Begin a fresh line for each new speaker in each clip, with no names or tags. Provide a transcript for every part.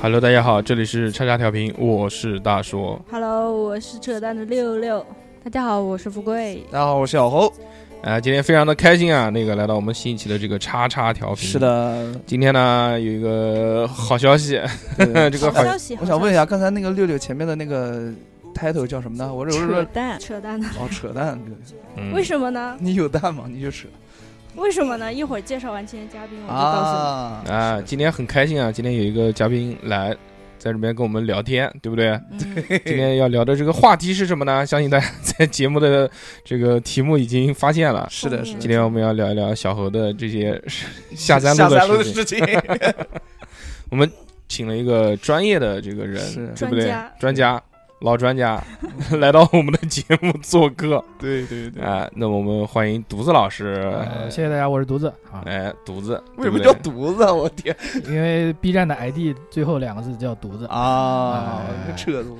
Hello，大家好，这里是叉叉调频，我是大说。
Hello，我是扯淡的六六。
大家好，我是富贵。
大家好，我是小侯。
啊、今天非常的开心啊，那个来到我们新一期的这个叉叉调频。
是，的，
今天呢有一个好消息，
对
这个好
好哎消息，
我想问一下，刚才那个六六前面的那个 title 叫什么呢？我这我是说
淡，
扯淡的，
哦，扯淡。对
嗯、
为什么呢？
你有蛋吗？你就 扯
为什么呢？一会儿介绍完今天嘉宾，我就告
啊，今天很开心啊！今天有一个嘉宾来在这边跟我们聊天，对不对？
诉你。嗯
今天要聊的这个话题是什么呢？相信大家在节目的这个题目已经发现了。
是的，是的。
今天我们要聊一聊小猴的这些下
下
三路
三路
的
的
事情。
情，
我们请了一个专业的这个人，
是
对不对？
专家
专家老专家来到我们的节目做客
对对对。
啊、那么我们欢迎犊子老师。
呃，谢谢大家，我是犊子啊。
哎，犊子，
为什么
对哎
叫
不对
犊子啊？我天
因为 B 站的 ID 最后两个字叫犊子，
啊
哎
扯犊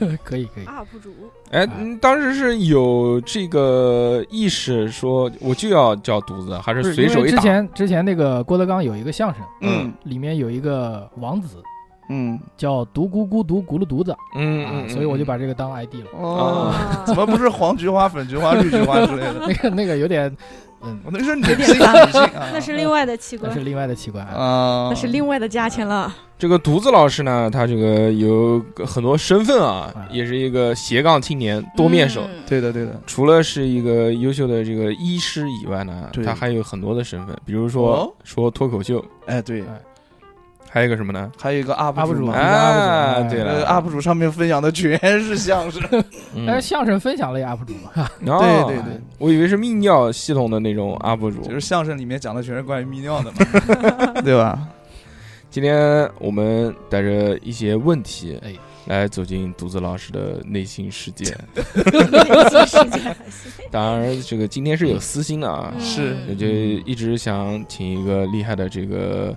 子！
可以可以。
UP 主，
哎，嗯当时是有这个意识说我就要叫犊子，还
不
是
是
随
因
手
为
一
之
打？
前之前那个郭德纲有一个相声，
嗯
里面有一个王子
嗯
叫独孤孤独咕噜犊子
嗯
啊，
嗯，
所以我就
嗯
把这个当 ID 了。
哦，
啊
怎么不是黄菊花、粉菊花、绿菊花之类的？
那个那个有点，嗯，
我那是女性，女性啊
那是另外的器
那
官
是。另外的器官啊。
啊，
那是另外的价钱了。
这个犊子老师呢，他这个有很多身份啊
啊，
也是一个斜杠青年，多面手。
嗯
对的对的。
除了是一个优秀的这个医师以外呢，
对
他还有很多的身份，比如说、
哦
说脱口秀，
哎，对，
还有一个什么呢？
还有一个 UP
UP 主
嘛
啊
啊，
一个 UP 主
对
呃
了，
，UP 主上面分享的全是相声。
嗯
但是相声分享类 UP 主嘛，
哦
对对
哎
对，
我以为是泌尿系统的那种 UP 主。
就是相声里面讲的全是关于泌尿的嘛， 对吧？
今天我们带着一些问题
哎，
来走进独子老师的内心世界。
世界还行
当然，这个今天是有私心的啊，
是
我
嗯
就一直想请一个厉害的这个，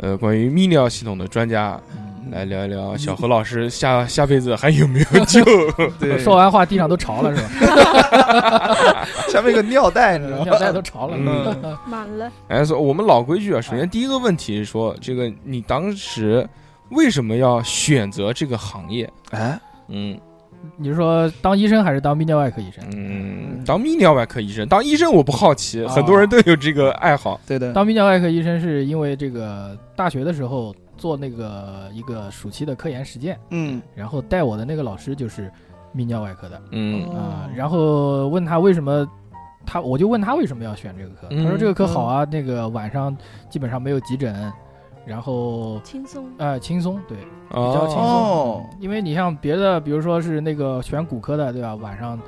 呃，关于泌尿系统的专家
嗯
来聊一聊小何老师下下辈子还有没有 救？
对，
说完话地上都潮了 是吧？
下面有个尿袋，你知 道
尿袋
吗？
都潮了。
嗯
满了，
哎，说我们老规矩啊，
哎
首先第一个问题是说，这个你当时为什么要选择这个行业？
啊
哎，
嗯
你是说当医生还是当泌尿外科医生？
嗯，当泌尿外科医生，当医生我不好奇，
哦
很多人都有这个爱好。
对的，
当泌尿外科医生是因为这个大学的时候做那个一个暑期的科研实践，
嗯
然后带我的那个老师就是泌尿外科的
嗯
啊、然后问他为什么。他我就问他为什么要选这个科，
嗯
他说这个科好啊，那个晚上基本上没有急诊，然后
轻松。
呃轻松，对，较轻松嗯
哦，
哦，
因为你像别的，比如说是那个选骨科的，对吧？晚上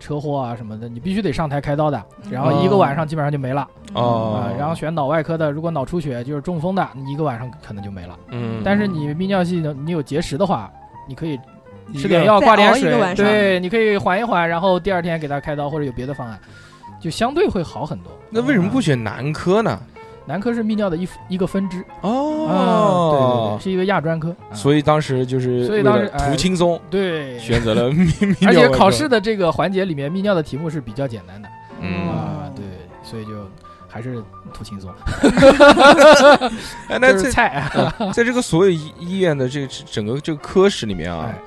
车祸啊什么的，你必须得上台开刀的，然后一个
哦
晚上基本上就没了啊、
嗯
哦
然后选脑外科的，如果脑出血就是中风的，你一个晚上可能就没了。
嗯，
但是你泌尿系统你有结石的话，你可以吃点
一个
药，
再
挂点
熬一个
水，
晚上
对，你可以缓一缓，然后第二天给他开刀或者有别的方案，就相对会好很多。啊
那为什么不选男科呢？
男科是泌尿的一一个分支哦啊，对对
哦
对，，是一个亚专科，以
所以当时就是
所以当时
为了图
哎
轻松，
对。
选择了泌 泌尿
而且
外科
考试的这个环节里面，泌尿的题目是比较简单的
嗯，
啊，对，所以就还是图轻松，
哎，那
就是
在
菜啊，
在这个所有医医院的这个整个这个科室里面啊
哎，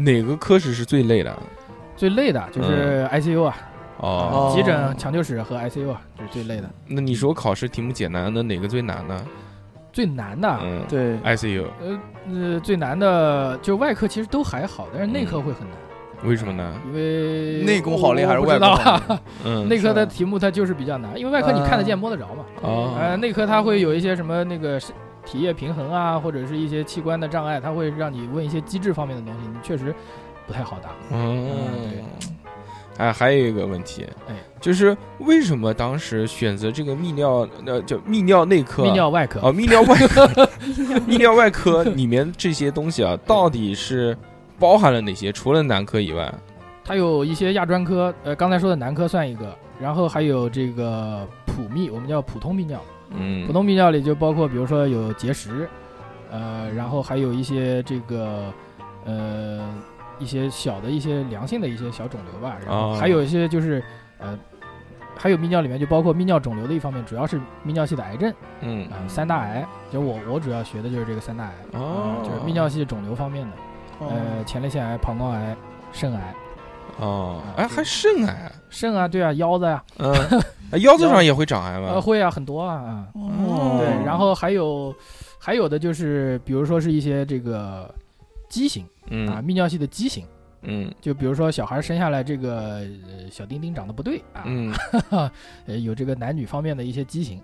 哪个科室是最累的？
最累的就是
嗯
ICU 啊，
哦，
急诊、抢救室和 ICU 啊，这是最累的。
嗯
那你说考试题目简单，那哪个最难呢？
最难的啊
嗯，
对，
，ICU，
呃呃，最难的就外科其实都还好，但是内科会很难，
为什么呢？
因为
内功好厉害还是
我不
外
知
功
道
好嗯
啊？
厉害？
嗯，
内科的题目它就是比较难，因为外科你看得见摸得着嘛。
哦，
呃，内科它会有一些什么那个是体液平衡啊，或者是一些器官的障碍，它会让你问一些机制方面的东西，你确实不太好答。嗯
嗯
对，
哎，还有一个问题，
哎，
就是为什么当时选择这个泌尿，呃，叫泌尿内科啊？
泌尿外科
哦，泌尿外科， 泌尿外科里面这些东西啊，到底是包含了哪些？除了男科以外，
它有一些亚专科，呃，刚才说的男科算一个，然后还有这个普泌，我们叫普通泌尿。
嗯，
普通泌尿里就包括，比如说有结石，呃，然后还有一些这个，呃，一些小的一些良性的一些小肿瘤吧，然后
哦
还有一些就是，呃，还有泌尿里面就包括泌尿肿瘤的一方面，主要是泌尿系的癌症
嗯
啊、三大癌。就我我主要学的就是这个三大癌，呃
哦，
就是泌尿系肿瘤方面的，呃，前列腺癌、膀胱癌、肾癌。
哦，
啊
哎，还肾 癌，
肾啊，对啊，腰子呀、
嗯，哎腰子上也会长癌
呃，
吗？
会啊，很多啊，啊，
哦
对，然后还有，还有的就是，比如说是一些这个畸形啊，
嗯
泌尿系的畸形，
嗯
就比如说小孩生下来这个呃小丁丁长得不对啊，
嗯，
呃有这个男女方面的一些畸形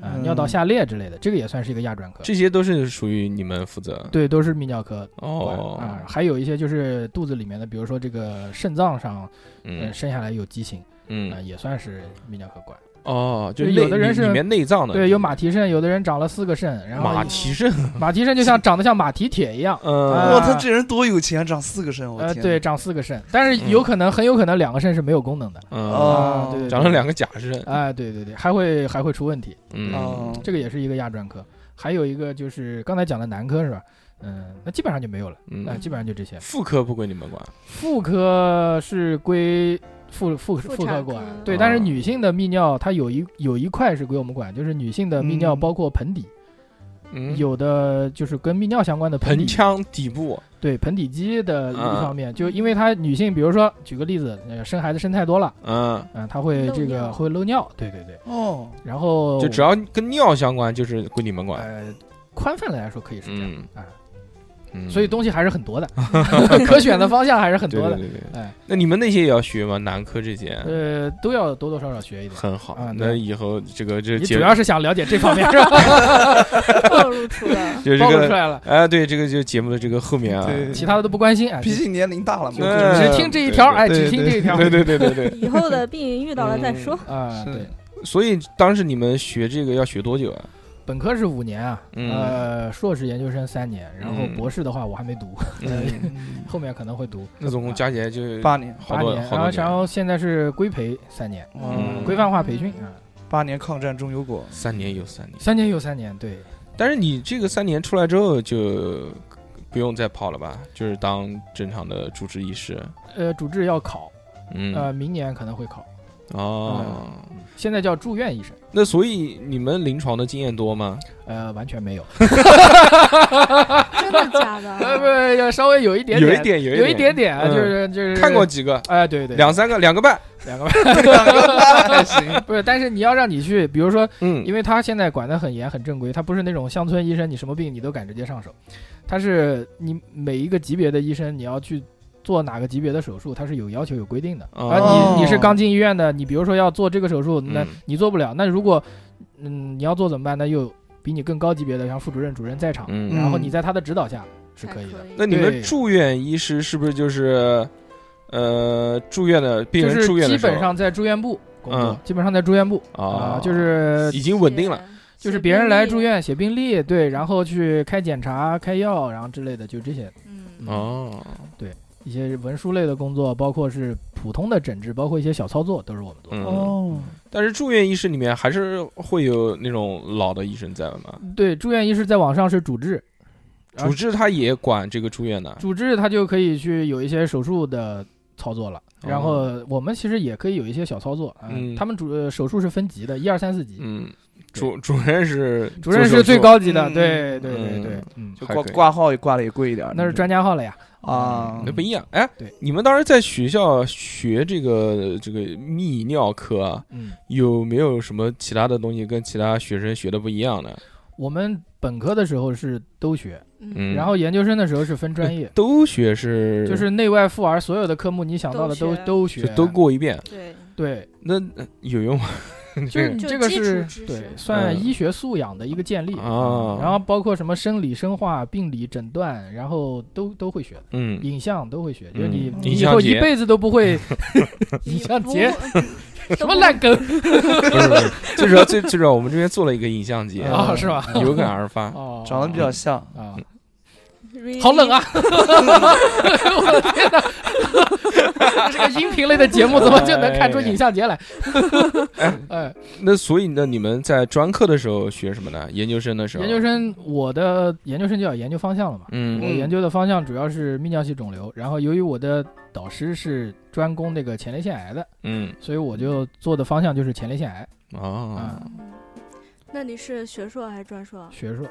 啊，
嗯
尿道下裂之类的，这个也算是一个亚专科，
这些都是属于你们负责。
对，都是泌尿科。
哦，
啊，还有一些就是肚子里面的，比如说这个肾脏上，呃，
嗯
生下来有畸形，啊，
嗯，
也算是泌尿科管。
哦，就
对
内
有的人
里
是
里面内脏的，
对，有马蹄肾，有的人长了四个肾，然后
马蹄肾，
马蹄肾 就像长得像马蹄铁一样，
嗯
啊
哇，他这人多有钱，长四个肾，
哦
我
呃，
天，
对，，长四个肾，但是有可能、很有可能两个肾是没有功能的
嗯，
哦
啊，对对对
长了两个假肾，
哎，对对对，还会还会出问题，
嗯，
哦，
这个也是一个亚专科，还有一个就是刚才讲的男科是吧？嗯，那基本上就没有了，那、
嗯，
基本上就这些。
妇科不归你们管，
妇科是归妇
妇
妇妇科
产
管
科，
对，
哦
但是女性的泌尿它有一有一块是归我们管，就是女性的泌尿
嗯
包括盆底，
嗯，
有的就是跟泌尿相关的盆
盆
底，
腔底部，
对盆底肌的一
嗯
方面，就因为她女性，比如说举个例子，呃，生孩子生太多了。
嗯，
嗯，它会
漏
这个
尿
会漏尿，对对对。
哦，
然后
就只要跟尿相关，就是归你们管，
呃宽泛的来说可以是这样
嗯
啊，
嗯，
所以东西还是很 多的，可选的方向还是很
对
多
对
的，
对对，
哎，
那你们那些也要学吗？男科这些，
呃，都要多多少少学一点。
很好
啊，对
那以后这个这
你
节，
主要是想了解这方面是吧？
暴露出了
就这
暴露出
个，
来了，
哎，对，这个就节目的这个后面啊，
对
其他的都不关心啊，
毕
只
竟年龄大了嘛，
嗯
只听这一条，哎，
对
只听这一条
对对对对对，
以后的病遇到了再说。
啊，
是
对，
所以当时你们学这个要学多久 啊？
本科是五年啊，
嗯
呃，硕士研究生三年，然后博士的话我还没读，
嗯
后面可能会读
那总共加起来就
八年，
好
呃八
多
年，
好
然后
多
然后现在是规培三年，
嗯
规范化培训啊，
哦八年抗战中有果，
三年有三年，
三年有三年，对，
但是你这个三年出来之后就不用再跑了吧？就是当正常的主治医师，
呃，主治要考，
嗯
呃，嗯明年可能会考，
哦，
现在叫住院医生，
那所以你们临床的经验多吗？
呃，完全没有，
真的假
呃，不，
的？
要稍微有一点
有一
点，
点，有
有
一
一点点，
嗯
就是就是
看过，几个，
哎，对对，
两三个，两个半，
两个
还 行，
不是，但是你要让你去，比如说，
嗯
因为他现在管得很严很正规，他不是那种乡村医生，你什么病你都敢直接上手，他是你每一个级别的医生，你要去。做哪个级别的手术，他是有要求、有规定的。
哦
啊，你你是刚进医院的，你比如说要做这个手术，那
嗯
你做不了。那如果嗯你要做怎么办？那又比你更高级别的，像副主任、主任在场，
嗯。
然后你在他的指导下是
才
可以的。
那你们住院医师是不是就是，呃，住院的病
就
人
是
住院
基
的时
本
候
上在住院部工作
嗯，
基本上在住院部
啊
啊，就是
已经稳定了，
就是别人来住
院，
院写病历，对，然后去开检查、开药，然后之类的，就这些
嗯，
哦。
一些文书类的工作，包括是普通的诊治，包括一些小操作，都是我们做的。
嗯，
哦，
但是住院医师里面还是会有那种老的医生在嘛？
对，住院医师在网上是主治，啊
主治他也管这个住院的，
主治他就可以去有一些手术的操作了。然后我们其实也可以有一些小操作，啊
哦嗯
他们主呃手术是分级的，一二三四级，
嗯，主主任是
主任是最，高级的，对
嗯
对对对
嗯，
嗯，
就
就
还
挂
可以
挂号也挂的也贵一点，
那是专家号了呀，
啊
做手术，那不一样。哎，
嗯对，
你们当时在学校学这个这个泌尿科啊，
嗯，
有没有什么其他的东西跟其他学生学的不一样的？
我们本科的时候是都学，
嗯
嗯，
然后研究生的时候是分专业，
都学 是
就是内外妇儿所有的科目你想到的
都
都
学
都
就
学，
都过一遍，
对，
对，
那呃有用吗？
就是你
就
这个
基础
是
知识
对算医学素养的一个建立
嗯
嗯
啊
然后包括什么生理生化、病理诊断，然后都都会学的，
嗯，
影像都会学，就是
嗯
你
影
你以
像
后
节嗯
一辈子都不会影像
不
节
都
什么
不
烂梗
不是不是，最主要最最主要，我们这边做了一个影像节，
啊，是吧？
有感而发。
哦，
长得比较像，
啊，
really-
好冷啊！我的天哪！这是个音频类的节目，怎么就能看出影像节来？哎，
那所以呢，你们在专科的时候学什么呢？研究生的时候？
研究。生，我的研究生就要研究方向了嘛。我
嗯
研究的方向主要是泌尿系肿瘤，然后由于我的导师是专攻那个前列腺癌的，
嗯
所以我就做的方向就是前列腺癌
哦
啊，
嗯那你是学硕还是专硕啊？
学术。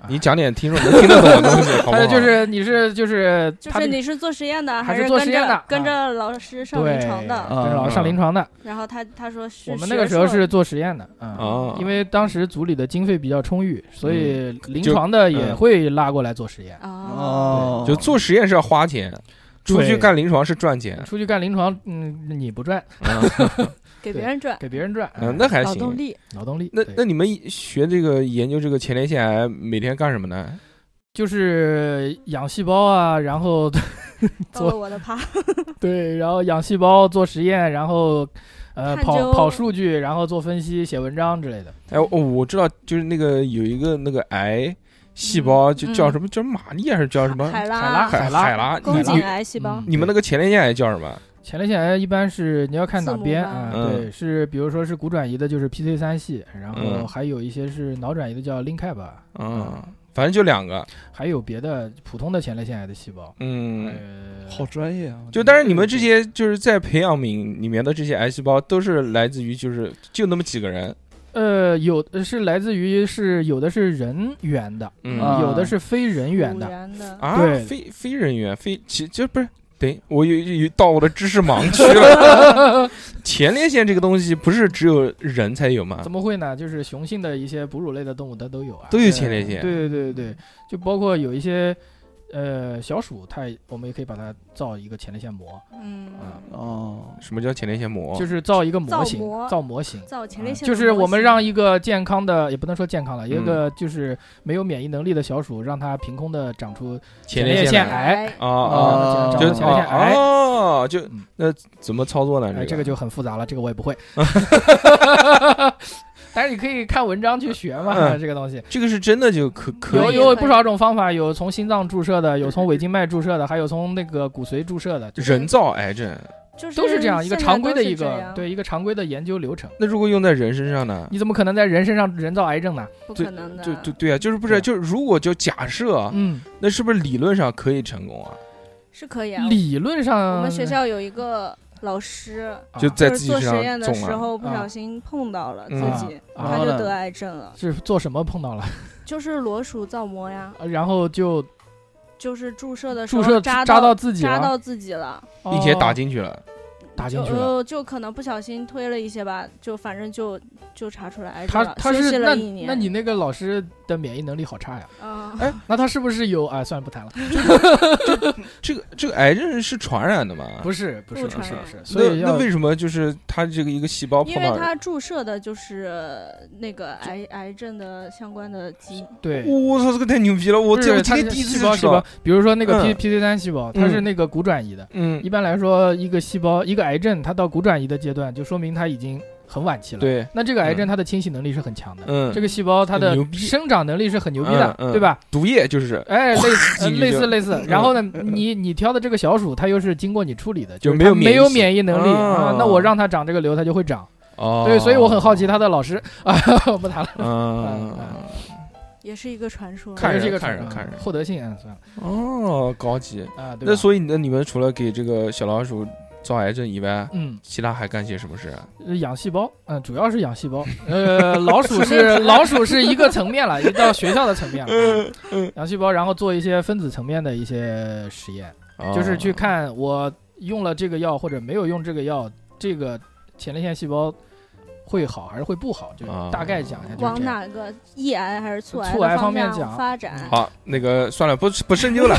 啊
你啊讲点听众能听得懂的东西，好不
还
好？
有就是你是就是
就
他
是
这
你是做实验的，
还是
是
做
跟
实验的
着跟
啊
着老师上
对
临床
嗯
的？
跟着老师上临床的，
然后他他说是
我们那个时候
学硕
是做实验的，嗯
哦，
因为当时组里的经费比较充裕，所以临床的也
嗯
会拉过来做实验。
哦，
哦，
就做实验是要花钱，出去
对
干临床是赚 钱。
出去干临床，嗯，你不赚，嗯
给
对
别人赚
给别人赚，
嗯，那还
劳动
行。
力，
劳动力。
那
对
那你们学这个研究这个前列腺癌，每天干什么呢？
就是养细胞啊，然后
到了我的趴。
对，然后养细胞做实验，然后呃
探
跑
究
跑数据，然后做分析、写文章之类的。
哎，我我知道，就是那个有一个那个癌细胞，就叫什么叫玛丽还是叫什么
嗯海
海拉
拉
海
拉
海拉？
宫
你
颈
你
癌细胞
嗯，
你们那个前列腺癌叫什么？
前列腺癌一般是你要看哪
字母
边
吧
啊、
嗯
对，是比如说是骨转移的，就是 PK 三系，然后
嗯
还有一些是脑转移的叫 LINCAP，
嗯，反正就两个。
还有别的普通的前列腺癌的细胞。
嗯，
呃，
好专业啊！
就但是你们这些就是在培养皿里面的这些癌细胞，都是来自于就是就那么几个人。
呃，有的是来自于是有的是人源的，
嗯
啊
有的是非人源
五
嗯的。
元的
啊
对，
非非人员，非其就不是。等我有有到我的知识盲区了。 前列腺这个东西不是只有人才有吗
怎？么会呢？就是雄性的一些哺乳类的动物它都有啊，
都有前列腺。
对对对对，就包括有一些呃小鼠，它也我们也可以把它造一个前列腺膜，啊
嗯，
哦，
什么叫前列腺膜？
就是造一个模
造
型，
模
造模型。
造前列腺
啊嗯就
的
是
模
我们
型
让一个健康的，也不能说健康了，一
嗯
个就是没有免疫能力的小鼠，让它凭空的长出
前
列
列
腺
腺
哎
癌，
啊
啊
啊，
呃长
就
出前列腺癌。
哦，就
嗯
那怎么操作呢？
哎，这
这
个
个
就很复杂了，这个我也 不会。但是你可以看文章去学嘛，
嗯
这个东西
这个是真的就可可
有
以
有
可以
不少种方法，有从心脏注射的，有从尾静脉注射的，还有从那个骨髓注射的，就是
人造癌症。
就是
都是这样一个
现在
常规
都
的
是
一
这
个
样，
对一个常规的研究流程。
那如果用在人身上呢？
你怎么可能在人身上人造癌症呢？
不
对
可能的，
就对对啊，就是不
对啊
是就是如果就假设啊，
嗯，
那是不是理论上可以成功啊？
是可以啊。
理论上
我们学校有一个老师，
啊
就在
就
自
是
己
做
身
实验
上
的
种
时
啊？
候不
啊
小心碰到了自
嗯
己，
啊
他就得癌症了，
是做什么碰到了，
就是裸鼠造膜呀，
然后就
就是注射的时
注
候
射
扎
扎
到
自己
扎
了，
到自己了，
哦
并且打
进
进去了，
打
就
进去了。
呃就可能不小心推了一些吧，就反正就就查出来癌症
他
了，
他
休
是
息
那
了一年。
那你那个老师的免疫能力好差呀？
啊，
那他是不是有啊？算了，不谈了。
嗯这个这个癌症是传染的吗？
不是不是
不
不
传
是不
染
是，所
那
以
那
要
为什么就是它这个一个细胞碰
因为
到人？
他注射的就是那个癌癌症的相关的基因，
对。
我操，这个太牛逼了！我
不
这
是
我今
它
天
是
第一次
细胞
知
细
道
胞。，比如说那个 P
嗯
P C 三细胞，它是
嗯
那个骨转移的。
嗯
一，般来说，一个细胞一个癌症，它到骨转移的阶段，就说明它已经很晚期了。
对，
那这个癌症它的清洗能力是很强的，
嗯，
这个细胞它的
很牛逼
生长能力是很牛逼的，
嗯嗯
对吧？
毒液就是
哎，类 似、呃
进去
类似
就嗯
类似。然后呢，你你挑的这个小鼠，它又是经过你处理的，
就是没
它
有免
没
疫
有
系
免疫能力
啊
啊，那我让它长这个瘤，它就会长。
哦，
对，所以我很好奇它的老师啊， 不谈了，
嗯，
嗯
也是一个传说。
看
这
人
是一个
看人
传
看人
获得性，嗯，算了
哦，高级。
啊，对吧。
那所以呢，你们除了给这个小老鼠造癌症以外，
嗯，
其他还干些什么事啊？
呃养细胞，嗯，主要是养细胞。呃，老 鼠是老鼠是一个层面了，也到学校的层面
嗯
了。嗯养细胞，然后做一些分子层面的一些实验，
哦
就是去看我用了这个药或者没有用这个药，这个前列腺细胞会好还是会不好，就
啊
大概讲一下。就是
往
这样。
哪个抑癌还是促癌
促癌
的
方面
向
讲嗯
发展？
好，那个算了，不不深 究了。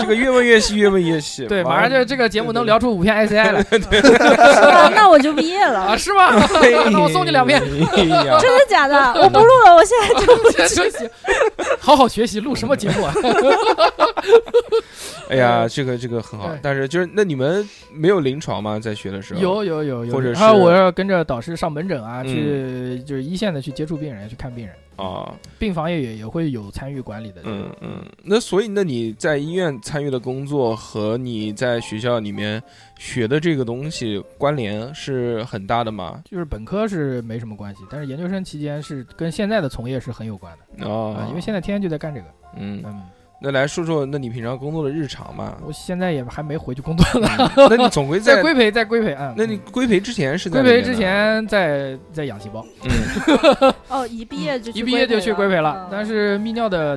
这个越问越细，越问越细。
对，马上就这个节目能聊出五篇 ICI 来
是吧那我就毕业了
啊，，是吗？ 那我送你两篇。
哎
真的假的？我不录了，我现在就不
学习，好好学习，录什么节目啊？
哎呀，这个这个很好
呃对，
但是就是那你们没有临床吗？在学的时候
有有有有，
或者
然后
是
我要跟着导师上门门诊啊，
嗯
去就是一线的去接触病人，去看病人，
啊，
病房也也也会有参与管理的。
嗯嗯，那所以那你在医院参与的工作和你在学校里面学的这个东西关联是很大的吗？
就是本科是没什么关系，但是研究生期间是跟现在的从业是很有关的
哦
啊，，因为现在天天就在干这个。
嗯，
嗯，
那来说说，那你平常工作的日常 嘛？
我现在也还没回去工作呢，
那你总归嗯
在
在，
规培，在规培啊。
那你规培之前是在
规
里面
培
的
之，前在在养细胞，
嗯
哦，一毕业就
一毕业就去规培了
嗯，
但是泌尿的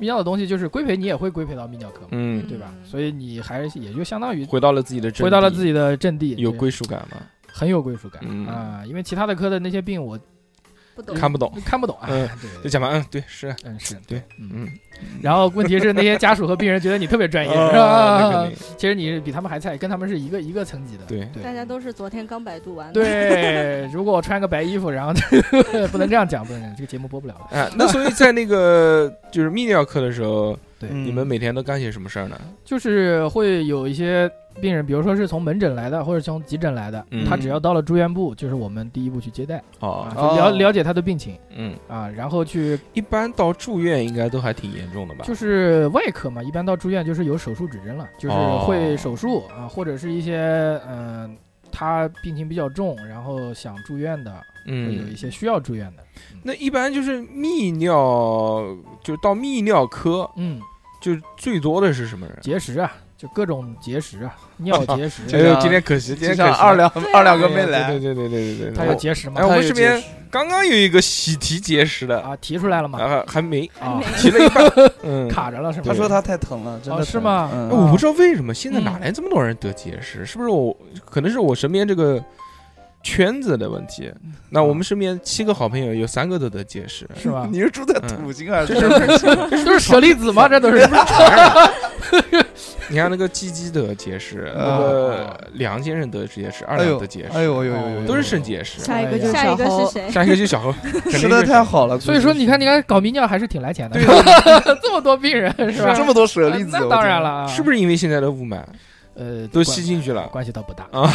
泌尿的东西就是规培，你也会规培到泌尿科嘛，
嗯，
对吧？
嗯
所以你还是也就相当于
回到了自己的阵地，
回到了自己的阵地，
有
对
归属感吗？
很有归属感
嗯
啊，因为其他的科的那些病我
不懂
看不懂，
看不懂啊，
嗯
对
就
对，
讲吧，嗯，对，是，
嗯是
对，
嗯。
嗯，
然后问题是那些家属和病人觉得你特别专业，是
啊那
吧
肯？定
其实你是比他们还菜，跟他们是一个一个层级的，
对
对，
大家都是昨天刚百度 完的。
对，如果我穿个白衣服，然后 不能这样讲，不能这样这个节目播不了 了。
啊，那所以在那个就是泌尿科的时候，
对，
嗯
你们每天都干些什么事儿呢？
就是会有一些病人，比如说是从门诊来的，或者从急诊来的，
嗯
他只要到了住院部，就是我们第一步去接待啊，
哦，
就了
哦
了解他的病情
嗯，
啊，然后去
一般到住院应该都还挺严重的吧？
就是外科嘛，一般到住院就是有手术指针了，就是
哦
会手术啊，或者是一些嗯、呃他病情比较重，然后想住院的，会有一
嗯，
些需要住院的，
那一般就是泌尿，就到泌尿科，
嗯，
就最多的是什么人？。
结石啊，就各种结石啊， 尿结石
哎
就
呦，
像
今天可惜，今
就
天可
像
惜
二两
对啊
二两个没
哎
来
呀，对对对对对对，
他有结石吗
哎，？我们
他有
这边
结石
刚刚有一个喜提结石的，
啊，提出来了嘛？
啊，还没
啊，
提了一半，嗯，
卡着了是吗？
他说他太疼了，真的
哦
疼
是吗
哎
嗯
我不知道为什么现在哪
嗯
来这么多人得结石，是不是我可能是我身边这个圈子的问题？
嗯
那我们身边七个好朋友有三个都得结石，
是 吧？
你是住在
嗯
土星还是
这是
什么星？
这都是舍利子吗？这都是
你看那个鸡鸡得结石，
啊
那个梁先生得结石，二
哎
两
呦
得结
哎
石，
哦
呦呦呦呦呦，
都是肾结石。
下一个就是
下
小
一个
猴
是，谁？
下一个就 小何，
吃的太好了。
所以说，你看，你看，搞泌尿还是挺来钱的， 这么多病人是吧？
这么多舍利子，
那
我
当
天
然了，啊，
是不是因为现在的雾霾
呃，
都
关
吸进去了？
关系倒不大
啊。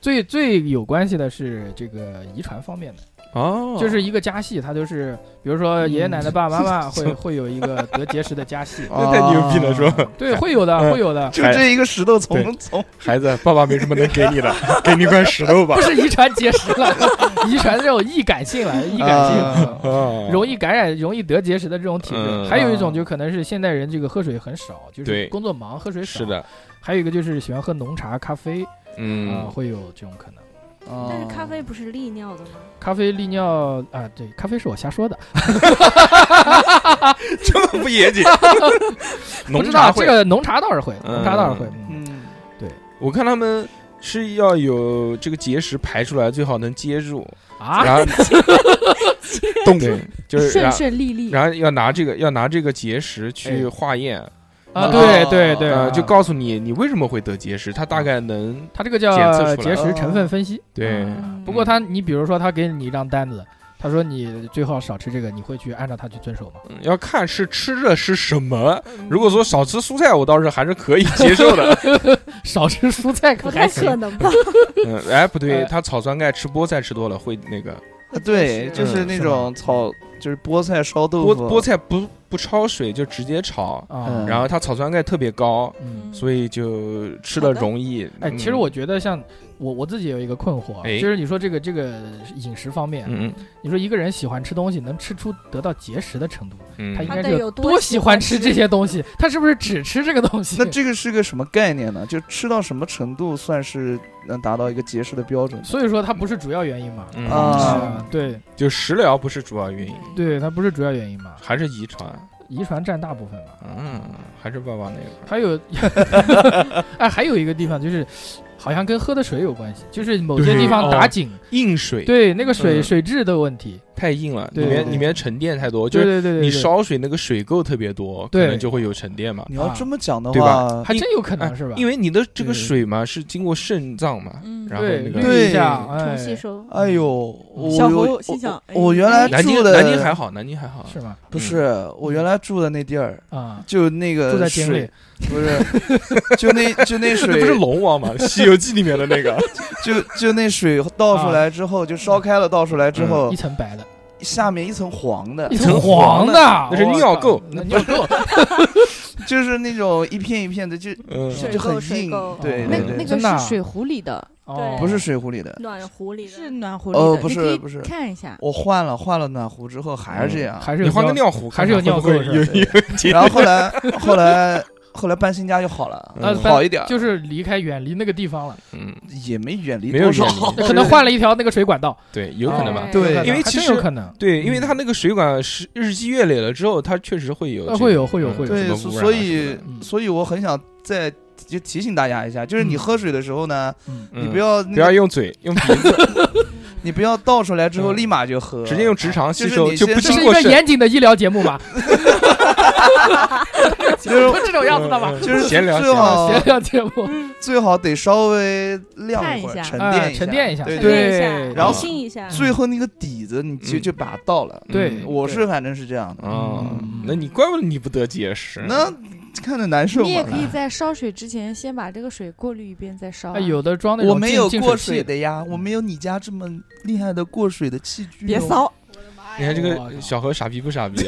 最最有关系的是这个遗传方面的，
哦，
就是一个家系，它就是比如说爷爷奶奶、爸爸妈妈会会有一个得结石的 家系，
那太牛逼
啊
了， 是吧？
对，会有的，会有的，
就这一个石头从从
孩子，爸爸没什么能给你的，给你块石头吧
不。是遗传结石了， 遗传这种易感性了，易感性
啊
了。
哦
容易感染、容易得结石的这种体质，
嗯
还有一种就可能是现代人这个喝水很少，就是
对
工作忙喝水少。
是，的，
还有一个就是喜欢喝浓茶、咖啡啊、
嗯，
会有这种可能。
但是咖
哦
啡不是利尿的吗？
咖啡利尿啊，对，咖啡是我瞎说的，
这么不严 谨，
不
浓
知
茶
道
会
这个浓茶倒是会，
嗯
浓茶倒是会。嗯
嗯，
我看他们是要有这个结石排出来，最好能接住，
啊，
然 后动，对，就是
顺
然后
顺利利。
然后要拿这个要拿这个结石去化验，
啊，对对哎对，
呃，
啊嗯
就告诉你你为什么会得结石，它大概能
它这个
检测
叫
出来
结石成分分析。啊
对。
嗯
不过他，你比如说他给你一张单子，他说你最好少吃这个，你会去按照他去遵守吗？
嗯要看是吃的是什么。如果说少吃蔬菜，我倒是还是可以接受的。
少吃蔬菜
不
可还
太
行
哦可。能吧？
嗯，哎，不对，
呃
他草酸钙吃菠菜吃多了会那个
对，就是那种草，就是菠菜烧豆
菠
腐，
菠菜不不焯水就直接炒，
啊，
然后它草酸钙特别高，
嗯。
所以就吃了容易。
哎，
嗯
其实我觉得像我我自己有一个困惑啊，
哎
就是你说这个这个饮食方面，
嗯
你说一个人喜欢吃东西能吃出得到结石的程度，
嗯
他应
嗯，
该
他
是
得
有
有多
多
喜
喜
欢
吃
吃
这些东西，他是不是只吃这个东西？
那这个是个什么概念呢？就吃到什么程度算是能达到一个结石的标准？
所以说它不是主要原因嘛？
嗯
啊，
对
就食疗不是主要原因，
对，它不是主要原因嘛，
还是遗传。
遗传占大部分嘛。
嗯，还是爸爸那一块儿。
还有， 哎，还有一个地方就是，好像跟喝的水有关系，就是某些
对
地方
哦
打井，
硬水
对那个水
嗯
水质的问题，
太硬了，里
对
面
对
里面沉淀太多，就
对
是
对对对，
你
对，
烧水那个水垢特别多，可
对
能就会有沉淀嘛，
你要这么讲的
啊对
话
吧？，
还
因
真有可
哎
能是吧？
因为你的这个
对
水嘛是经过肾脏嘛，
嗯
然后
对
那个
滤一下，哎
重吸收。
啊
哎呦，我
小猴
我
心想哎
我原来
南京
住的
南京还嗯好，南京还好，
是吗？
不是我原来住的那地儿，
啊，
就那个
住在井
水
里，
不是，就那就 那
那
水
不是龙王吗？《西游记》里面的那个，
就就那水倒
啊
出来之后，就烧开了，倒出来之
嗯
后
一，层白的，
下面一层黄的
一，
层
层黄
的
的，
那是尿垢，
那尿垢，
就是那种一片一片的，就
嗯
水
就
垢
很
水
硬
垢，
哦
对
那
对对
那个
真的啊
是水壶里的，
哦
不是水壶里的。
暖壶里
是
的，
暖壶里的，
哦不
你
是
可以
不是
看一下。
我换了换了暖壶之后还是这样，
还是有
你换个
尿
尿壶，
还是有
看看
尿
会不会
垢是吧
有有
然后后来 后来后来搬新家就好了，
呃
搬
嗯好一点儿，
就是离开远离那个地方了，
嗯，
也没远离
没有
多少
远。 离，
那可能换了一条那个水管道，
对，有可能吧
哦。
对
有可能
因为
还
其
真
实
有可能，
对，因为它那个水管是日积月累了之后，它确实会有
呃
这个，
会有会有会有
嗯
对，
什
所
么污染啊
所
什么
以
的
嗯
所以我很想再就提醒大家一下，就是你
嗯
喝水的时候呢，
嗯
嗯
你不要那
不要
个
用嘴，用鼻子，
你不要倒出来之后
嗯
立马就喝，
直接用直肠吸
就是
收，
你
就
先
不
这
经
是一
过
个
肾。
严谨的医疗节目嘛，
就 是
这种样子的嘛
嗯，嗯
就是
闲聊
最
闲
好
闲聊节目，
最好得稍微晾
看一
一会儿，
下
沉
啊
淀一下，
沉淀一下，
对
沉淀一下
对，
然后
理性一下，
最后那个底子你就
嗯
就把它倒了。
对
嗯
我是反正是这样的，
哦
嗯，
那你怪不得你不得结石。
那看着难受
你也可以
嘛。
在烧水之前先把这个水过滤一遍再烧啊、
哎有的装那种
我没有
净
过
净水
水
器
的呀，我没有你家这么厉害的过水的器具。
别，骚，
你看这
我靠
个小何傻逼不傻逼？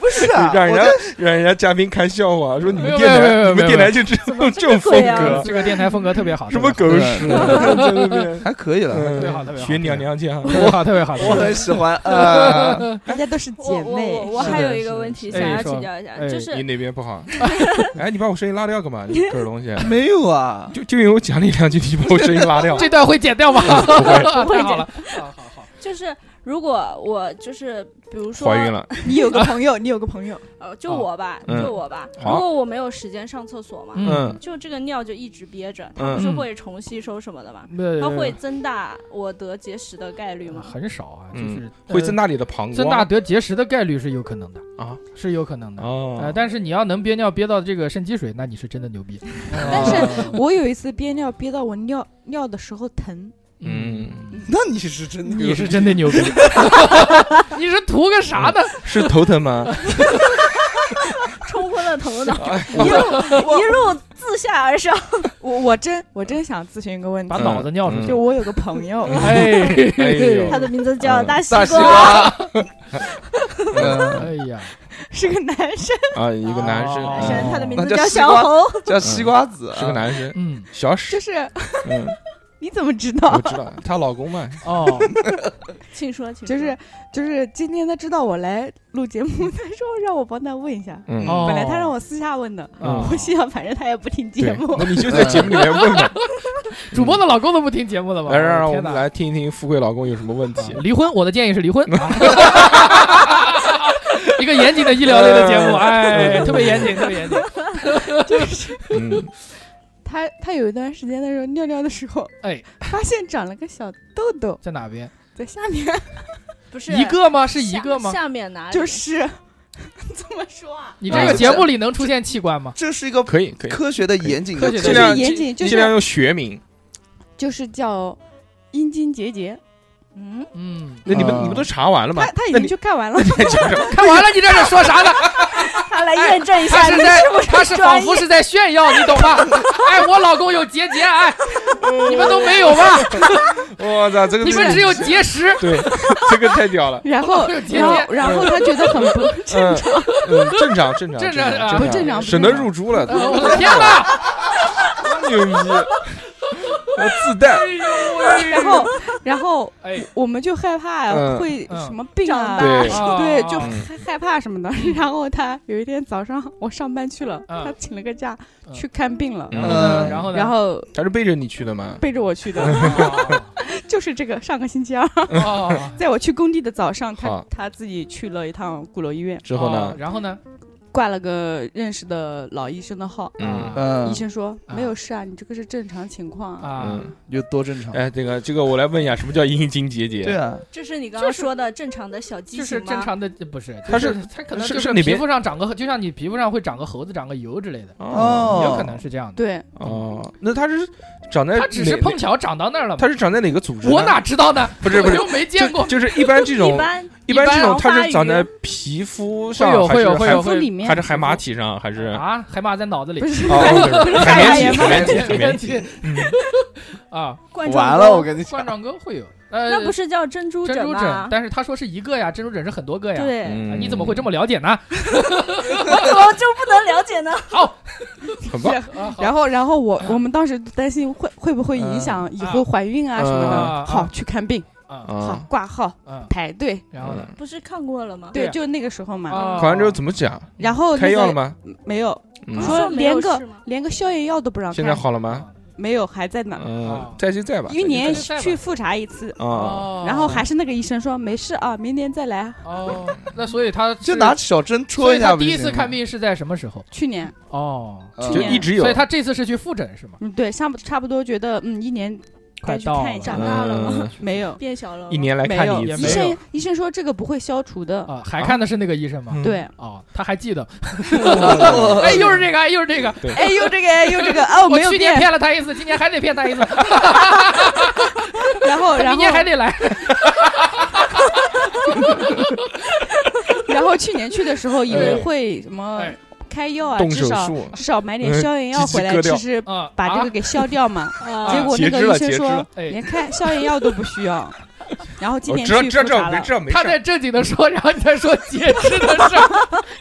不是啊，
让人
我
家
的
让人家嘉宾看笑话，说你们
没有
电
没有没
台你
有
们
没有
电台就这种这种风
鬼啊
格，
这个电台风格特别好，
什么
特
狗屎？在那边
还可以了，
嗯
别好特别好
学娘娘腔。
别好，特别好，特别
我
好。
很喜 欢啊。
人家都是姐
我我
妹
我，我
是
还有
的
一
是
个
的
问题
是的
想要
哎说
请教一下，
哎
就是
你哪边不好？ 哎，你把我声音拉掉干嘛？你这东 西，
没有啊，
就就因为我讲你两句，你把我声音拉掉。
这段会剪掉吗？ 太好了，好好好，
就是如果我就是比如说
怀孕了，
你有个朋友， 你有个朋友，
呃，就我吧，
嗯
就我吧。如
好
果我没有时间上厕所嘛，
嗯
就这个尿就一直憋着，它
嗯
不是会重吸收什么的嘛？
嗯
它会增大我得结石的概率吗？
很少啊，就
嗯
是
会增
大
大你的膀胱。
增大得结石的概率是有可能的
啊，
是有可能的。呃，
哦，
但是你要能憋尿憋到这个肾积水，那你是真的牛逼。
但是我有一次憋尿憋到我尿尿的时候疼，
嗯，
那你是真的，
你是真的 牛逼，你是图个啥呢？
是头疼 吗？
冲昏了头脑，
一 路
一路自下而上。
我我真我真想咨询一个问题
把，脑子尿
嗯
出去
就。我有个朋友，
哎
哎呦
它的名字叫大西
嗯大西
瓜，
瓜。嗯，
哎呀，
是个男生，
啊，一个男生，
哦
男
嗯
生他的名
那
字
叫
叫
西
小
瓜
红。
叫西瓜子，
是个。男生，
嗯，
小
就
史，
是
嗯，
你怎么知
我
嗯
道？
知道，她老公嘛，
哦，
请说，请说
就是就是今天他知道我来录节目，他说让我帮他问一下。
嗯，
哦，
本来他让我私下问的，
哦
我心想反正他也不听节
对
目，
那你就在节目里面问问
主播的老公都不听节目了吧？
来，让让我
天哪
们来听一听富贵老公有什么问题
啊。离婚，我的建议是 离婚。一个严谨的医疗类的节
呃
目，哎，特别严谨，特别严谨。
嗯，
他他有一段时间的时候尿尿的时候，
哎，
发现长了个小痘痘
在哪边？
在下面，
不是
一个吗？是一
下
个吗？
下面哪里？
就是 怎么说啊？
你这个节目里能出现器官吗？
这是一个
可以可以，
科学的严谨的
科学的
就
尽量
是严谨，就
尽量
是
用学名。
就是叫阴茎结节。
嗯，
嗯，
那你们
啊
你们都查完了吗
他？他已
那
经
你
去看完了，
再讲讲，
看完了，你这是说 啥呢？
他来验证一
哎他
下
是
你
在
是不是
他是仿
专业
佛是在炫耀，你懂吗？ 哎，我老公有结节， 哎，你们都没 有 吧？
我操，这个
你们只有结 石。
对， 这个太 屌了。
然后
有结节
然后然后他觉得很不
嗯嗯，正常正常
正常啊
常
不
正常不
省得
正常
入猪了，
呃我的天哪！
多牛逼！ 我自带
哎呦喂
然后然后
哎，
我们就害怕
嗯
会
嗯
什么病啊，
对
啊
对，就
嗯
害害怕什么的。 然后他有一天早上我上班去了，
嗯
他请了个假
嗯
去看病了，
嗯嗯
然后呢？然后呢？
然后
他是背着你去的吗？
背着我去的， 就是这个上个星期二，
哦
在我去工地的早上，他
好
他自己去了一趟鼓楼医院，
之后
哦
呢？
然后呢？
挂了个认识的老医生的号，
嗯
嗯
医，生说
啊
没有事啊，你这个是正常情况啊。
啊，
嗯，
有多正常？
哎，这个这个我来问一下，什么叫阴茎结节？
对啊，
这是你刚刚
就是
说的正常的小畸
就是
形
正
吗？
常的，不是，
它
就是它可能
是
就是是
里
皮
边
肤上长个，就像你皮肤上会长个猴子、长个疣之类的，
哦
有可能是这样的。
对，
哦，那他是长在
它只是
哪
碰巧长到那儿了嘛
它，是长在哪个组织呢？
我哪知道呢？
不是不是
我又没见
就
过。
就是一般这种
一般
一
般
般这种它
狼发
是长在
育
皮肤
会
上，
有
还
会
是
有会有
海
会有
里面
还是海马体上，还是
啊，海马在脑子里
不，是
哦，OK，海
海
绵体，海
马
绵体，海绵体，
体 啊，
冠
完
状
了，
沟
我跟你讲，
冠状沟会有，呃，
那不是叫珍珠
珍
疹
珠
吗
啊
疹，？但是他说是一个呀，珍珠疹是很多个呀。
对，
啊
嗯
你怎么会这么了解呢？
我怎么就不能了解呢？
很棒？
啊好
然后，然后我我们当时担心会会不会影响以后怀孕啊什么
啊
的，好去看病，
啊
好
啊，
挂号
啊，
排队，
然后呢？
不是看过了吗？
对
对，
啊
就那个时候嘛。
啊
考完之后怎么讲？
然后
开
那
药了
个
吗？
没有，
嗯
不是
说
说没有
连个
事吗
连个消炎药都不让
现在
开，
好了吗？
没有，还在那儿。
嗯
啊，
在就在吧，
一年
就在吧
去复查一次，
哦
啊，
然后还是那个医生说没事啊，明年再来。
哦，那所以 他
就是拿小针戳
所以
一下
他
不就
第
行
一
了。
次看病是在什么时候？
去年，
哦，
呃，
就
去年
一直有
所以，他这次是去复诊是吗？
嗯，对，差不差不多觉得嗯，一年
快
该去
到
看一下
长大了
嗯
吗？
没有，
变小了吗？
一年来
没
看
有
你一哦
也
次
医
没，有
生医生说这个不会消除的，
啊，还看的是那个医生吗？
嗯呃
对，
哦，他还记得。哎，又是这个，哎，又是这个。
哎，又这个，哎又这 个，哦，
我
没有
去年
变，
骗了他一次，今年还得骗他一次，
然 后，然
明
后，
年还得来。
然后去年去的时候以为
哎
会什么
哎
开药啊，
动
至
手
少
术，
至少买点
嗯
消炎药
鸡鸡
回来
割，掉
其实
啊，
把这个
啊
给消掉 嘛。
啊
结果
截
那
肢
个
了
医生
截肢
说
了，
哎
连，开消炎药都不需 要。然后今
我
年
知道
去
知道
复
知道
查
没
了
知，道没事
他
儿。
在正经的说， 然后你在说解释的事儿。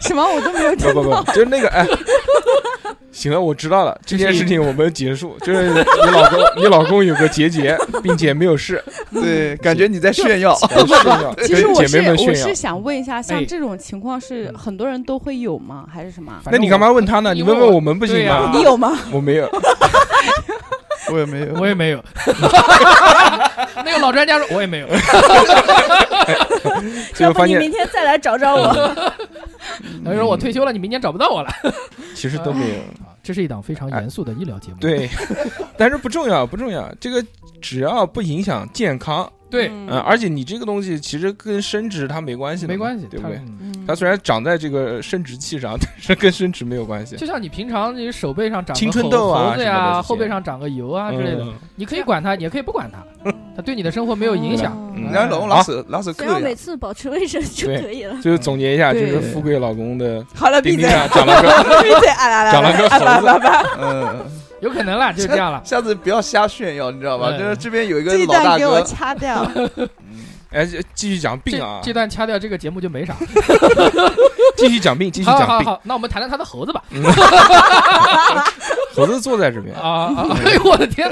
什么我都没有
不
听
不
到。
不，就是那个哎，行了，我知道了，这件事情我们结束。就是你老公，你老公有个结节，并且没有事，
对，感觉你在炫 耀。
不不不
其实我
姐
是
妹们
我
炫
是
耀。
想问一下，
哎
像这种情况是
嗯
很多人都会有吗？还是什么？
那你干嘛问他呢？
你
你
问
问
我
问我们不行
对呀
吗？
你
有吗？
我没有，
我也没有，
我也没有。 那个老专家说，我也没有。
最
要
后
不
发
你
现
明天再来找找
呃
我。
他说我退休了，你明年找不到我了。
其实都没有。
啊 这是一档非常严肃的医疗节目。
对，但是不重要，不重要。这个只要不影响健康，
对，
嗯，
嗯
而且你这个东西其实跟生殖它没关系的嘛，
没关系，
对不
他
对？
嗯
嗯
它虽然长在这个生殖器上，但 是跟生殖没有关系。
就像你平常你手背上长个
青春
猴
痘啊
猴子
什么的
呀，
这些
后背上长个油啊之类的，
嗯
你可以管它，也可以不管它，它对你的生活没有影响。
嗯
人家老公拿手拿手
哦只
扣
要
一下
每次保持卫生就可以了。
最后总结一下，就
对
是富贵老公的
好了，
钉
闭
钉
嘴，
上长了 个
闭嘴，啊啦啦啦，
长了个
啊吧
猴子
吧吧，
嗯，
有可能啦，就这样 了。
下次不要瞎炫耀，你知道吧？
嗯
就是这边有一个
这一
老大
段给我
哥，
掐掉。
哎，继续讲病
这
啊，
这段掐掉，这个节目就没 啥。
继续讲病，继续
好好
讲病。
好，那我们谈谈他的猴子吧。
猴子坐在这边
啊，啊！哎呦我的天，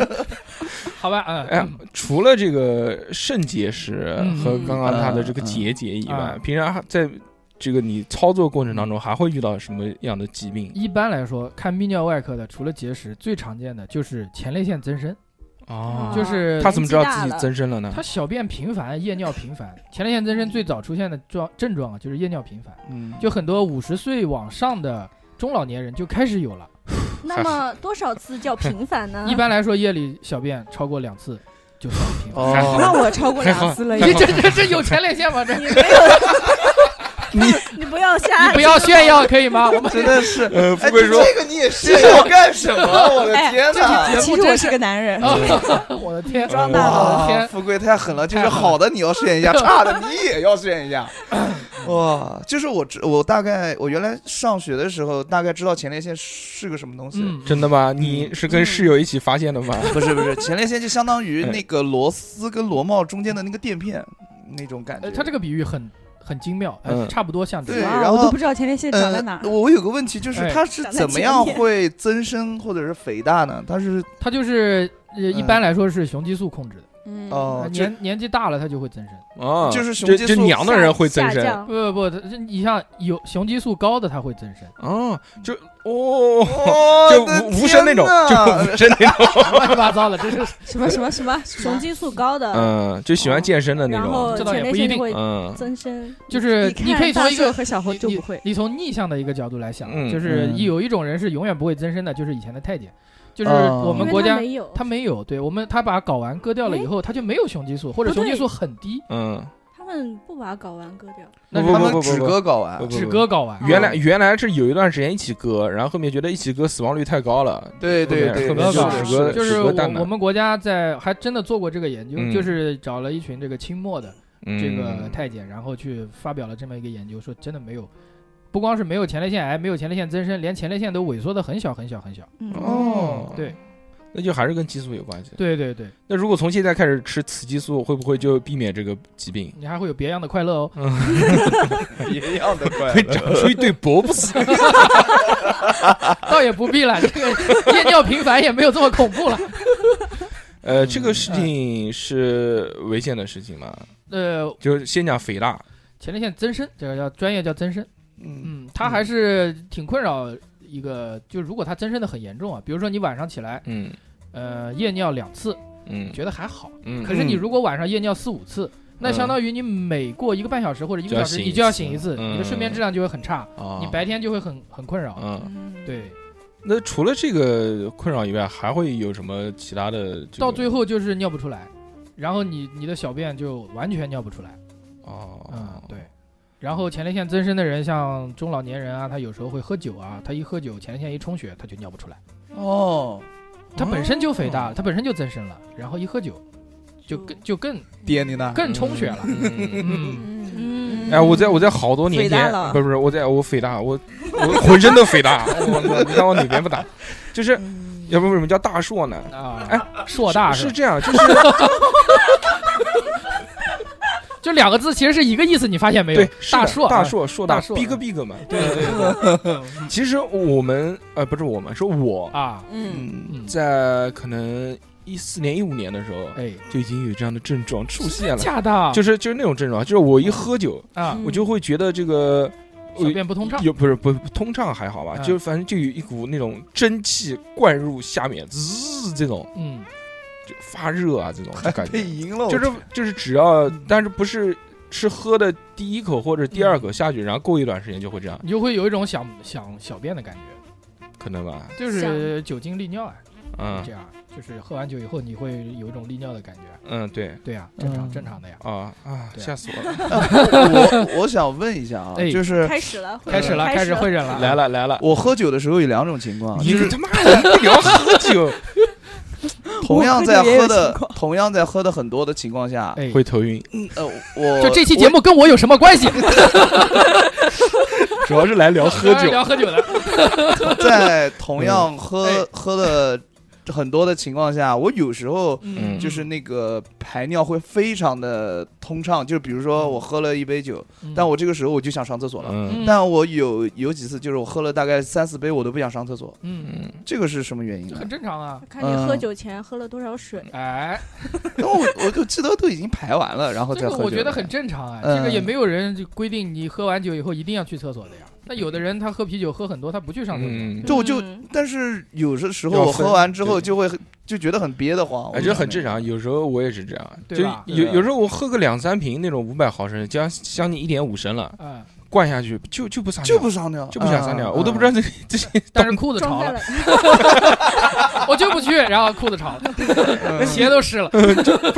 好吧，
哎呀
嗯，
除了这个肾结石
嗯
和刚刚他的这个
嗯嗯
结节以外
嗯，
平常还在这个你操作过程当中还会遇到什么样的疾病
一般来说，看泌尿外科的，除了结石，最常见的就是前列腺增生，
哦，
就是
他怎么知道自
啊年纪
己
大了
增生了呢
他？小便频繁，夜尿频繁。前列腺增生最早出现的状症状啊，就是夜尿频繁，
嗯，
就很多五十岁往上的中老年人就开始有了。
那 么多少次叫频繁呢？
一般来说，夜里小便超过两次就算频繁。 哎
还好
哦，
那我超过两次了，
这
已经
这这这有前列腺吗？这你
你不要瞎，
不要炫耀可以吗？我们
真的是，
呃，
哎，
富贵
这
说，
这个你也炫耀干什么？ 我的
哎
天哪！
其实我是个男人，
啊，我的天，
装
大
我
哇
的天，
富贵太狠了，就是
太狠了
好的你要炫一下， 差的你也要炫一下。 哇，就是我知我大概我原来上学的时候大概知道前列腺是个什么东西，
嗯，
真的吗？你是跟室友一起发现的吗？
不是不是，前列腺就相当于那个螺丝跟螺帽中间的那个垫片那种感觉。
呃，
哎
他这个比喻很很精妙，呃
嗯
差不多像这
对
个。
哇
然后
我都不知道前列腺长在
呃
哪儿，。
我有个问题，就是
哎
它是
长在
怎么
前
样
面
会增生或者是肥大呢？它是
它就是呃，一般来说是雄激素控制的，
嗯
哦
呃，
就
年年纪大了它就会增生。
哦，
就是雄
这
激
这
素
娘的人会增
下
生
降。
不不不，它你像有雄激素高的它会增生，
哦，就哦，
哦
就
的
无无声那种，就无声
天
那种，
乱七八糟的，真是
什么什么什么什
雄
么？
激素高的，
嗯，就喜欢健身的那
然
种，
后
这倒也
前列
不一
腺
定
就会
嗯
增生。
就是
你
你可以
看大
从一
寿
个
和小猴
你
就
你
不会，
你从逆向的一个角度来想，
嗯
就是
嗯
有一种人是永远不会增生的，就是以前的太监，就是
哦
我
我
们国家
没有，
他没有，对我们他把睾丸割掉了以后，他就没有雄激素，或者
不对
雄激素很低，
嗯，
他们不把睾丸割掉，
那
不
是
不
他
他
不
们
们
不
只
不
割睾丸
不，
只割睾丸。
原来原来是有一段时间一起割，然后后面觉得一起割死亡率太高了，
对对对，
后
面
面
就
就是只
只
割
就
只
是
割
我
蛋白
我，们国家在还真的做过这个研究，
嗯
就是找了一群这个清末的，这个太监，然后去发表了这么一个研究，说真的没有，不光是没有前列腺癌，没有前列腺增生，连前列腺都萎缩的很小很小很小。
嗯
哦，
对，
那就还是跟激素有关系。
对对对，
那如果从现在开始吃雌激素，会不会就避免这个疾病？
你还会有别样的快乐哦。
一样的 快
会长出一对脖子，
倒也不必了，这个夜尿频繁也没有这么恐怖了。
呃，这个事情是危险的事情嘛？
呃，
就是先讲肥大，
前列腺增生，这个叫专业叫增生，
嗯，
嗯，它还是挺困扰一个，就如果它增生的很严重啊，比如说你晚上起来，
嗯
呃，夜尿两次，
嗯
觉得还好，
嗯，
可是你如果晚上夜尿四五次。那相当于你每过一个半小时或者一个小时，你就要醒一次，
嗯
你的睡眠质量就会很差，
啊
你白天就会很很困扰。
嗯，
对，
那除了这个困扰以外，还会有什么其他的？
到最后就是尿不出来，然后你你的小便就完全尿不出来。
哦，
嗯，对。然后前列腺增生的人，像中老年人啊，他有时候会喝酒啊，他一喝酒，前列腺一充血，他就尿不出来。
哦，
他本身就肥大了，他本身就增生了，然后一喝酒，就更就更
爹你呢？
更充血了。
嗯。
嗯，
嗯，
嗯
哎，我在我在好多年
肥大
前
了，
不是不是，我在我肥大，我我浑身都 肥大，我我你看我哪边不大，就是
嗯
要不为什么叫大硕呢？
啊，
哎，
硕大
是
吧
这样， 就是
就两个字其实是一个意思，你发现没有
对？是
大
的
硕，
大
哎，
硕硕
大
大
硕
逼格逼格嘛。
对对
其实我们呃不是我们，是我
对啊，
嗯，
嗯，
嗯，
在可能一四年一五年的时候，
哎，
就已经有这样的症状出现了，
假的，
就是就是那种症状，就是我一喝酒，
啊，
嗯
我就会觉得这个
小便不通畅，
有不是不通畅还好吧，
嗯
就反正就有一股那种蒸汽灌入下面，滋这种
嗯，
就发热啊这种感
被
觉，
赢了，
就是就是只要但是不是吃喝的第一口或者第二口下去，然后过一段时间就会这样，
你就会有一种想想小便的感觉，
可能吧，
就是酒精利尿啊，
嗯
这样，就是喝完酒以后你会有一种利尿的感觉。
嗯对
对啊，正常
嗯
正常的呀。
啊啊
对啊
吓死我了，
我我想问一下啊，
哎
嗯
就是
开始了，
开始了，开始会诊了，
来了来了，
我喝酒的时候有两种情况，
你
就是
他妈的不聊喝酒
同样在
我喝酒也
喝
有
的
情况
同样在喝的很多的情况下，
哎，
会头晕，
呃，我
就这期节目跟我有什么关系？
主要是来聊喝酒，
聊喝酒的，
我在同样喝
哎
喝的很多的情况下，我有时候
嗯
就是那个排尿会非常的通畅，就是比如说我喝了一杯酒，
嗯，
但我这个时候我就想上厕所了。
嗯
嗯
但我有有几次就是我喝了大概三四杯，我都不想上厕所，
嗯，
嗯
这个是什么原因
这
呢
很？正常啊。
看你喝酒前喝了多少水，
哎，
然后我我就记得都已经排完了，然后
这
再
个
喝酒。
我觉得很正常啊，
嗯
这个也没有人就规定你喝完酒以后一定要去厕所的呀。那有的人他喝啤酒喝很多，他不去上厕所。
嗯，
就我就
嗯
但是有的时
要
候我
分
喝完之
对
后就会很就觉得很憋得慌，
哎，这很正常。有时候我也是这样，就
对吧
有
对
有时候我喝个两三瓶那种五百毫升，将将近一点五升了，
嗯，
灌下去就就不撒尿，
就不上尿，啊嗯
就不想撒尿，我都不知
道。
道这个这些。
但是裤子
装
潮
在
了，哎
了，
我就不去，然后裤子潮了，
嗯
鞋都湿了
不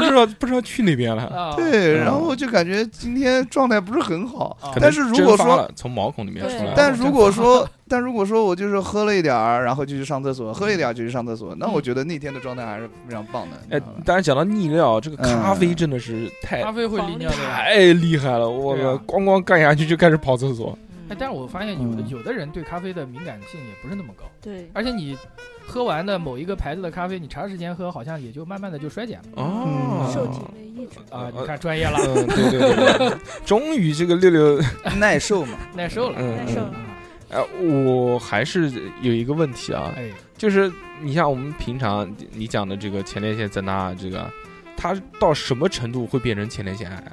知道不知道去哪边了，
啊。
嗯
对，然后我就感觉今天状态不是很好
啊，
可能
但是如
蒸
果
发
说，
了从毛孔里面出来
对
了，
但如果说，但如果说我就是喝了一点儿，然后就去上厕所，喝了一点儿就去上厕所，那我觉得那天的状态还是非常棒的。
嗯哎，当然讲到利尿，这个咖啡真的是太
嗯
咖啡会利尿的呀。
太厉害了，我
对啊
光光干下去就开始跑厕所，
哎，但是我发现有的
嗯
有的人对咖啡的敏感性也不是那么高，
对，
而且你喝完的某一个牌子的咖啡，你长时间喝，好像也就慢慢的就衰减了。
嗯
哦，
嗯受体内抑制，
啊，你
呃
看专 业了，
嗯，对对对对，终于这个六六，
耐受嘛，
耐受了。
嗯
耐受
嗯，
了，
哎，我还是有一个问题啊，
哎，
就是你像我们平常你讲的这个前列腺增大啊，这个它到什么程度会变成前列腺癌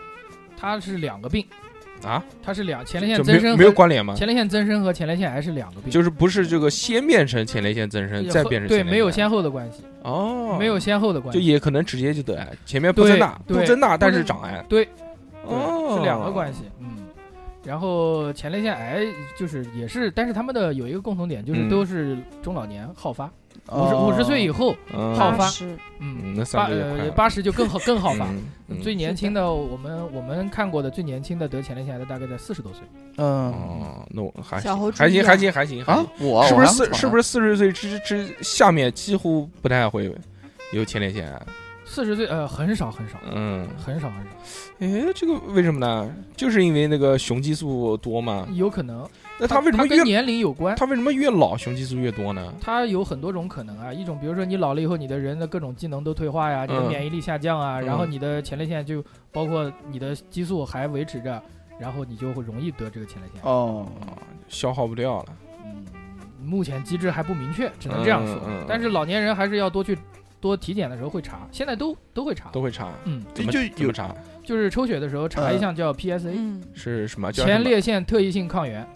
它是两个病，
啊？
它是两前列腺
就
增
没
生
有
和
没有关联吗？
前列腺增生和前列腺癌是两个病，
啊就是不是这个先变成前列腺增生，
也
再
和
变成
对
前列
没有
腺
先后的关系，
癌哦，
没有先后的关
就
系，
也可能直接就得癌，前面不增大
对
不
对
增大，但
不
是
增
长癌
对，
哦，
嗯是两个关
系，
系，嗯。然后前列腺癌就是也是，但是他们的有一个共同点，就是
嗯
都是中老年好发，五十
哦
五十岁以后，好
嗯
发
十
嗯，
嗯那
八
三个也快
呃
了
八十 就更好更好发。
嗯嗯
最年轻的我们我们看过的最年轻的得前列腺癌的大概在四十多岁，
嗯
哦，那我还
小
行
猴注
还
意
行
啊
还行还行还
啊
行，，
我
是不是四是
是
不是四十岁之之下面几乎不太会有前列腺癌？
四十岁呃很少很少
嗯，
很少很少，
哎，这个为什么呢？就是因为那个雄激素多嘛。
有可能
嗯那它为什么
跟
越
年龄有关？
它为什么越老雄激素越多呢？
它有很多种可能啊，一种比如说你老了以后，你的人的各种技能都退化呀，你的
嗯
免疫力下降啊，
嗯
然后你的前列腺就包括你的激素还维持着，然后你就会容易得这个前列腺。
哦，
消耗不掉了。
嗯，目前机制还不明确，只能这样说。
嗯嗯嗯
但是老年人还是要多去多体检的时候会查，现在都都会查，
都会查，
嗯，
怎么
就
怎么
有
查？
就是抽血的时候查一项叫 PSA，、
嗯，
是什么？叫什
前
么
列腺特异性抗原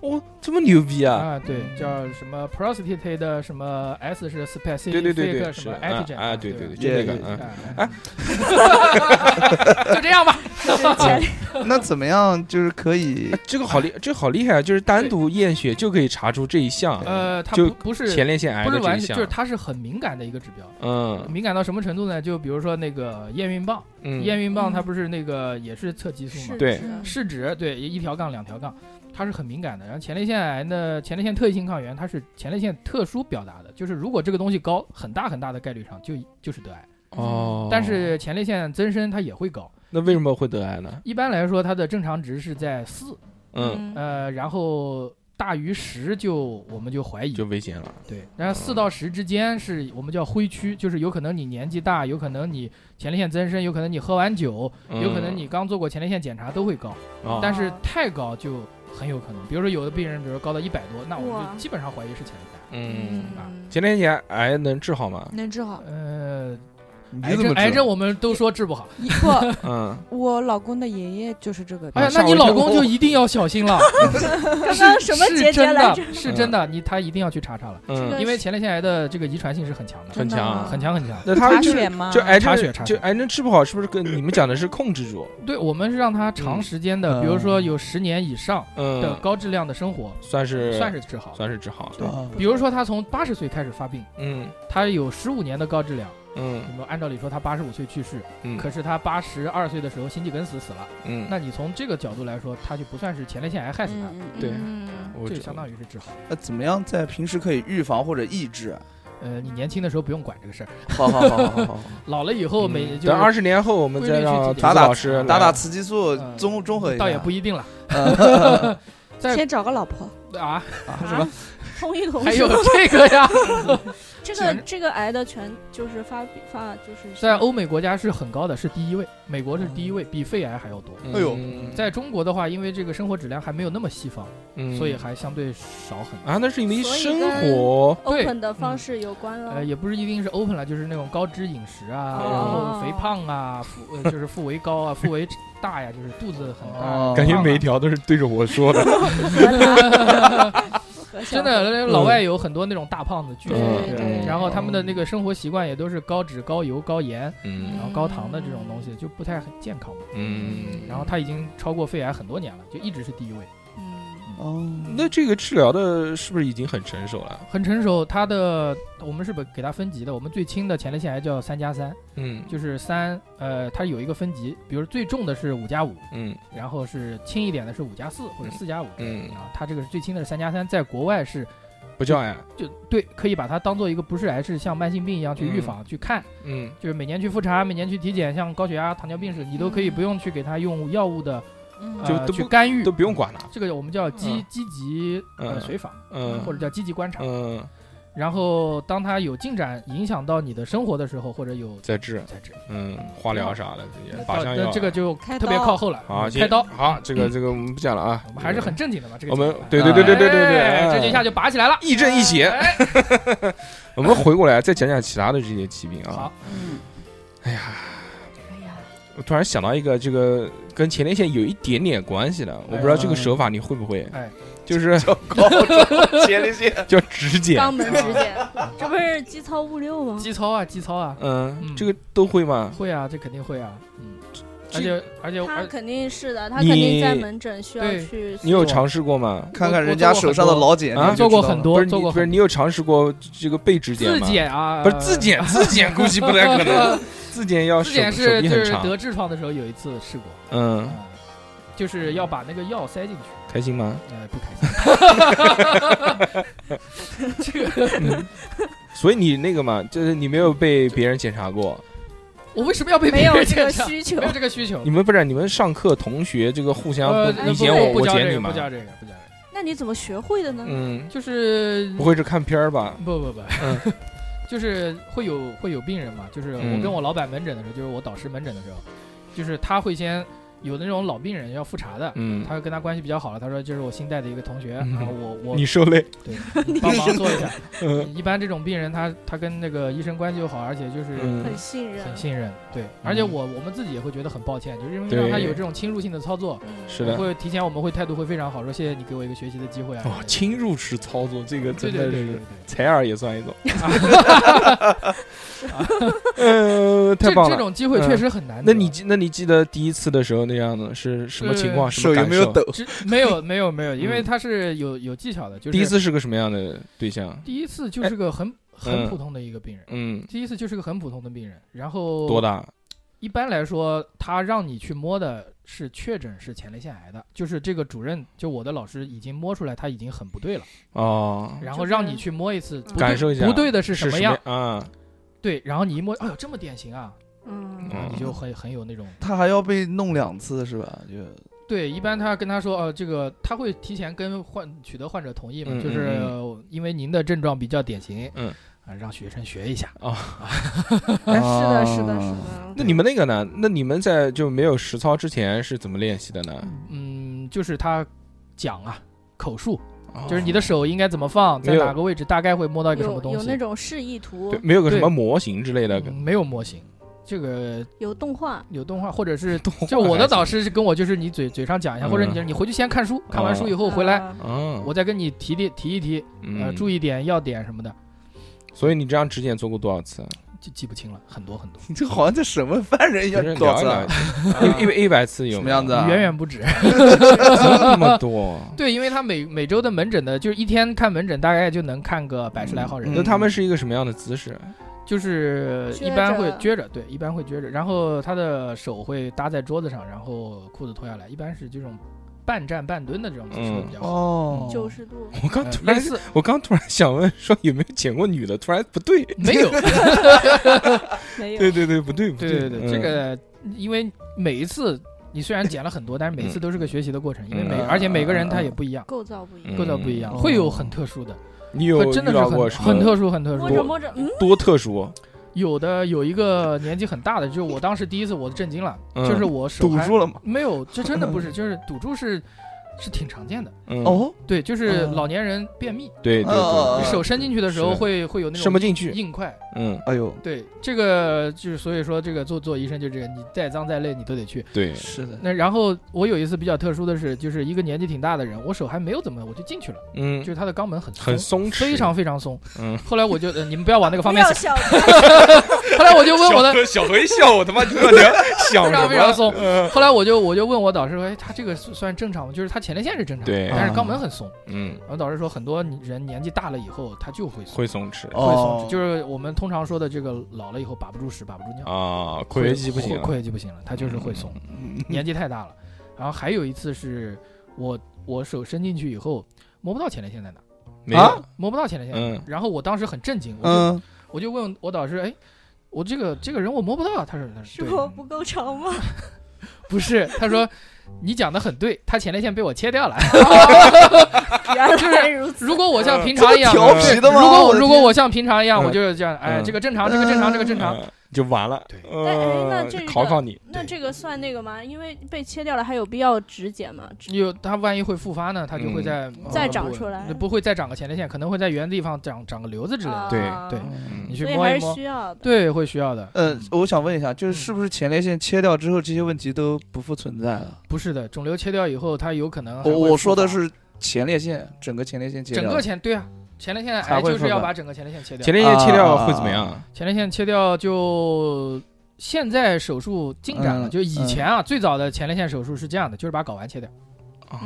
哦，这么牛逼啊！
啊，对，叫什么 prostate 的什么 S 是 specific
对对对对，
什
是
么
啊
antigen
啊，对
对
对对，
吧
就那
对
个啊
对
嗯，
哎， 就这样吧。
那怎么样？就是可以
哎，这个好厉，这个好厉害啊！就是单独验血就可以查出这一项
呃，它
就
不不是
前列腺癌
不
的
是
这
完
一
全，
项
就，是它是很敏感的一个指标。
嗯
敏感到什么程度呢？就比如说那个验孕棒，
嗯，
验孕棒它
嗯
不是那个也是测激素
是
吗？
对
是
试纸对一条杠两条杠，它是很敏感的。然后前列腺癌呢，前列腺特异性抗原，它是前列腺特殊表达的，就是如果这个东西高，很大很大的概率上就就是得癌。
哦，
但是前列腺增生它也会高，
那为什么会得癌呢？
一般来说它的正常值是在四，
嗯，
呃，然后大于十就我们就怀疑
就危险了。
对，然后四到十之间是我们叫灰区，就是有可能你年纪大，有可能你前列腺增生，有可能你喝完酒，
嗯
有
嗯
可能你刚做过前列腺检查都会高，
哦
啊，
但是太高就很有可能，比如说有的病人，比如说高到一百多，那我们
哇
就基本上怀疑是前列腺癌。
嗯，
啊
前列腺癌能治好吗？
能治好。
呃，
你
癌
怎么知
症
道
癌症我们都说治不好，
一不，
嗯，
我老公的爷爷就是这个病。
哎呀，那
吓
你
我一
老
跳
公就一定要小 心了，
刚
是
刚什么
是
节节
真
来
的
着？，
是真的，你他一定要去查查了，
嗯，
个
因为前列腺癌的这个遗传性是很强的，
真
很
的
强啊
吗
很强很强。
那他
查
就
血
是
啊
吗？
就哎癌症
查血查血
就癌症治不好，是不是跟你们讲的是控制 住？
对，我们是让他长
嗯
时间的，
嗯
比如说有十年以上的
嗯，
高质量的生活，
算是
算是治好的。
算是治好。
啊
比如说他从八十岁开始发病，
嗯
他有十五年的高质量，那
嗯
么按照理说他八十五岁去世，
嗯
可是他八十二岁的时候心肌梗死死了，
嗯，
那你从这个角度来说，他就不算是前列腺癌害死他，
嗯，
对
嗯
我
这
知
就相当于是治好。
那怎么样在平时可以预防或者抑制啊？
呃，你年轻的时候不用管这个事儿，
好好好好好好好，
老了以后每
嗯
就是
等二十年后，我们再让
规律去
涂
检查
老师
打打
来
雌激素
嗯
综综合一下，
倒也不一定了
嗯
在
先找个老婆，
啊，
啊什么
啊，同一同
还
事
有这个呀，
这
反
个
正
这个癌的全就是发发就是
在欧美国家是很高的，是第一位，美国是第一位，比肺癌还要多。
嗯
哎呦
在中国的话，因为这个生活质量还没有那么西方，
嗯
所以还相对少很多。
啊，那是因为
所以
生
跟哦
活，
对
open 的方
嗯
式有关了
呃，。也不是一定是 open 了，就是那种高脂饮食啊，
哦
然后肥胖
哦
啊，腹呃就是腹围高啊， 腹围大呀，就是肚子很大
哦。
感觉
胖啊
每一条都是对着我说的。
真的，老外有很多那种大胖子巨
嗯
肥，
对
然后他们的那个生活习惯也都是高脂、高油、高盐，
嗯
然后高糖的这种东西，就不太很健康嘛。
嗯，
然后他已经超过肺癌很多年了，就一直是第一位，
嗯
哦，
那这个治疗的是不是已经很成熟了？
很成熟。他的我们是不给他分级的，我们最轻的前列腺癌叫三加三，
嗯
就是三，呃，它有一个分级，比如最重的是五加五，
嗯
然后是轻一点的是五加四或者四加五，
嗯，
啊，它这个是最轻的是三加三，在国外是
不叫呀，
就对，可以把它当做一个不是癌，是像慢性病一样去预
嗯
防、去看，
嗯
就是每年去复查，每年去体检，像高血压、糖尿病是，你都可以不用去给它用药物的，
嗯
就
呃、
都
去
不
干预
都，不用管了，
这个我们叫积、
嗯
积极呃
嗯
随访，
嗯
或者叫积极观察。
嗯，
然后当它有进展影响到你的生活的时候，或者有
再治，
才治。
嗯，化疗啥的这些，靶
到
向
那
药啊，
这个就
开
特别
刀
靠后了，
好，行
开刀。嗯
好，这个这个我们不讲了啊，
我们还是很正经的嘛，这个
我们
节目
对
对对对
对对对
哎
哎
这就一下就拔起来了。
亦正亦邪。
哎
我们回过来再讲讲其他的这些疾病啊。
好，
嗯，
哎呀，
哎呀，
我突然想到一个，这个跟前列腺有一点点关系的，我不知道这个手法你会不会？
哎，
就是
叫高中前列腺，
叫指检，
肛门指检，这不是机操物六吗？
基操啊，基操啊，
嗯，
嗯
这个都会吗？
会啊，这肯定会啊，嗯，
这
而且而且
他
而
肯定是的，他
你
肯定在门诊需要
对
去做。
你有尝试过吗？
看看人家手上的老茧
啊，
你就
呃
知道
做过
了
很
不
多，
是
做
你
过
不是
很
你有尝试过这个被指检
自
吗？
检啊，
不是自检，自检估计不太可 能，自检要
呃，
手
自检
手
是
臂
就
很
是得
长。
痔疮的时候有一次试过，
嗯，
啊，就是要把那个药塞进去，
开心吗？
呃，不开 心。这个嗯
所以你那个嘛，就是你没有被别人检查过，
我为什么要被
没有
别人
这个
介绍
需求
没。有这个需求
你。们不是你们上课同学这个互相
呃，
不
不
你
不
剪我，
不
我
教
剪
这
你
个
嘛
不？教这个，不教这个，
那你怎么学会的呢？
嗯，
就是
不会是看片儿吧？
不不不
嗯，
就是会有会有病人嘛，就是我
嗯
跟我老板门诊的时候，就是我导师门诊的时候，就是他会先有那种老病人要复查的。
嗯，
他跟他关系比较好了，他说这是我新带的一个同学，
嗯
然后我我
你受 累。
对你帮忙做 一下。
嗯
一般这种病人他他跟那个医生关系又好，而且就是
嗯
很信任，
很信任，对，而且我我们自己也会觉得很抱歉，就是因为让
对
他有这种侵入性的操作，
嗯
是的
会提前我们会态度会非常好，说谢谢你给我一个学习的机会啊。
哦，侵入式操作这个
对
真
对
的
对对
是
对，
采耳也算一 种。
对
呃，太
这
棒
这
了。
种机会确实很难得。
那你记那你记得第一次的时候那样子是什么情况？
呃
什么感受？
抖？
只没有没有没有，因为他是有有技巧的，就是
嗯第一次是个什么样的对象？
第一次就是个很很
嗯
普通的一个病人，
嗯，
第一次就是个很普通的病人，然后
多大？
一般来说，他让你去摸的是确诊是前列腺癌的，就是这个主任，就我的老师已经摸出来他已经很不对了，
哦，
然
就
后
是
让你去摸一次，不对
感受一下
不对的是
是
什
什
么样？
啊？
对，然后你一摸，哎呦，这么典型啊，
嗯
然后你
嗯
就很很有那种
他还要被弄两次是吧？就
对，一般他跟他说，呃，这个他会提前跟患取得患者同意嘛，
嗯
就是、
嗯
呃因为您的症状比较典型，
嗯
啊，让学生学一下。
哎是的，是的，是的。
那你们那个呢？那你们在就没有实操之前是怎么练习的呢？
嗯，就是他讲啊，口述，
哦
就是你的手应该怎么放，在
没有
哪个位置，大概会摸到一个什么
有
东
有
西。
那种示意图
哦对，没有个什么
对
模型之类的
嗯没有模型，这个
有动画，
有动画，或者是
动画
嗯就我的导师是跟我就是你嘴嘴上讲一下，
嗯哦
或者你你回去先看书，看完书以后回来，
啊
啊，
我再跟你提提提一提，呃，
嗯，
注
意。
意点要点什么的，
所以你这样质检做过多少次？
就记不清了，很多很多，
你 这好像在审问犯人一
就
样
是，
多少
聊
次
一
啊
聊？，一一百一百次有
什
吗
么样子？啊？
远远不止。
这么多？
对，因为他每每周的门诊的，就是一天看门诊，大概就能看个 百十来号人，嗯
那他们是一个什么样的姿势？
就是
撅
一般会
着
撅着，对，一般会撅着，然后他的手会搭在桌子上，然后裤子脱下来，一般是这种半站半蹲的这种姿势会
嗯
比较好。
哦，
九十 度，
我刚
呃
突
类
然，
似
我刚突然想问说有没有剪过女的？突然不对，
没有，
没有
对对对，不对不
对对对，
对，
这
嗯
个因为每一次你虽然减了很多，但是每一次都是个学习的过程，因为每
嗯
而且每个人他也不一样，
构造不一
嗯
样。
构造不一样，
嗯
会有很特殊的，
你有
会真的
遇
是
到过什
很很
么
特殊很特
摸
殊
着
多。
摸着，嗯，
多特殊？啊
有的有一个年纪很大的，就是我当时第一次我震惊了，
嗯
就是我手
堵
还
住了吗？
没有，这真 的不是，就是赌注是是挺常见的，
嗯，
哦，
对，就是
嗯
老年人便秘，
对对
哦
对对，
嗯
手伸进去的时候
呃是
会会有那
伸不
种
进去。
硬块，
嗯，
哎呦，
对，这个就是所以说这个做做医生就这个，你再脏再累你都得去。
对，
是的，
那然后我有一次比较特殊的是，就是一个年纪挺大的人，我手还没有怎么，我就进去了，
嗯
就，是他的肛门很
很松
松，
弛，
非常非常松。
嗯。
后来我就，呃你们不要往那个方
不
面
要
想。
小
后来我就问我的，
小何一笑，我他妈就在聊想
非
什
常
么
非常松。
嗯
后来我就我就问我导师说，哎，他这个算正常吗？就是他前列腺是正常的，
对
啊
但是肛门很松。
嗯，
然后导师说，很多人年纪大了以后，他就会松，
会松弛
会松
哦
弛，就是我们通常说的这个老了以后把不住屎，把不住尿，
啊，括约肌不行
会，括约肌不行了，他就是会松，
嗯
年纪太大了。然后还有一次是我我手伸进去以后摸不到前列腺在哪，
没有，
摸不到前列腺在哪，
嗯
然后我当时很震惊，我就、
嗯，
我就问我导师，哎。我这个这个人我摸不到啊，他说他
是
说对
我不够长 吗？
不是，他说你讲的很对，他前列腺被我切掉了。
原来如此。
如果我像平常一 样，
调皮的
如
吗？
果
我
我
的
如果我像平常一样，
嗯
我就是这样，哎，
嗯
这个正常，这个正常，这个正常。
嗯就完了。
对
嗯
但哎那这个
考考你，
那这个算那个吗？因为被切掉了，还有必要质检吗？质
有他万一会复发呢，他就会在
嗯
再长出来
那哦不会再长个前列腺，可能会在原地方长长个瘤子之类的。
对
啊
对
嗯
你去
所以
摸一
还是
摸，
需要的。
对，会需要的。
呃，我想问一下，
嗯
就是是不是前列腺切掉之后，这些问题都不复存在了？
不是的，肿瘤切掉以后，它有可能还啊会
我我说的
复发
是前列腺，整个前列腺切掉
整
了，
个前对啊，前列腺
还
癌
会
就是
复
要
发
把整个前列腺切掉。
前列腺切掉会怎么
啊啊
样？
前列腺切掉就现在手术进展了，
嗯
就以前啊，最早的前列腺手术是这样的，就是把睾丸切掉，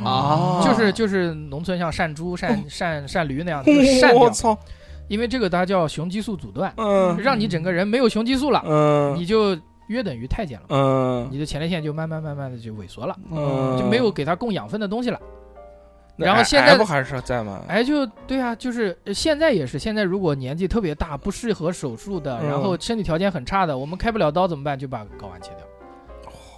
哦
啊
就是就是农村像善猪、善 善善驴那 样，就是善
嗯我
掉，
操，
因为这个它叫雄激素阻断，
嗯
让你整个人没有雄激素了，
嗯
你就约等于太监了，
嗯
你的前列腺就慢慢慢慢的就萎缩了，
嗯
就没有给它供养分的东西了。
那
然后
I-
现在
F 还是在吗？
哎，就对啊，就是呃现在也是，现在如果年纪特别大、不适合手术的，然
嗯
后身体条件很差的，我们开不了刀怎么办？就把睾丸切掉，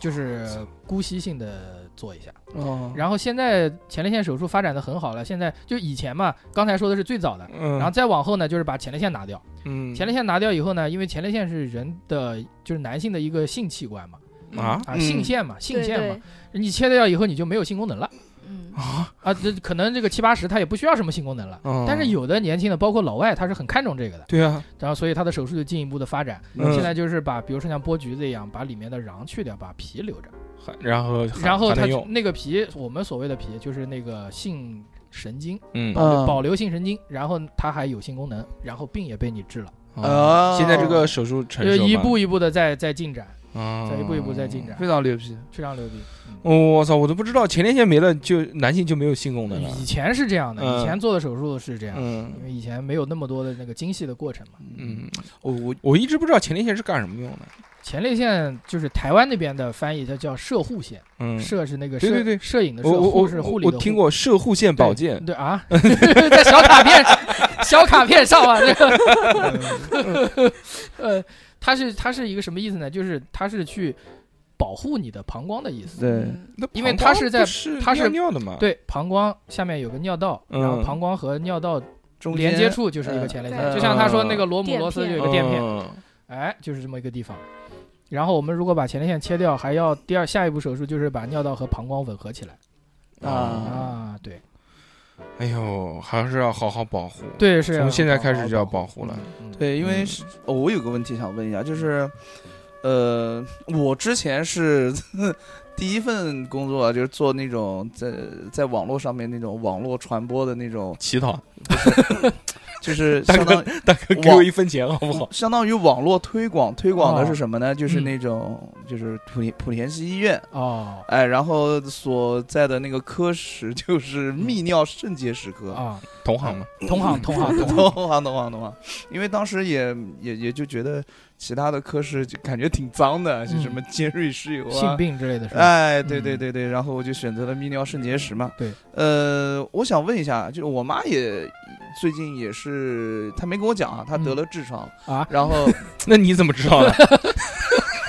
就是姑息性的做一下。
哦，
然后现在前列腺手术发展的很好了，现在就以前嘛，刚才说的是最早的，
嗯，
然后再往后呢，就是把前列腺拿掉。
嗯，
前列腺拿掉以后呢，因为前列腺是人的就是男性的一个性器官嘛，
啊
啊，
嗯
性腺嘛，性
对
腺嘛
对，，
你切掉以后你就没有性功能了
嗯，
啊，这可能这个七八十他也不需要什么性功能了。
嗯
但是有的年轻的，包括老外，他是很看重这个的，
对啊，
然后所以他的手术就进一步的发展。
嗯
现在就是把，比如说像剥橘子一样，把里面的瓤去掉，把皮留着，
还然后还
然后
还
他
能用，
那个皮，我们所谓的皮就是那个性神经，
嗯
嗯
保留性神经，然后它还有性功能，然后病也被你治了，
哦
现在这个手术成
就是
熟吗
呃一步一步的在在进展，
啊
在一步一步在进展，
非常牛逼。
非常牛逼。嗯
哦我操，我都不知道前列腺没了就男性就没有性功能了。
以前是这样的，
嗯
以前做的手术是这样的，因
嗯
为以前没有那么多的那个精细的过程嘛。
嗯，
我我
我一直不知道前列腺是干什么用的。
前列腺就是台湾那边的翻译，它叫射护腺，
嗯，
摄是那个
对
摄
对对
摄影的摄，
我我
护
我
是护
我
理
我
的护
听过射护腺保健
对对 啊，在小卡片小卡片上啊，这个 呃，它是它是一个什么意思呢？就是它是去保护你的膀胱的意思。
对
嗯
那
因为
膀胱
它是在
不是
它是
尿尿的嘛。，
对，膀胱下面有个尿道，
嗯
然后膀胱和尿道
中
连接
间
处就是一个前列腺，
嗯
就像他说那个罗姆罗斯就有
嗯
对
一个垫片，哎，就是这么一个地方。然后我们如果把前列腺切掉，还要第二下一步手术就是把尿道和膀胱吻合起来
啊，
啊。对
哎呦，还是要好好保护。，
对，是啊
从现在开始就要保护了。。
嗯
对，因为
嗯
是哦我有个问题想问一下，就是呃，我之前是 第一份工作啊就是做那种在在网络上面那种网络传播的那种，
乞讨，
就是
大
相
哥
当
大哥给我一分钱好不好？哦
相当于网络推广，推广的是什么呢？就是
嗯
那种就是莆田莆田系医院。
哦
哎，然后所在的那个科室 就是泌尿肾结石科，
啊，
同行嘛，
同
嗯
行同行
懂
同行，
懂懂懂懂，因为当时也也也就觉得其他的科室就感觉挺脏的，是什么尖锐湿疣
嗯性
啊。
病之类的是吧？
哎，对对
嗯
对对，然后我就选择了泌尿肾结石嘛。
对，
呃，我想问一下，就是我妈也最近也是，她没跟我讲啊，她得了痔疮，
啊，
然后
那你怎么知道的？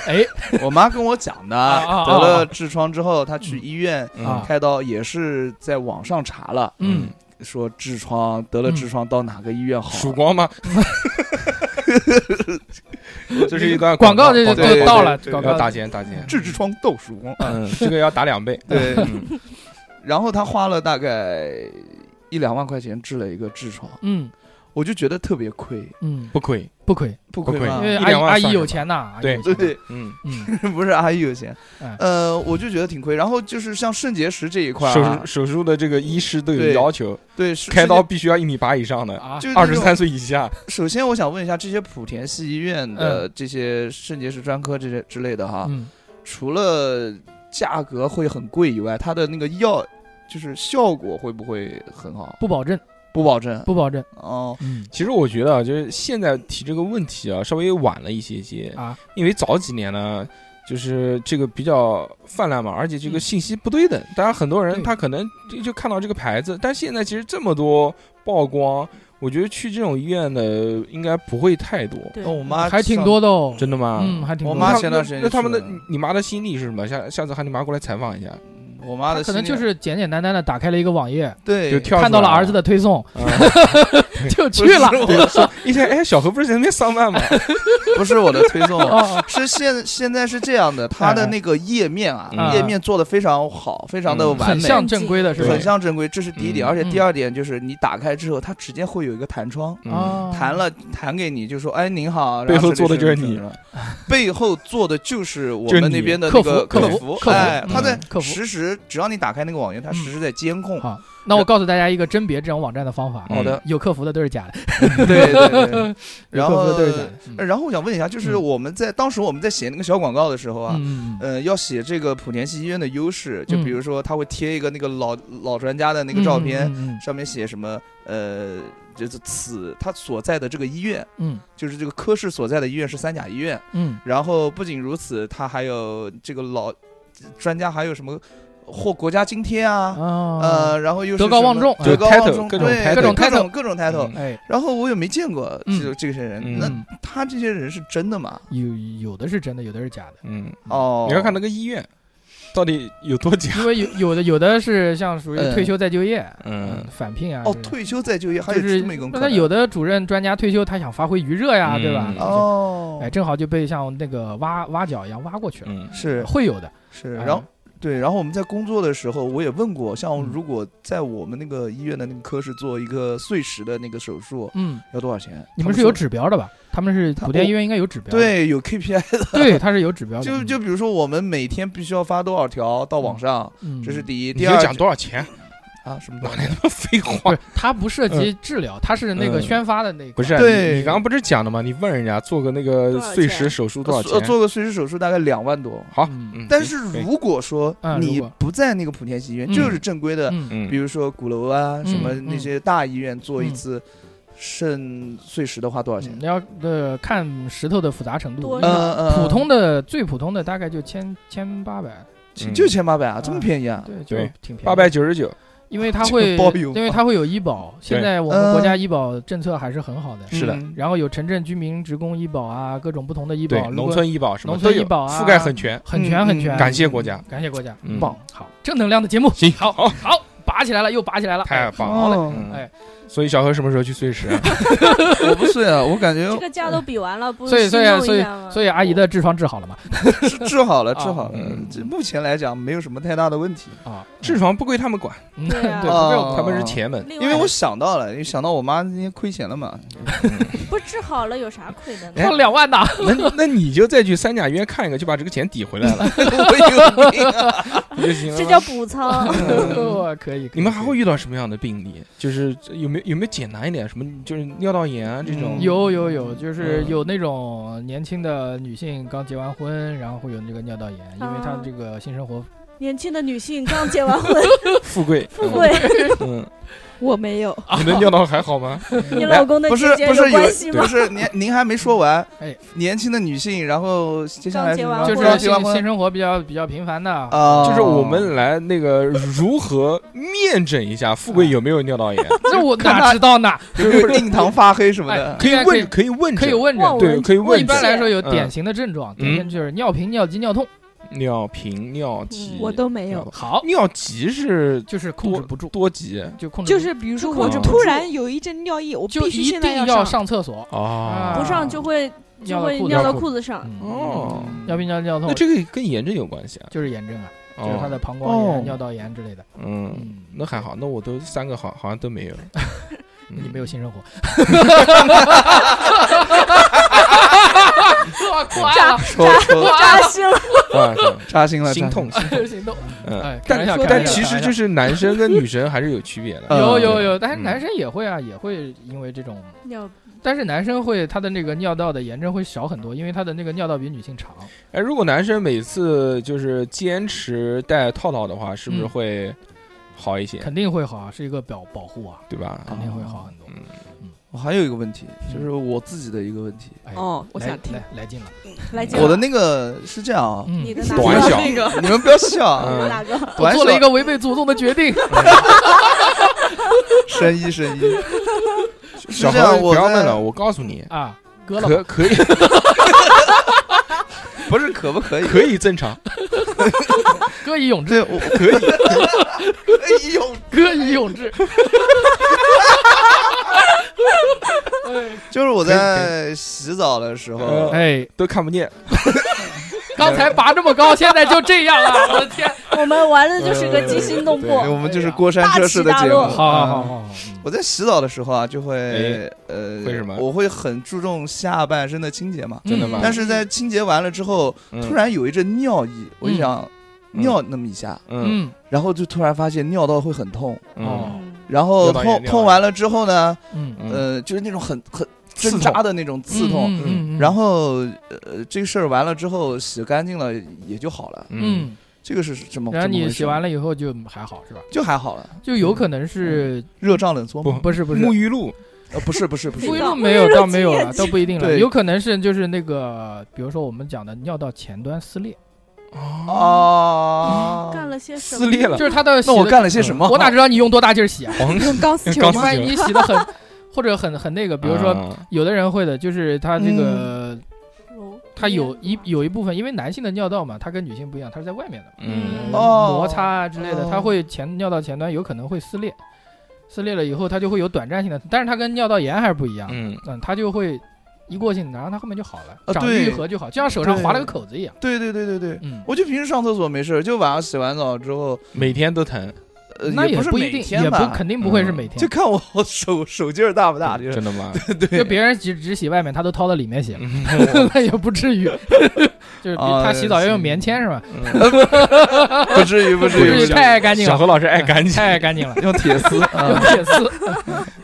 哎
我妈跟我讲的，
啊啊
得了痔疮之后，她去医院
嗯
啊
开刀，也是在网上查了，
嗯，
说痔疮得了痔疮到哪个医院好，
曙光吗？这是一段
嗯广
告哦
告，这就
广
对
就到了，
对
广
要
告
打钱打钱。
治痔疮豆曙光。
嗯，这个要打两倍。
对
嗯
然后他花了大概一两万块钱治了一个痔疮，
嗯
我就觉得特别亏，
嗯，
不亏。
不亏，
不
亏
亏
因
吗？
为
一
阿姨
两万
阿姨
算
有
什么
钱呐，阿姨
对
有钱
啊对 对，
呐，
嗯，
嗯，
不是阿姨有钱
哎，
呃，我就觉得挺亏。然后就是像肾结石这一块
手
啊
术，手术的这个医师都有
对
要求，
对，是
开刀。必须要一米八以上的，
啊
是就，是那
二
种
十三岁以下。
首先，我想问一下，这些莆田系医院的这些肾结石专科这些之类的
啊
哈，
嗯，
除了价格会很贵以外，它的那个药就是效果会不会很好？
不保证，
不保证
不保证，
哦。
嗯
其实我觉得啊，就是现在提这个问题啊，稍微晚了一些些，
啊，
因为早几年呢，就是这个比较泛滥嘛，而且这个
嗯
信息不对等，大家很多人
对
他可能就就看到这个牌子，但现在其实这么多曝光，我觉得去这种医院的应该不会太多，
对
哦
哦
那我妈
还挺
上
多的哦，
真的吗？
嗯，还挺
我
多的，
妈
那
前段时间
那他们的
去了
你你妈的心理是什么？下下次喊你妈过来采访一下，
我妈的
可能
心里
就是简简单单的打开了一个网页，
对，
就跳出来
看到了儿子的推送
啊。
就去了，
嗯不
对，说一天，哎，小何不是在那边上班 吗？
不是我的推送，
哦，
是现现在是这样的，它
哎
的那个页面啊，
嗯
页面做的非常好，非常的
嗯
完
很
美，
像正规的是吧
很？像正规。这是第一点，
嗯
而且第
嗯
二点就是你打开之后，它直接会有一个弹窗，
啊，
啊，
弹嗯了弹给你，就说哎您好，
嗯背后
然
做的就是
这里
你
什么什么什么，背后做的就是我
就是
们
你
那边的
客
那
服
个
客服
服
客，服
哎，他
嗯
在
客服嗯
实时，只要你打开那个网页，它实时在监控。
好，那我告诉大家一个甄别这种网站的方法，嗯
好的
有客服的都是假 的，
对对 对，然后
有客服的都是假的，嗯
呃然后我想问一下，就是
嗯
我们在当时我们在写那个小广告的时候啊，
嗯，嗯嗯
呃，要写这个莆田系医院的优势，就
嗯
比如说他会贴一个那个老老专家的那个照片，
嗯
上面写什么呃，就是此他所在的这个医院，
嗯
就是这个科室所在的医院是三甲医院。
嗯
然后不仅如此，他还有这个老专家还有什么获国家津贴啊，
啊，
呃，然后又是
德高
什么
望重
就
德高望
title，
重，
各种
对
title
各
各
种
种
各种 title，
嗯
哎，
然后我也没见过
嗯
这这些人，
嗯
那
嗯
他这些人是真的吗？
有有的是真的，有的是假的，
嗯，
哦，
你要看那个医院到底有多假，
因为有有的有的是像属于
嗯
退休再就业，
嗯
返聘啊，
哦，
这种
退休再就业还有
就是
这么一种可
那
能
有的主任专家退休，他想发挥余热呀，
嗯
对吧？
哦，
哎，正好就被像那个挖挖角一样挖过去了，
嗯
是
会有的。
是，
哎
然后对，然后我们在工作的时候，我也问过，像
嗯
如果在我们那个医院的那个科室做一个碎石的那个手术，
嗯，
要多少钱？
你
他
们是
说
有指标的吧？他们是
他
古甸
我
医院应该有指标的，
对有 KPI 的，
对，他是有指标的，
就
嗯
就比如说我们每天必须要发多少条到网上，
嗯
这是第一，
你
第
就
二
讲多少钱，
啊什么东
哪
西
来那么废
不
话？
是，它不涉及治疗，它是那个
嗯
宣发的那个，
不是，
嗯对
你你刚刚不是讲了吗？你问人家做个那个
多少
碎石
钱
手术多
呃
少
做
钱？
做个碎石手术大概两万多，
好，
嗯
嗯
但
行
是
可以
如果说
嗯如
你
果
不在那个莆田系医院，
嗯
就是正规的，
嗯，
嗯
比如说鼓楼啊什么
嗯
那
嗯
些大医院做一
嗯
次肾碎石的话多少钱
嗯？要呃看石头的复杂程度
多，
那
少
嗯嗯，
普通的最普通的大概就千千八百，
嗯
就千八百啊，这么
啊
便宜啊？
对，就
对
挺便宜，
八百，九十九，
因为它
这个
会
包邮
因为它会有医保，现在我们国家医保政策还是很好的，
是的
嗯
然后有城镇居民职工医保啊，各种不同的医
对
保，，如
农
果
村医保什么
农
都
村
有，
医保啊
覆盖很全。
很全
嗯
很全，
嗯
感谢国家，
感谢国家，
嗯
棒，好，正能量的节目，
行
好，
好
好，拔起来了，又拔起来了，
太棒
好嘞，
哦，
嗯
哎，
所以小何什么时候去碎石啊？
我不睡啊，我感觉
这个架都比完了，不
所以所以啊
心动
所
一啊
以
下吗
所以阿姨的痔疮治好了嘛？
治治好了，治好了
嗯。
这目前来讲没有什么太大的问题，
哦
啊，
痔疮不归他们管，
嗯
对啊
对，
啊
不是我
他们是前门。
另
因为
外
我想到了，因为想到我妈那天亏钱了嘛，
不治好了有啥亏
哎
的呢？
他两万呐，
那那你就再去三甲医院看一个，就把这个钱抵回来 了，
我有病啊！
不就行了吗？
这叫补仓。
哦可以。可以
嗯你们还会遇到什么样的病例？就是有没有有没有简单一点？什么就是尿道炎啊这种？
嗯
有有有，就是
嗯
有那种年轻的女性刚结完婚，然后会有那个尿道炎，因为她
啊
这个性生活
年轻的女性刚结完婚，
富贵，
富贵，
嗯，
我没有，
嗯，你的尿道还好 吗？
你老公的
不是
姐姐
不是
关系
有啊
吗
不？是您您还没说完
哎，
年轻的女性，然后接下
刚
来
结完
什么
就是
婚
刚
性
结完
性
婚
生活比较比较频繁的，
啊，
就是我 们来那个如何面诊一 下富贵有没有尿道炎？
这我
看
哪
她
知道呢？
有没有印堂发黑什么的
哎，
可以啊
应该可以
问，可以问诊，
可以问诊
望。
对，可以问
一
诊。
般来说有
嗯
典型的症状，典型就是尿频、尿急、尿痛。
尿频、尿急，
嗯
我都没有，
好，
尿急是
就是控制不住，
多急
嗯就控制
就
不住
是比如说
控
我
制不
突
住
然有一阵尿意，我
就
必须
一
现在
定
要
要。上厕所，
啊
不上
啊
就会就
尿到
会
裤子
尿到
上。
裤子上。
嗯
哦，
尿频、尿尿痛
那这个跟炎症有关系啊？
就是炎症啊，就是她
哦，
的膀胱炎、
哦
尿道炎之类的。
嗯，
嗯，
那还好，那我都三个好好像都没有。 嗯
你没有性生活。哇，夸了，
戳戳
扎心了，
啊，
扎心了，
心
扎
痛
心了。
心痛。
行动。
嗯，
哎，
但
开玩笑开
但
玩笑
其
开
实
玩
就
笑
是男生跟女生还是有区别的。
嗯
有
对
有
吧
有，但是
嗯
男生也会啊，也会因为这种，
尿
但是男生会他的那个尿道的炎症会少很多，因为他的那个尿道比女性长。
哎，如果男生每次就是坚持戴套套的话，是不是
嗯
会好一些？
肯定会好啊，是一个保保护啊，
对吧？
肯定会好很多。
嗯
我还有一个问题，就是我自己的一个问题，
哎，
哦，我
来
想听
来来劲了，
来讲
我的那个是这样啊，
嗯，
你的
嗯
哪
短
个？
那
小
个
你们不要笑啊，
嗯
哪个？
我
短小
做了一个违背祖宗的决定。
深 一深一。是
小
这
何
样，
不
我
要
在
问了，我告诉你，
啊，割了吧，
可可以
不是可不可以？
可以正常，
割以永 志，
这我可以，
哎
可以用，
割以永志。
就是我在洗澡的时
呃
候，
哎，
都看不见。
刚才拔这么高，现在就这样了，我的天！
我们玩的就是个惊心动
对
哎
魄，
我们就是过山车式的
大
节
起大
目。
落
好好
啊
好好好，
我在洗澡的时候啊，就会
哎
呃，
会什么
我会很注重下半身的清洁嘛。
真的
嗯
吗
但是在清洁完了之后，突
突，
然有一阵尿意，我就想
嗯
尿那么一下，
嗯
嗯
然后就突然发现尿道会很痛，
嗯
哦
然后
尿道炎
痛
尿道炎
痛完了之后呢，
嗯，
嗯
呃，就是那种很很
刺
针
痛
扎的那种刺痛。
嗯
然后，呃，这事儿完了之后洗干净了也就好了，
嗯
嗯，
这个是什么？
然后
怎么
你
回事
洗完了以后就还好是吧？
就还好了，
就有可能是
热胀冷缩
不
吗？
不是不是
沐浴露，
呃，不是不是不 是
沐
不
浴露
到
没有，倒没有了，都不一定了。
对
有可能是就是那个，比如说我们讲的尿道前端撕裂，哦
啊，
嗯
干了些什么？
撕裂了
就是他的洗
那
的，嗯
我干了哦些什么？
我哪知道你用多大劲儿洗啊？
黄
用 钢丝球
钢丝
吗？
万一你洗的很， 或者很很那个，比如说
啊
有的人会的，就是他这个
揉
他有
捏
一有一部分，因为男性的尿道嘛，它跟女性不一样，它是在外面的嘛，
嗯
哦
摩擦啊之类的，它会前尿道前端有可能会撕裂，撕裂了以后它就会有短暂性的，但是它跟尿道炎还是不一样，
嗯
嗯，它就会一过性，然后它后面就好了，
啊
长
对
愈合就好，就像手上划了个口子一样，
对对对对对，
嗯，
我就平时上厕所没事儿，就晚上洗完澡之后，
每天都疼，
呃，
那
不是
不一
每
定，
天
也不
吧，
肯定不会是
嗯
每天，
就看我手手劲儿大不 大，就是
真的 吗？
就别人只只洗外面，他都掏到里面洗了，
嗯
那也不至于， 就是比
啊
他洗澡要用
行
棉签是吧？
不至于不
呃不
至于
至于
不至于
太干净
嗯小
了，
何老师爱哎干净，嗯
太干净了，
用铁 丝，
哎用
啊
铁丝，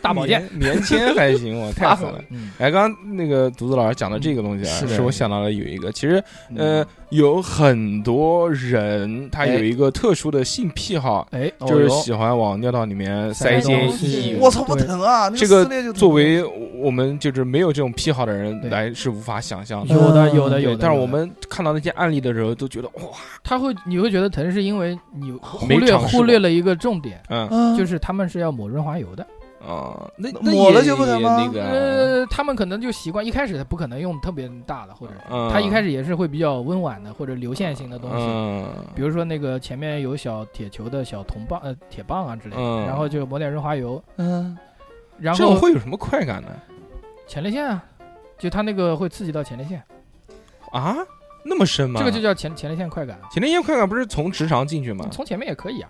大保健，
棉棉签还行，我太狠了。
嗯，
哎，刚刚那个独子老师讲的这个东西啊，
是的嗯
是我想到了有一个，其实
嗯
呃，，有很多人他
哎
有一个特殊的性癖好，
哎，
就是喜欢往尿道里面塞
塞
一些
东西
异
我操不
对
疼啊，那
这个
个撕裂就疼
作为我们就是没有这种癖好的人
对
来是无法想象的。
有的有的
嗯对
有的，
但是
有
我
的
们看到那些案例的时候，都觉得哇，
他会你会觉得疼，是因为你
哦没
忽略
尝试过
忽略了一个重点，
嗯
啊
就是他们是要抹润滑油的，
啊，那
那抹了就不疼
能
吗
那个，
呃，他们可能就习惯一开始他不可能用特别大的，或者
嗯，
他一开始也是会比较温婉的或者流线型的东西。
嗯
比如说那个前面有小铁球的小铜棒呃铁棒啊之类的，
嗯
然后就抹点润滑油，
嗯，
然
这种
后
会有什么快感呢？
前列腺啊，就它那个会刺激到前列腺，
啊，那么深吗？
这个就叫前前列腺快感。
前列腺快感不是从直肠进去吗？
从前面也可以啊，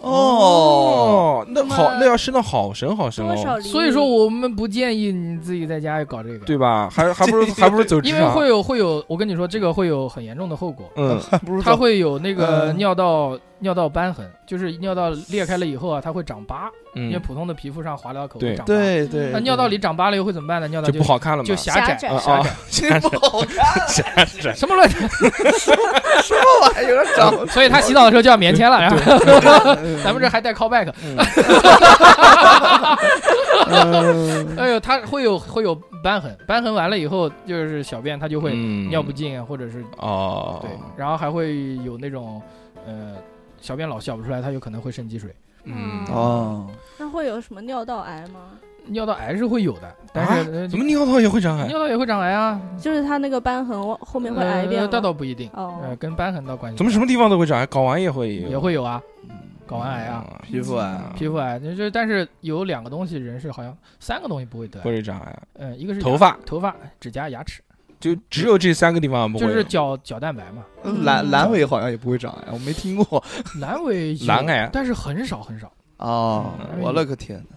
哦，，
那好，那要深的好深好深
多少
哦，
厘米？
所以说我们不建议你自己在家搞这个，
对吧？还还不 如还不如走直
因为
肠，
会有会有，我跟你说，这个会有很严重的后果，
嗯
不如
它
走
哦会有那
呃
个
嗯
尿道尿道瘢痕，就是尿道裂开了以后啊，它会长疤，因为
嗯，
普通的皮肤上划了口
对
会长疤，
对对，对
那尿道里长疤了以后会怎么办呢？尿道
就不好看了嘛，
就狭窄
狭窄
啊
狭
啊
窄，，
这不好看，
什么乱七
什么玩意儿长？
所以他洗澡的时候就要棉签了，然后
嗯
咱们这还带 callback，哎呦，他会有会有瘢痕，瘢痕完了以后就是小便 他就会
嗯
尿不尽，啊或者是
哦，
对，然后还会有那种呃小便老小不出来，他有可能会肾积水，
嗯
哦，
那会有什么尿道癌吗？
尿道癌是会有的，但是、呃
啊怎么尿道也会长癌？
尿道也会长癌啊？
就是他那个瘢痕我后面会癌变
呃，
吗？
那倒不一定，呃，
哦，
跟瘢痕倒关系不大，
怎么什么地嗯方都会长癌？睾丸也会
也会有啊？睾丸癌啊，
啊，
皮肤啊，
皮肤癌，就是但是有两个东西人是好像三个东西不会得，
啊会长癌，
嗯、一个是
头
牙、
发
头发、指甲、牙齿，
就只有这三个地方不会
就
有，
是角角蛋白嘛。
阑阑尾好像也不会长呀，我没听过
阑 尾有
阑癌啊
但是很少很少。
哦
嗯
我勒个天呐！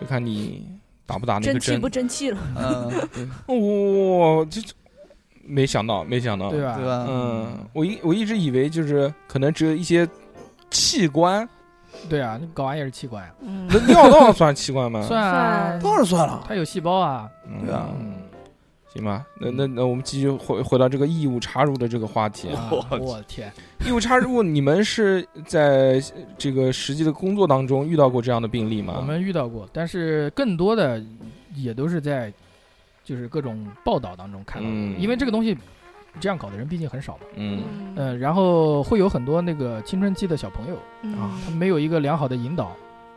就看你打不打那
争
个
气
针
不。争气了？
嗯，对
我这没想到，没想到，
对啊吧？
对吧？
嗯，，我一我一直以为就是可能只有一些器官，
对啊，你睾丸也是器官呀、
嗯，
那尿道算器官吗？
算啊，
当然算了。
它有细胞啊。嗯
嗯，
对啊
嗯行吧，那那那我们继续回回到这个义务插入的这个话题。
啊
我
我天，
义务插入，你们是在这个实际的工作当中遇到过这样的病例吗？
我们遇到过，但是更多的也都是在就是各种报道当中看到的，
嗯
因为这个东西这样搞的人毕竟很少嘛。
嗯
嗯、然后会有很多那个青春期的小朋友，
嗯
啊
他没有一个良好的引导，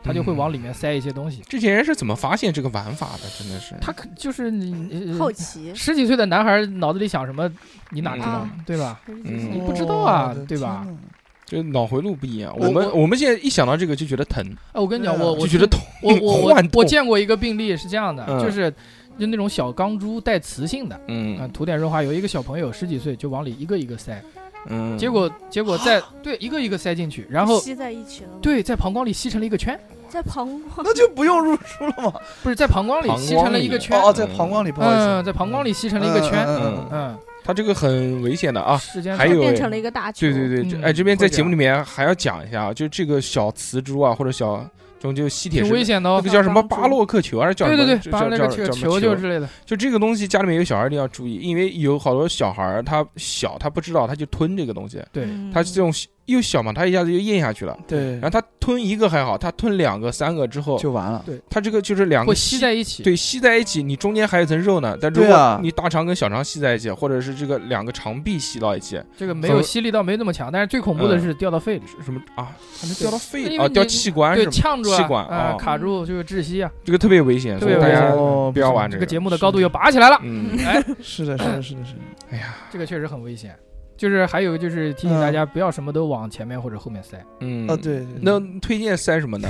他就会往里面塞一些东
嗯
西。
这些人是怎么发现这个玩法的？真的是
他可就是你、
好
呃、
奇，
十几岁的男孩脑子里想什么，你哪知道
嗯，
对吧？
嗯
你不知道啊
我的
对吧
天呐？
就脑回路不一样。
我
我们
我
我们现在一想到这个就觉得疼，
哎，我跟你讲，
对啊
我我
就觉得
听
痛，
我我我
幻
我
痛。
见过一个病例是这样的，
嗯
就是就那种小钢珠带磁性的，啊、
嗯
涂点润滑油，一个小朋友十几岁就往里一个一个塞，
嗯，
结果结果在、对一个一个塞进去，然后
吸在一起了吗，
对在膀胱里吸成了一个圈，
在膀胱
那就不用入书了嘛。
不是在膀胱里吸成了一个圈
哦，，哦，在膀胱里，不好意
嗯，
思，
在膀胱里吸成了一个圈，
嗯
嗯，
他这个很危险的啊。
时间
还
长
有
变
哎
成了一个大球。
对对对，这哎，
嗯
这边
会
在
这
节目
样
里面还要讲一下啊，就这个小磁珠啊，或者小这种就吸铁
挺
石
危险的
那
哦
个。叫什么
帮助
巴洛克球啊还是叫什
对
么？
对
这
对，把
叫
那个
叫
这个
叫什么
球球之类的，
就这个东西，家里面有小孩一定要
嗯
注意，因为有好多小孩儿他小他不知道，他就吞这个东西，
嗯
对，
他这种又小嘛，它一下子就咽下去了。
对
然后它吞一个还好，它吞两个、三个之后，
就完了。
它这个就是两个
会吸在一起。
对吸在一起，你中间还有一层肉呢。但如
对啊
果你大肠跟小肠吸在一起，或者是这个两个肠壁吸到一起，
这个没有吸力倒没那么强，但是最恐怖的是掉到肺里，
嗯是什么啊？它能掉到肺
因为
啊，
你
掉气管
对
是，吗？
呛住了，
气管
啊、
哦
卡住就是窒息啊。
这个特别危险，
特
所
别
以大
危
家
险
哦
不要玩
这
个
个节目的高度又拔起来了，
嗯，
哎，
是的，是的，是的，是的。
哎呀，
这个确实很危险。就是还有一个就是提醒大家不要什么都往前面或者后面塞，
嗯，
啊，对，对
那推荐塞什么 呢？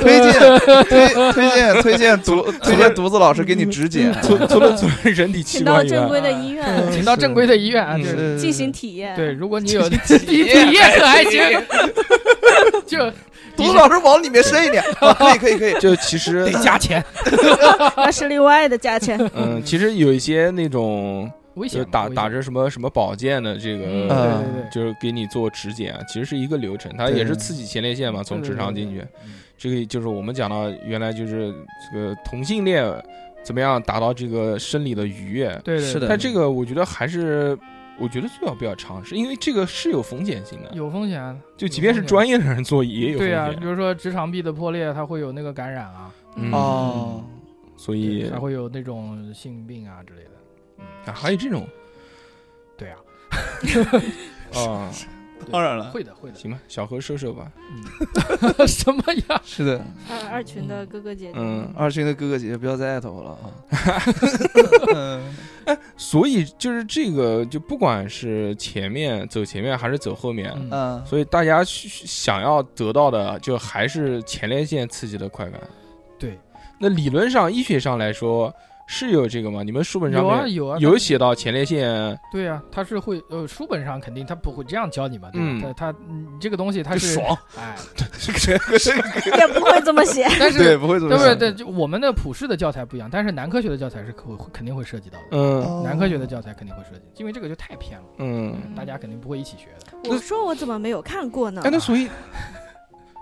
推荐推推荐推荐独 推荐独子老师给你指检，
除除了除了人体器
请到
官以
正
外，
规的医院
请到正规的医院啊，
嗯
就是
嗯进行体验。
对，，如果你有体验可还行， 就
独子老师往里面深 一点，啊可以可以可以，
就其实
得加钱，
那是另外的价钱。
嗯，其实有一些那种
危
就
险
是打打
着，
着什么什么保健的这
嗯
个。
呃
对对对，
就是给你做指检啊，其实是一个流程，它
对
也是刺激前列腺嘛，从直肠进去。
嗯
这个就是我们讲到原来就是这个同性恋怎么样达到这个生理的愉悦，
对对，对
是的
但这个我觉得还是，我觉得最好不要尝试，因为这个是有风险性的。
有风险啊，
就即便是专
业，
业的人做也有风
对啊，
险
比。如说直肠壁的破裂，它会有那个感染啊，
嗯
哦，
所以
还会有那种性病啊之类的，
啊还有这 种
对 啊，
啊，
当然了，
会的会的，
行吧，小何收收吧。
嗯， 什么呀？
是的，
二二群的哥哥姐姐，
嗯，
二群的哥哥姐姐不要再艾特我了 啊。嗯
所以就是这个，就不管是前面走前面还是走后面，
嗯
嗯，
所以大家需想要得到的，就还是前列腺刺激的快感。
对，
那理论上、医学上来说是有这个吗？你们书本上
有啊
面
有啊，
有写到前列腺
对呀、它是会呃，书本上肯定它不会这样教你嘛，对吧？
嗯
它它嗯这个东西它
就是爽，
哎，
这个这个
也不会这么写。
对，
但是
不会怎么
对不
想
对？对，就我们的普世的教材不一样，但是男科学的教材是可会肯定会涉及到的，
嗯
哦
男科学的教材肯定会涉及，因为这个就太偏了，
嗯，
大家肯定不会一起学的。
我说我怎么没有看过呢
哎，？那所以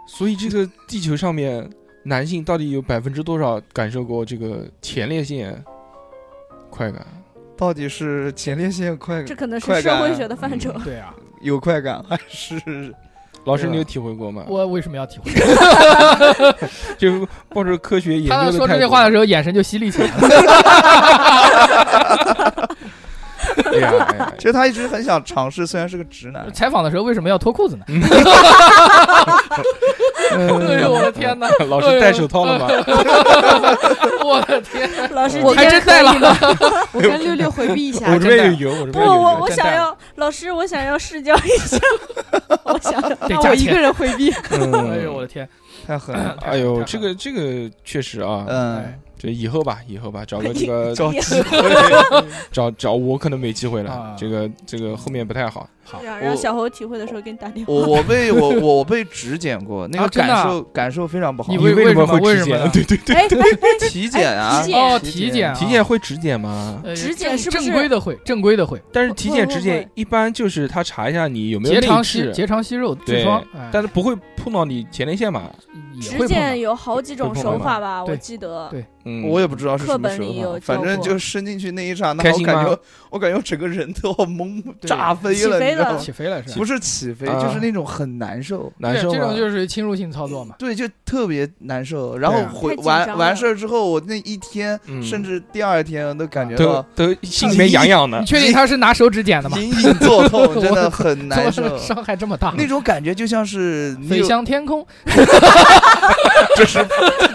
所以这个地球上面男性到底有百分之多少感受过这个前列腺快感？
到底是前列腺快
这
感
可能是
快
社
感
会学的范
嗯
畴。
对啊，
有快感，还是
老师，
对吧
你有体会过吗？
我为什么要体会？
就抱着科学研究
他
的
说
态
这句
度
话的时候，眼神就犀利起来了。。
哎呀，哎呀
其实他一直很想尝试，虽然是个直男
采访的时候为什么要脱 裤子呢？哎呦我的天哪！
老师戴手套了吗？
我的天，
老师，
我
还真戴了。
我跟六六回避一下
哎
我，这边有油，我这
不，
边有
我
油。
我
真
想
的
要老师，我想要试教一下。我 想要
得
那
加
我一个
钱。
人回避。
嗯
哎呦我的天！
太狠
嗯
了。
哎呦，这个这个确实啊，
哎
嗯，
这以后吧，以后吧，找个这 个
着急，
找找我可能没机会了
啊，
这个这个后面不太好。
好
让
我
让小侯体会的时候给你打电话。
我我被我我被指检过，那
啊
个
真
感
的啊
受感受非常不好
你。
你
为
什么
为
会
什
指
么为什么
检？
呢
对对对，
哎哎哎，
体检啊，
体检
哦，
体
体
检
检
体检会指检吗？
呃
指检是不
正
是
正规的会，正规的会，
但是体检
会
指
会
检
会
一般就是他查一下你有没有
结
内
肠息
痔，
结肠息肉痔
对
疮，哎，
但是不会碰到你前列腺嘛？
也
指
会碰
检
到。
有好几种
会碰到
手法吧，我
对
记得
对。
嗯，
我也不知道是什么时
课本里有
候，
教
反正
过
就伸进去那一刹那，
开
我
心
感
吗
觉我感觉我整个人都要懵
对
炸飞
起
了，你
飞
知道
了
吗？
起飞了是吧？
不是起飞，
啊
就是那种很难受。
难受啊
这
吗
种？就是属于侵入性操作嘛。
对，就特别难受。然后
对啊
回
太紧
完
张
完
了
事儿之后，我那一天
嗯
甚至第二天都感觉
都
到
都心里面痒痒的
你。确定他是拿手指剪的吗？
隐隐作痛，真的
我
很难
怎
受
么。伤害这么大，
那种感觉就像是你
飞
有，
向天空，
这是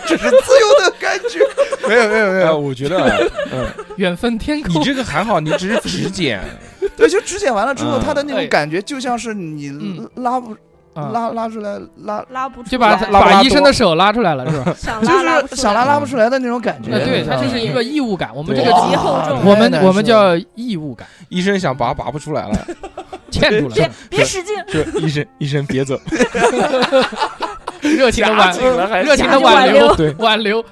这是自由的感觉。没有没有没
哎，
有，
我觉得啊，嗯，
远奔天
你
空。
这个还好，你只是指检，
对，就指检完了之后，
嗯
他的那
哎
种感觉就像是你
嗯
拉不
啊
拉拉出来拉，
拉不出
就把
来，
拉布拉
把
多
医生的手拉出来了，是 吧？
想
就
拉拉不
是
出
想
来
拉拉不出来的那种感觉。
那对，
你知
它
道
就
吗
是一个义务感。我们这
对
个
极
极，
厚重
我
太
们
难
我们
受了
叫义务感，
医生想拔拔不出来了，
欠住了，
别别使劲，
说医生医生别走，
热情的挽，热情
夹
的
紧挽
挽留，
对。
挽留。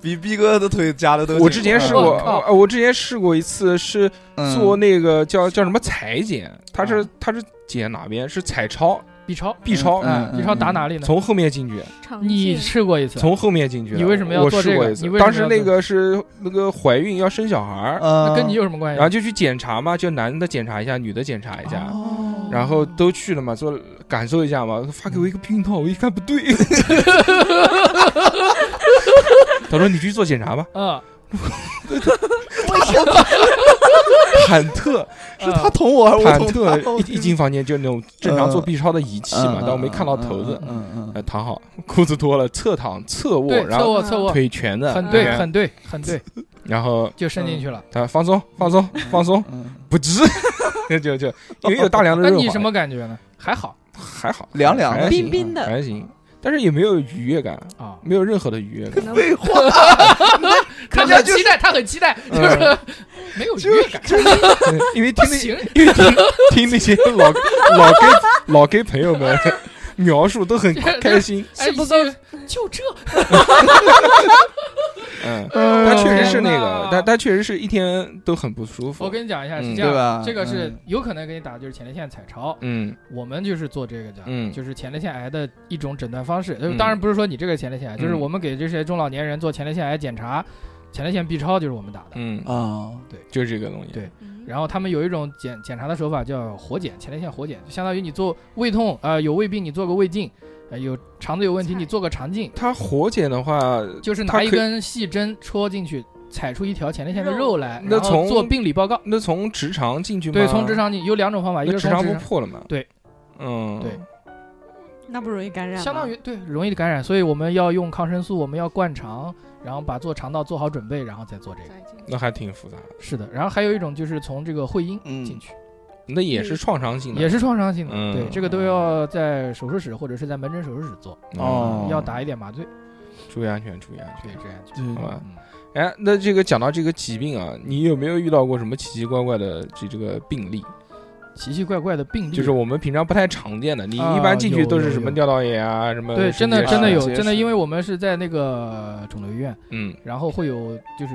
比逼哥的腿夹的都紧。啊
我之前试过，
我靠
呃我之前试过一次是
嗯
做那个叫叫什么裁剪，他是他是剪哪边？是彩超，
B 超
B 超
嗯嗯
，B 超打哪里呢？
从后面进去，
肠
你
镜
试过一次，
从后面进去的。
你为什么要
我
做
试
这
过
个
一次
你为，什
当
么要
时
做
那个是那个怀孕要生小孩儿，
那
呃，
跟你有什么关
然后
系？
就去检查嘛，就男的检查一下，女的检查一下。
哦
然后都去了嘛，做感受一下嘛。发给我一个避孕套，我一看不对， 他说你去做检查 吧。
嗯，
忐忑，
是
他捅我，我
忐
捅
忑，
他，
一一进房间就那种正常做
嗯
B 超的仪器嘛，但我没看到头子。
嗯嗯
呃，躺好，裤子脱了，侧躺侧卧，
对，
然
侧
后
卧侧卧，
腿蜷着，
很
那
对
个
很对很
嗯
对，
然后
就伸进去了。
他放松放松放松，
嗯，
不值， 就就就
哦
因为有大量的
那
肉嘛，
你什么感觉呢？还好
还好，
凉凉的
还
冰
行
冰的
还行，但是也没有愉悦感，
啊，
没有任何的愉悦
可
感。
能
废话，
嗯
他很期待，他很期待，就是没有愉悦感，
嗯因为听
不
那
行。
因为 听听那些老老 gay 老 gay 朋友们描述都很开 心，
哎，
不
就就这，
嗯，
嗯
但确实是那
天
个
哪，
但但确实是一天都很不舒服
我。跟你讲一下，
嗯
是这
对
样，
吧？
这个是
嗯
有可能给你打的就是前列腺彩超，
嗯
我们就是做这个的，
嗯
就是前列腺癌的一种诊断方式。就是
嗯
当然不是说你这个前列腺癌，就是
嗯
我们给这些中老年人做前列腺癌检查，前列腺 B 超就是我们打的。
嗯，
啊，
就是这个东西。
对
嗯
然后他们有一种检检查的手法叫活检，前列腺活检，就相当于你做胃痛，呃，有胃病你做个胃镜，呃，有肠子有问题
菜
你做个肠镜，
它活检的话，
就是
它
拿
可以
一根细针戳进去，踩出一条前列腺的肉来，
那
然后
从
做病理报告。
那从直肠进去吗？
对，从直，肠镜有两种方法，一
那
个
直
是从
肠
直
不
肠，
破了嘛？
对，
嗯，
对，
那不容易感染吗，
相当于对容易感染，所以我们要用抗生素，我们要灌肠，然后把做肠道做好准备，然后再做这个。
再进
那还挺复杂的，
是的，然后还有一种就是从这个会阴
嗯
进去，
那也是创伤性的，
嗯也是创伤性的，
嗯
对，这个都要在手术室或者是在门诊手术室做，
嗯
哦
要打一点麻醉，
注意安全，注意安
对
全，，
这样就。
对
好吧？
嗯
哎，那这个讲到这个疾病啊，你有没有遇到过什么奇奇怪怪的这这个病例？
奇奇怪怪的病例，
就是我们平常不太常见的，你
啊
一般进去
有
都是
有
什么
有
尿道炎啊，什么
对，真的
肾结
真的
石啊
有
结，石
真的，因为我们是在那个肿瘤医院，
嗯
然后会有就是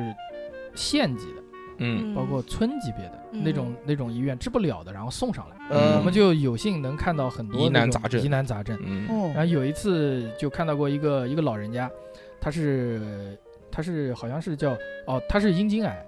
县级的，
嗯
嗯
包括村级别的
嗯
那种那种医院治不了的，然后送上来，
嗯
我们就有幸能看到很多
疑难
那种
杂症
疑难杂症。
嗯
然后
哦，
有一次就看到过一个一个老人家，他是他是好像是叫哦，他是阴茎癌，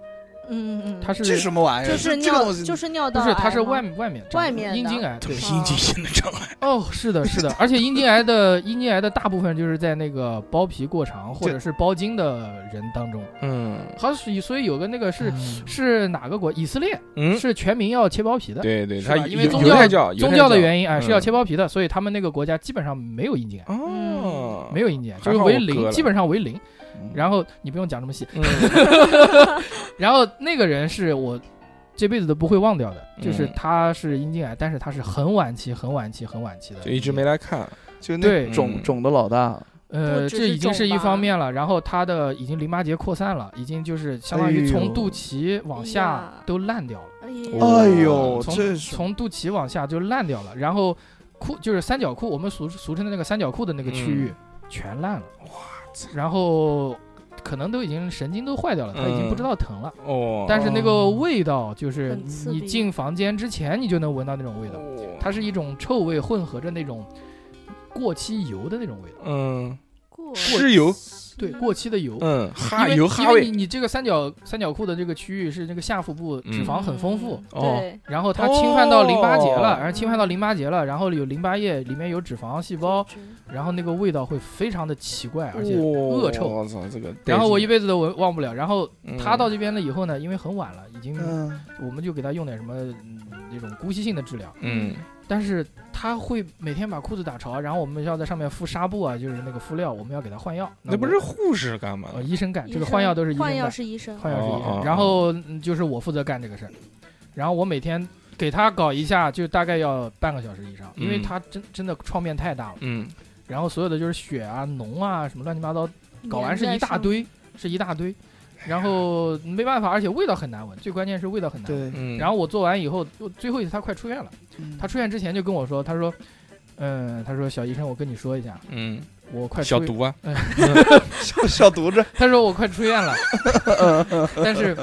嗯嗯嗯，
他是
这什么玩意儿？
就
哎这
是
这个
尿
东西
就是尿
不
道，
是他是外。面外面
外面的
阴茎癌 对
是阴茎
性的障碍，
哦是的是的，而且阴茎癌的 阴茎癌的大部分就是在那个包皮过长或者是包茎的人当中，
嗯
好像是所以有个那个是。
嗯
是哪个国？以色列
嗯，
是全民要切包皮的，
对对，
是
他
吧
犹
因为宗
犹太
教
教
宗教的
因
原因哎是要
嗯
切包皮的，所以他们那个国家基本上没有阴茎癌，
哦，
嗯没有阴茎癌，
还
就是
好
为
我割
零，
了
基本上为零。
嗯
然后你不用讲这么细，
嗯
然后那个人是我这辈子都不会忘掉的，就是
嗯
他是阴茎癌，但是他是很晚期、很晚期、很晚期的，
就一直没来 看，
就那
对
肿
嗯
肿的老大，
呃，
不只
这
是
已经
肿
是一
吧
方面了。然后他的已经淋巴结扩散了，已经就是相当于
哎
从
呦
肚脐往
哎
下
呀
都烂掉了，
哎
哦
呀，
哎呦，
从
这是
从肚脐往下就烂掉了。然后裤就是三角裤，我们俗俗称的那个三角裤的那个区域、
嗯
全烂了，哇！然后可能都已经神经都坏掉了，他已经不
嗯
知道疼了。
哦，
但是那个
哦
味道，就是
很刺
你
鼻
进房间之前，你就能闻到那种味道。
哦
它是一种臭味混合着那种过期油的那种味道，
嗯
过
尸油
对，过期的油。
嗯哈
因为
油
因
哈
为
味，
你你这个三角三角裤的这个区域是那个下腹部脂肪很丰富，
嗯
哦
对
然后它侵犯到淋巴结了，
哦
然后侵犯到淋巴结了，然后有淋巴液里面有脂肪细
哦
胞，然后那个味道会非常的奇怪，而且恶
恶
臭
我操这个带劲，
然后我一辈子都闻忘不了。然后
哦嗯
他到这边了以后呢，因为很晚了，已经
嗯
我们就给他用点什么嗯那种姑息性的治疗，
嗯
但是他会每天把裤子打潮，然后我们要在上面敷纱布啊，就是那个敷料，我们要给他换药。
那不
我
是护士干嘛
呃
的？
医生干，这个
医生
换药都是医生
换药
干，
是医生，
换药是医
哦哦哦
生。然后嗯就是我负责干这个事儿，然后我每天给他搞一下，就大概要半个小时以上，因为
嗯
他真真的创面太大了，
嗯
然后所有的就是血啊、脓啊什么乱七八糟，搞完是
粘
一
在
大
上
堆，是一大堆。然后没办法，而且味道很难闻，最关键是味道很难闻。
对，
嗯，
然后我做完以后，最后一次他快出院了。
嗯
他出院之前就跟我说，他说，嗯，他说小医生，我跟你说一下，
嗯
我快
小
出
毒啊，
哎
小小犊子，
他说我快出院了，但是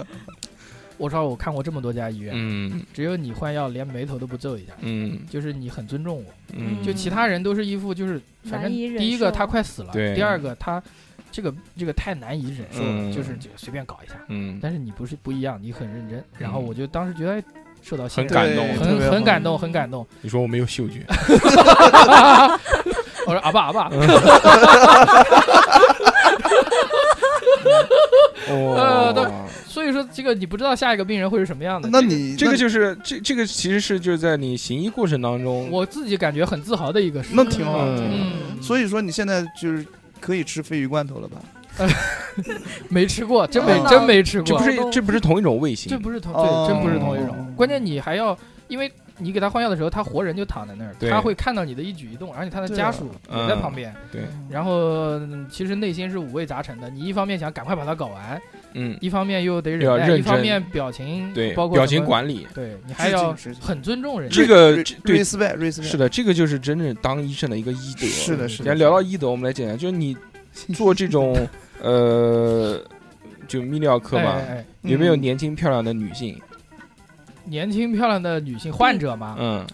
我说我看过这么多家医院，
嗯
只有你换药连眉头都不皱一下，
嗯
就是你很尊重我。
嗯，
就其他人都是一副就是，反正
难以忍
第一个
受
他快死了，
对
第二个他这个这个太难以忍受
嗯
了，就是就随便搞一下。
嗯
但是你不是不一样，你很认真。然后
嗯
我就当时觉得哎受到欣
很
赏
感动
对特别
很很
好
感动，很 感动。
你说我没有嗅觉，
我说阿爸阿爸，
嗯
呃
哦，
所以说这个你不知道下一个病人会是什么样的。
那你
这个就是这这个其实是就是在你行医过程当中，
我自己感觉很自豪的一个事。
那挺好，
嗯
挺好
嗯，
所以说你现在就是可以吃鲱鱼罐头了吧？
没吃过，真没
哦
真没吃
这
过
不，是这不是同一种胃型
这，不是同
哦
对，真不是同一
哦
种。关键你还要，因为你给他换药的时候，他活人就躺在那儿，
对
他会看到你的一举一动，而且他的
对
家
啊
属
嗯
也在旁边。
对，
然后嗯其实内心是五味杂陈的，你一方面想赶快把它搞完，
嗯，
一方面又得
要
忍耐，
认
一方
真
面表情
对，
包括
表
什
情
么，
管理，
对你还要很尊重人家。
这个对
respect respect
是的，这个就是真正当医生的一个医德。
是的是的
咱聊到医德，我们来讲讲，就是你 做这种呃，就泌尿科
哎
嘛，
哎哎
有没有年轻漂亮的女性？
年轻漂亮的女性患者嘛，
嗯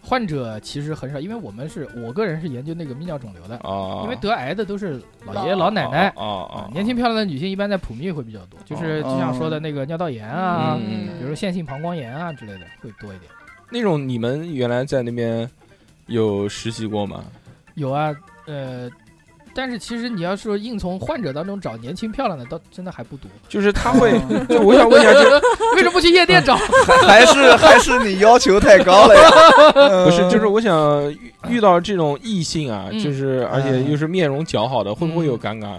患者其实很少，因为我们是我个人是研究那个泌尿肿瘤的，
啊，
因为得癌的都是老爷爷老奶奶，
啊啊
啊，，年轻漂亮的女性一般在普密会比较多，就是就像说的那个尿道炎啊，
嗯
比如说腺性膀胱炎啊之类的会多一点。
那种你们原来在那边有实习过吗？
有啊，呃，但是其实你要说硬从患者当中找年轻漂亮的，倒真的还不多。
就是他 会，就 我想问一下，就
为什么不去夜店找？
还是还是你要求太高了呀？嗯
不是就是我想遇遇到这种异性啊，
嗯
就是而且又是面容姣好的，会不会有尴尬？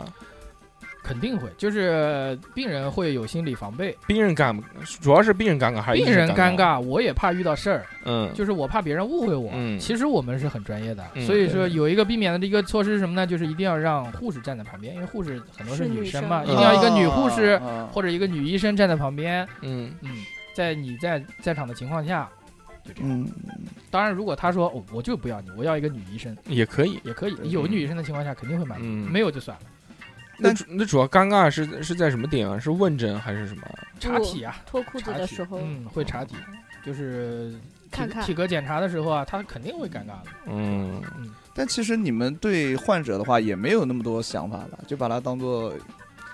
肯定会，就是病人会有心理防备，
病人尴，主要是病人尴尬还是医
病人
生
尴？尬，我也怕遇到事儿，
嗯，
就是我怕别人误会我。
嗯
其实我们是很专业的，
嗯
所以说有一个避免的一个措施是什么呢？就是一定要让护士站在旁边，因为护士很多是
是
女
女
生
生
嘛，
啊
嗯
一定要一个女护士
啊
或者一个女医生站在旁边。
嗯
嗯，在你在在场的情况下，
嗯，
当然如果他说哦我就不要你，我要一个女医生
也可以。
也可以，
对
有女医生的情况下肯定会满足，
嗯
没有就算了。
那主那主要尴尬是是在什么点啊？是问诊还是什么？
查体啊，
脱裤子
查
的
体
时候，
嗯，会查体，就是体
看看
体格检查的时候啊，他肯定会尴尬的。
嗯，
但其实你们对患者的话也没有那么多想法吧，就把他当做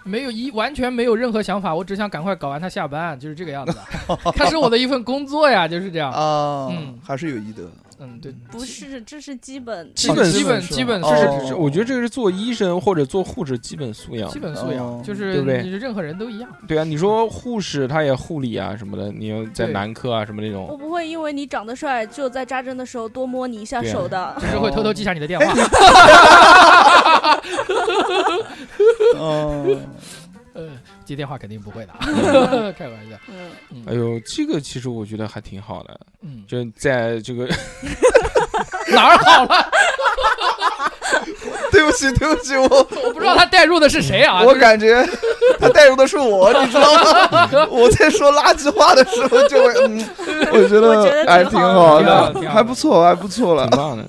没有一完全没有任何想法，我只想赶快搞完他下班，就是这个样子的。他是我的一份工作呀，就是这样。
啊
嗯，
还是有医德。
嗯，对，
不是，这是基本
基本
基本
是吧
基本
这是、
哦
这我觉得这个是做医生或者做护士基本素养
基。本素养
哦
就是
对不对
你任何人都一样。
对啊，你说护士她也护理啊什么的，你要在
对哦
男科啊什么那
我
种，
不会因为你长得帅，就在扎针的时候多摸你一下
对啊
手的。
只是会偷偷记下你的电话。
哦，
呃，接电话肯定不会的啊，开玩笑。
嗯，
哎呦，这个其实我觉得还挺好的，
嗯，
就在这个
哪儿好了？
对不起，对不起，我
我不知道他带入的是谁啊？
我
就是
感觉他带入的是我，你知道吗？ 我在说垃圾话的时候就会，嗯，我
我觉
觉
得
得
挺
哎
好
挺好
挺好的
的，
挺好的
还不错，还不错了
挺。棒的，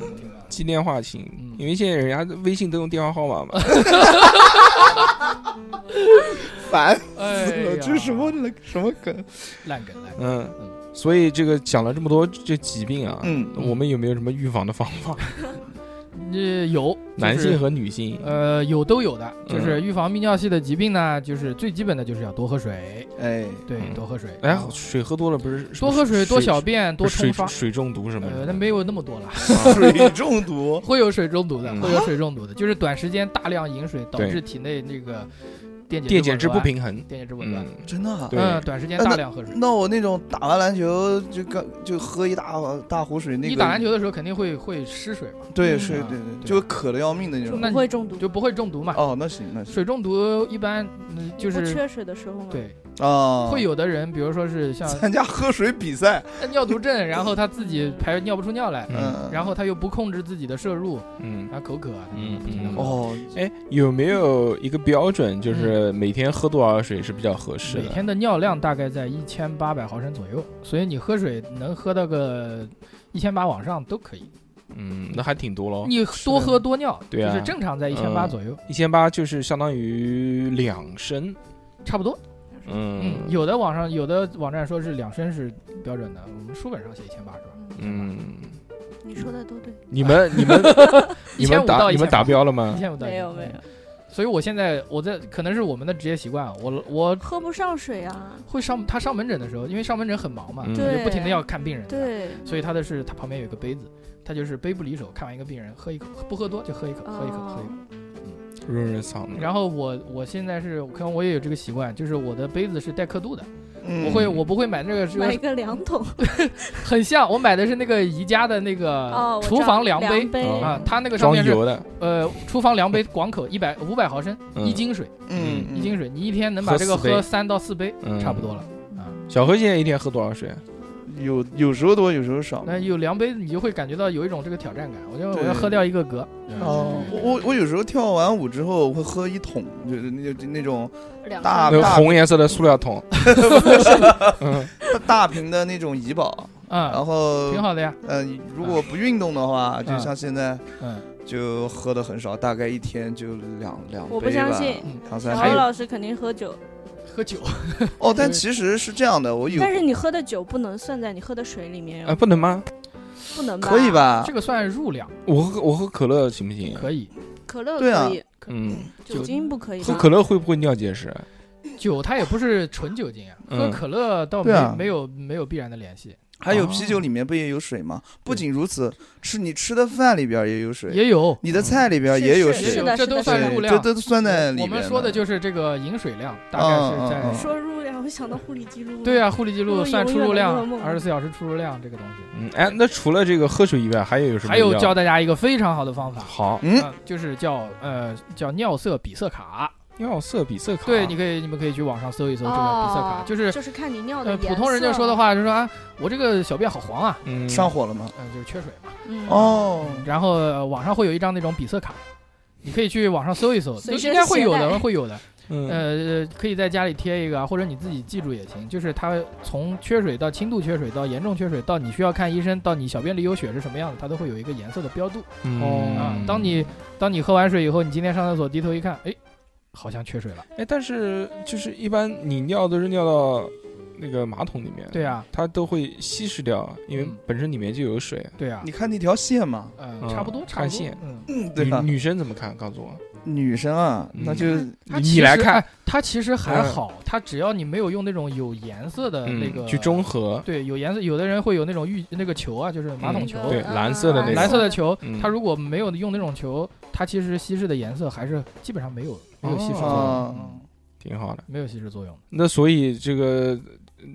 记电话行
嗯，
因为现在人家微信都用电话号码 嘛。
烦
哎
死了，
呀
这是什么冷什么梗？
烂梗烂梗。
嗯，所以这个讲了这么多这疾病啊，
嗯
我们有没有什么预防的方 法？
呃，有
男性
和
和女性，
呃有都有的，就是预防泌尿系的疾病呢，就是最基本的就是要多喝水，
哎，
对，
嗯
多喝水。
哎，水喝多了不是
多喝水，
水，
多小便，多
水
冲刷。
水中毒什么
呃，
的。
那没有那么多了，。
水中毒
会有水中毒的，
嗯
会有水中毒的，就是短时间大量饮水导
对
致体内那个电解
电解质不
紊乱，
平衡，
电解质紊乱
嗯。，
真的、啊
对
嗯，短时间
呃
大量喝水。
那我那种打完篮球就刚就喝一大大壶水，那个
你打篮球的时候肯定会会失水嘛，
对
嗯
是，对
啊
对，
对
就渴的要命的那种。
那
不会中毒，
就不会中毒嘛。
哦，那行那行
水中毒一般嗯就
不
是
缺水的时候吗？，
对，
啊，
会有的人，比如说是 像
参加喝水比赛，
尿毒症，然后他自己排尿不出尿来，
嗯
嗯，
然
后
后他又不控制自己的摄入，
嗯。
然后口渴啊，
嗯
不停地
嗯
喝
哦，
哎，有没有一个标准，就是每天喝多少水是比较合适
嗯每
的？
天的尿量大概在一千八百毫升左右，所以你喝水能喝到个一千八往上都可以。
嗯，那还挺多
哦
喽。
你多喝多尿，
对啊
就是正常在一千八左右，
一千八就是相当于两升，
差不多。
是吧？
嗯
嗯，有的网上有的网站说是两升是标准的，我们书本上写一千八是吧？
嗯，
你说的都对，
你们你 们你们
1500
打
到
你们
1800
达标了吗
一？千五到
没有没有。，
所以我现在我在可能是我们的职业习惯啊，我我
喝不上水啊，
会上他上门诊的时候，因为上门诊很忙嘛，
嗯
他就不停的要看病人，，
对，
所以他的是他旁边有一个杯子，他就是杯不离手，看完一个病人喝一口，不喝多就喝一口，喝一口，喝一
哦嗯
口。
润润嗓子。
然后我我现在是可能我也有这个习惯，就是我的杯子是带刻度的，
嗯
我会我不会买那个是
买一个量筒
很像我买的是那个宜家的那
哦
个，
我知
呃厨
道
房量
量
杯。
杯
嗯
啊，它那个上
装
面是
油的，
呃，厨房量杯广口一百五百毫升，
嗯
一斤水，
嗯
一斤水，你一天能把
喝
这个
四杯
喝三到四杯，
嗯
差不多了。
小何现在一天喝多少水？
有有时候多，有时候少。
那有两杯，你就会感觉到有一种这个挑战感。我就我
对
要喝掉一个嗯格，
哦，我我我有时候跳完舞之后我会喝一桶，就是那就那种
两
大
那
升
个红颜色的塑料桶。嗯
大大瓶的那种怡宝，
嗯，
然后
挺好的呀，
呃，如果不运动的话，就像现在
嗯，
就喝的很少，大概一天就两两杯
我不相
吧
信，
两三
然
还
后
有
杯。
老师肯定喝酒，
喝酒，
哦，但其实是这样的，我有呃
但是你喝的酒不能算在你喝的水里面
啊，
哦，
不能吗？
不能吧？
可以？吧
这？个算入量，
我喝我喝可乐行不
嗯
行？
可以。
可乐
对啊
可以，
嗯，
酒精不可以吧。
喝可乐会不会尿结石？啊
酒它也不是纯酒精啊，
嗯
喝可乐倒
对啊
没没有没有必然的联系，
还有
哦
啤酒里面不也有水吗？不仅如此，吃你吃的饭里边也有水，
也有。
你的菜里边
是
也有
是
水，
是的，
这
是
都
的，是
算
的
对，
入量
这都算在里
我
面。
们说的就是这个饮水量，大概是
嗯嗯
在
嗯
说入量，我想到护理记录。
对，啊，护理记录
我
算出入
永远的噩
量，
梦
二十四小时出入量这个东西。
嗯，哎，那除了这个喝水以外，还有什么
还
药？
有教大家一个非常好的方法，
好
嗯
啊就是叫呃叫尿色比色卡。
尿色比色卡。
对，你可以你们可以去网上搜一搜这个比色卡
哦，，
就是
就是看你尿的
呃
颜色。
普通人就说的话就说啊，我这个小便好黄啊，
嗯
上火了吗？
嗯、就是缺水嘛。
嗯，
哦，
然后、呃网上会有一张那种比色卡，你可以去网上搜一搜，都
随身
应该会有
携
的，
带
会有的。
嗯
呃，可以在家里贴一个啊，或者你自己记住也行。就是它从缺水到轻度缺水到严重缺水到你需要看医生到你小便里有血是什么样子，它都会有一个颜色的标度
嗯
啊。当你当你喝完水以后，你今天上厕所低头一看，哎，好像缺水了。
哎，但是就是一般你尿都是尿到那个马桶里面，
对啊，
它都会稀释掉，因为
嗯
本身里面就有水。
对啊
你，看那条线嘛，
嗯、
嗯
差不多，差
看
不多
线。
嗯，
嗯，对
女
吧？
女生怎么看？告诉我，
女生啊，
嗯
那就
它
你
其
你来
实
看，
哎，它其实还
嗯
好，它只要你没有用那种有颜色的呃那个
嗯，去中和，
对，有颜色，有的人会有那种浴那个球啊，就是马桶球，
对
嗯
蓝色的那种
蓝色的球
嗯，
它如果没有用那种球，它其实稀释的颜色还是基本上没有没有稀释作
哦
用，嗯
挺好的。
没有稀释作用，
那所以这个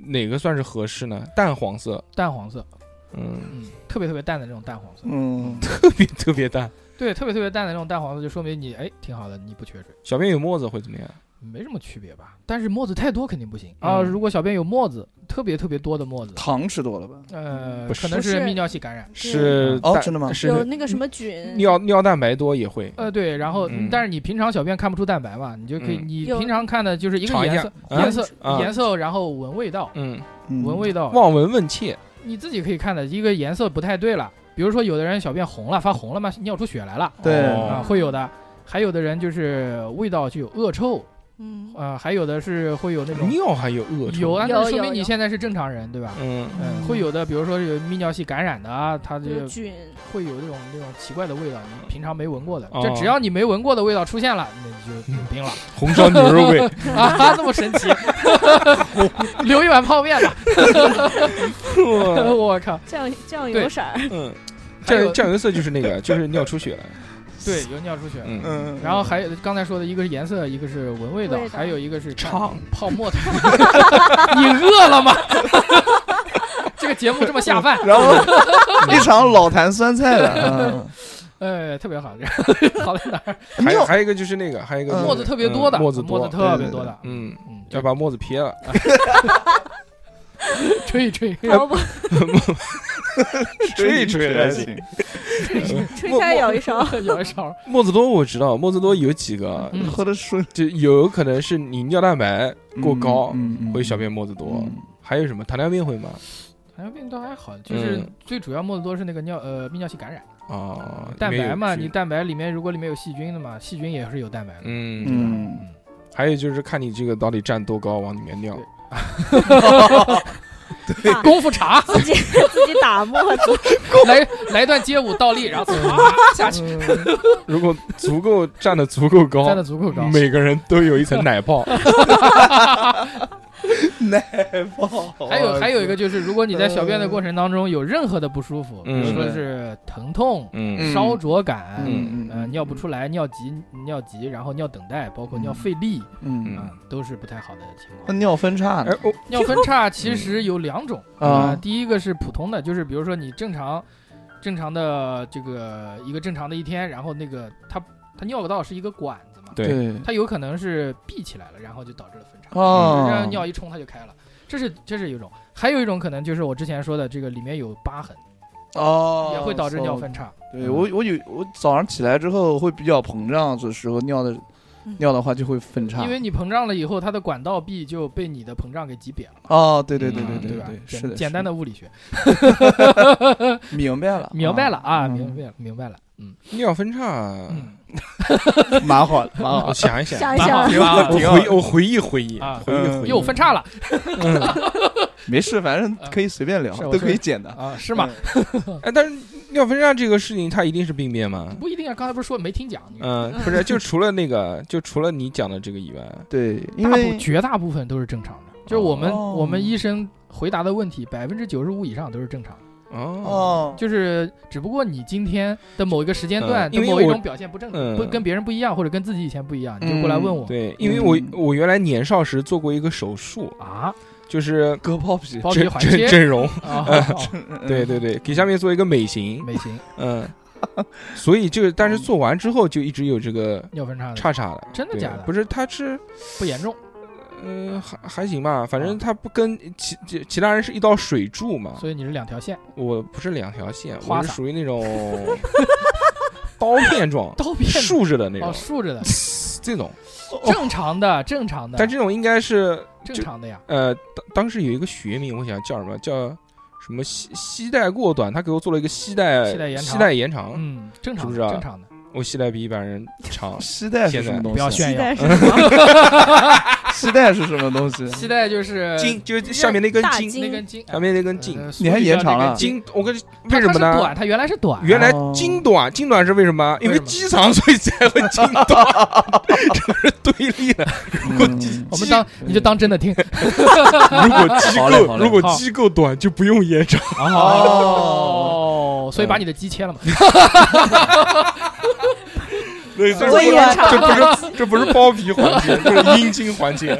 哪个算是合适呢？淡黄色，
淡黄色，
嗯，
嗯，特别特别淡的那种淡黄色，
嗯，
特别特别淡。
对，特别特别淡的那种淡黄色，就说明你哎挺好的，你不缺水，
小便有沫子会怎么样？
没什么区别吧？但是沫子太多肯定不行啊，
嗯
如果小便有沫子，特别特别多的沫子，
糖吃多了吧？
呃
不，
可能
是是
是泌尿系感染。
是
哦
蛋
真的吗
有
是
那个什么菌，
尿尿蛋白多也会，
嗯呃，对，然后、
嗯
但是你平常小便看不出蛋白嘛，你就可以，
嗯
你
有
平常看的就是一
尝
个
一下
颜色、
啊
颜色、
啊
颜色，然后闻味道，
嗯，
嗯
闻味道，
望闻问切，
你自己可以看的一个颜色不太对了，比如说有的人小便红了，发红了嘛，尿出血来了
对
啊，
哦
会有的。还有的人就是味道就有恶臭，
嗯，
呃，还有的是会有那种
尿还有恶臭，
有啊，
有
那说
有
明你
有
现在是正常人对吧？
嗯，
嗯，会有的，比如说有泌尿系感染的啊，他就
有菌，
会有那种那种奇怪的味道，你平常没闻过的，
哦
就只要你没闻过的味道出现了，那你就有病 了
红烧牛肉 味，
啊，这么神 奇，留一碗泡面吧， 我靠，
酱酱
对
油色儿，
嗯，
还
酱
有
酱油色就是那个，就是尿出 血了，
对，有尿出血，
嗯，
嗯，
然后还有刚才说的一个是颜色，一个是闻味道，
味道
还有一个是
唱
泡沫的。 你饿了吗？ 这个节目这么下饭，
然后 一场老坛酸菜了，
呃，特别好， 好在哪儿？
嗯
还有
尿
还有一个就是那个，还有一个
嗯
就是
沫子特别多的，
嗯沫子
沫
多
子，特别多的，
嗯，
嗯，
要
要
把沫子撇了，
吹一吹，
好不
吹一吹还行。
吹开舀一
哦
勺，
舀一勺，
沫子多我知道，沫子多有几个，
嗯
喝的顺
就有可能是你尿蛋白过高会小便沫子多
嗯，
还有什么糖尿病会吗？
糖尿病倒还好，就是
嗯
最主要沫子多是那个尿呃泌尿系感染，
啊，
蛋
里面
白
有
嘛，
菌
你蛋白里面如果里面有细菌的嘛，细菌也是有蛋白的，
嗯
嗯，
还有就是看你这个到底站多高，往里面尿。
打
功夫茶，
自己自己打磨，
来来段街舞倒立，然后唰下去，
如果足够站得足够高，
站得足够高。
每个人都有一层奶泡。
奶泡，
还有还有一
嗯
个就是，如果你在小便的过程当中有任何的不舒服，比
嗯
如说是疼痛、
嗯
嗯
烧灼感，
嗯嗯
呃，尿不出来、尿急、尿急，然后尿等待，包括尿费力，
嗯，
啊，都是不太好的情
那
况。
尿分叉
哎
呢？
哦，
尿分叉其实有两种
嗯啊
第一个是普通的，就是比如说你正常正常的这个一个正常的一天，然后那个它它尿道是一个管子嘛，
对，
它有可能是闭起来了，然后就导致了分叉。
哦
让，尿一冲它就开了，这是这是一种，还有一种可能就是我之前说的这个里面有疤痕，
哦，
也会导致尿分叉。
对我，我有我早上起来之后会比较膨胀，这时候尿的
嗯
尿的话就会分叉
因。为你膨胀了以后，它的管道壁就被你的膨胀给挤瘪了嘛，
哦，对对对
嗯
对
对吧
对，？
简
是的，
简单
的
的物理学，
明白了，
明白了啊，
嗯
明白了，明白了，嗯
尿分叉，
嗯，
啊，蛮好的，蛮好
我
的。
想一想，
想一
蛮好
想，
蛮好
我 回我回忆回忆
啊
回忆
嗯
回忆，
又分叉了
没事，反正可以随便聊，
嗯是我
都可以
是
剪的。
啊，是吗？
哎，但是尿分叉这个事情，它一定是病变吗？
不一定啊，刚才不是说没听讲？你
嗯，不是，就除了那个，就除了你讲的这个以外，
对，因
大部
为
绝大部分都是正常的，就是我们
哦
我们医生回答的问题，百分之九十五以上都是正常的，
哦，
哦，
就是只不过你今天的某一个时间段
嗯
的
因为
某一
我
种表现不正
嗯
常，不跟别人不一样，或者跟自己以前不一样，你就过来问我
对，因为我
嗯
我原来年少时做过一个手术，
啊，
就是
割包皮，。
包皮
整
环
整
切
整容，
啊，
对对对，给下面做一个美型，
美型
嗯，所以就是，但是做完之后就一直有这个
尿分叉的
叉叉的，
嗯真的
对
假的
不是，它是
不严重，
呃还还行吧，反正它不跟其其其他人是一道水柱嘛，
哦所以你是两条线，
我不是两条线，
花
我是
洒
属于那种 刀片状、
刀片
竖着的那
哦
种，
竖着的，
这种。
正常的正常的，
但这种应该是
正常的呀，
呃，当当时有一个学名，我想叫什么叫什么膝膝带过短，他给我做了一个膝带
膝带延长
膝带延长，
嗯，正常
是不
的
是啊
正常的，
我膝带比一般人长
膝带是
现
什
在
么东西？
不要炫耀，
期 待是什么？
膝带是什么东西？啊
膝带就是
筋就是呃下面那根
大
筋，
筋
那根筋，
下面那根筋
呃，
你还延长了
筋，我跟你
为
为什么呢
短，？它原来是短，
原来啊
哦
筋短，筋短是为什么？因为
为什么
机场， 所以才会筋短，这不是对立的。
嗯
我们当你就当真的听，
如果机
好嘞好
构
嘞
如果
好
机构短，就不用延长。
哦，所以把你的鸡切了嘛，
对，这
所以
不
啊
是这不是这不是包皮环节，这是阴茎环节。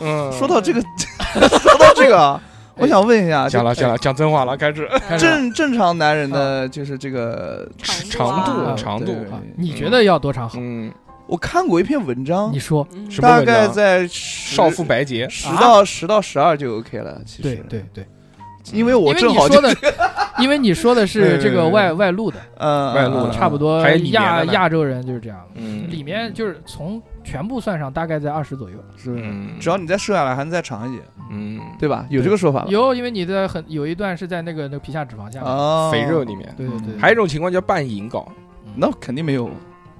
嗯，
说到这个， 说到这个啊，我想问一下，就
讲了讲了，讲真话了，开始
开始了
正
嗯
正常男人的就是这个
长
度
度
啊
长度
对，
啊你觉得要多长好？
嗯，
我看过一篇文章
你，说，
嗯
什么啊
大
文章
概在十
少妇白洁，
十到十到十二就 OK 了。其
对
实，
对对，
因为我
嗯因为
正
你
好就
说的， 因为你说的是这个外外露的，啊
嗯
外露了
差不多
还有里面
亚
的呢
亚洲人就是这样，
嗯
里面就是从全部算上大概在二十左右。
是，
嗯，
只要你再瘦下来，还能再长一点，
嗯
对吧？有这个说法吧？
有，因为你的很有一段是在那个那个皮下脂肪下面。
啊，
肥肉里面，
对对对，
还有一种情况叫半引睾，
嗯
那肯定没有，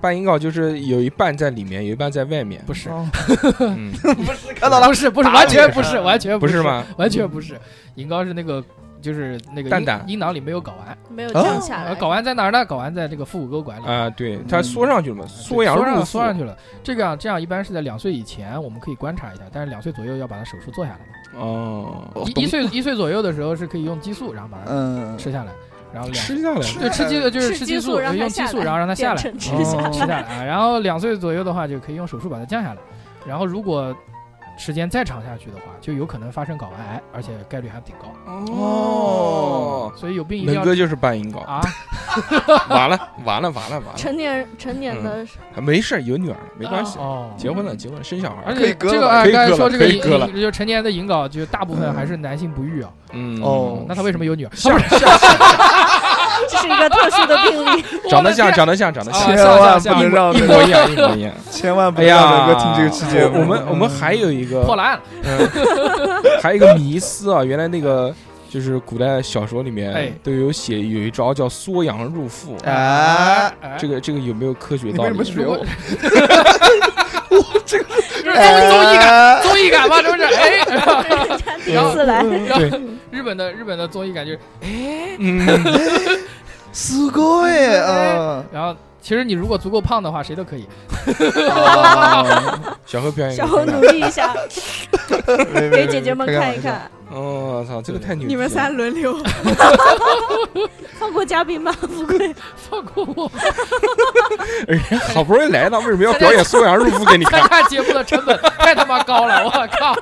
半引睾就是有一半在里面，有一半在外面。
不是，
哦
嗯，
不是看到了
不是不是，完全不是，完全
不
是
是？吗？
完全不是，银膏是那个就是那个
蛋
阴
蛋哦
阴囊里没有睾丸，
没有降下
呃，
来，
睾丸在哪儿呢？睾丸在这个腹股沟管里。
啊，对，它缩上去了嘛，
嗯对
缩阳
缩上
入
缩上去了，这个啊，这样一般是在两岁以前，我们可以观察一下，但是两岁左右要把它手术做下来。
哦，
一一岁一岁左右的时候是可以用激素，然后把它
嗯，
吃下来，然后两
吃下来了
对，吃激素就是
吃
吃
激
激
素
素，呃
让它
用
下
激素，
来
然后让它下
变
来，
成吃
哦
下
吃下来啊。然后两岁左右的话，就可以用手术把它降下来。然后如果时间再长下去的话，就有可能发生睾丸癌，而且概率还挺高。
哦，
所以有病一定
能
要
哥就是半引睾，
啊，
完了完了完了完了，
哦成年成年
嗯
的
没事儿有女儿了，没关系，
哦，
结婚了结婚了生小孩
而
了，
可以
且
割
这
了
个啊，
可以
刚
割
才
了
说这个
可以割了
引就成年的引睾，就大部分还是男性不育啊。
嗯
哦
那他为什么有女儿？
像像
这是一个特殊的病 例，
长得像长得像长得
啊
像。
千
下
万
下
不能
下
让
一
这
模
个，
一样，一模一样。
千万不
哎
能
呀
让，这个听这个期节目。
我我们我们还有一个
破烂了，
嗯，还有一个迷思啊，原来那个就是古代小说里
哎
面都有写有一招叫缩阳入腹，
哎，
哎
这个这个有没有科学
你
道
为
理
什么？学
如
我
果？
我这个
就是综综艺感，综艺感嘛，这不是？ 哎，
人家第一次来，
然
对
后日本的日本的综艺感就是，哎，
嗯，
すごい啊！
然后其实你如果足够胖的话，谁都可以。
啊
小何表演一个
小红
看看
努力一下，
没没
给姐姐们
开个
看一
玩笑。
看，
哦，我操，这个太牛！
你们仨，轮 流，
放过嘉宾吧，富贵，
放过我！
人家好不容易来了，为什么要表演缩阳入腹给你
参
看？
加节目的成本太他妈高了，我靠！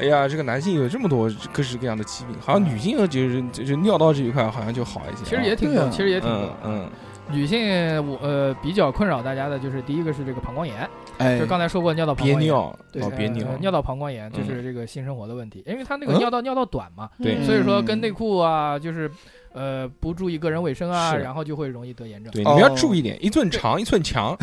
哎呀，这个男性有这么多各式各样的疾病，好像女性就是就是尿道这一块好像就好一些啊。
其实也挺
对
多，
啊
其实也挺多
嗯。嗯，
女性我呃比较困扰大家的就是第一个是这个膀胱炎，
哎
就，刚才说过尿道膀
憋
胱炎。
尿，嗯
对
老，憋
呃
尿，
啊尿道膀胱炎就是这个性生活的问题，因为他
嗯
那个尿道尿道短嘛，
对
嗯
所以说跟内裤啊，就是呃不注意个人卫生啊，
是
然后就会容易得炎症。
对，你们要
哦
注意点，一寸长一寸 强，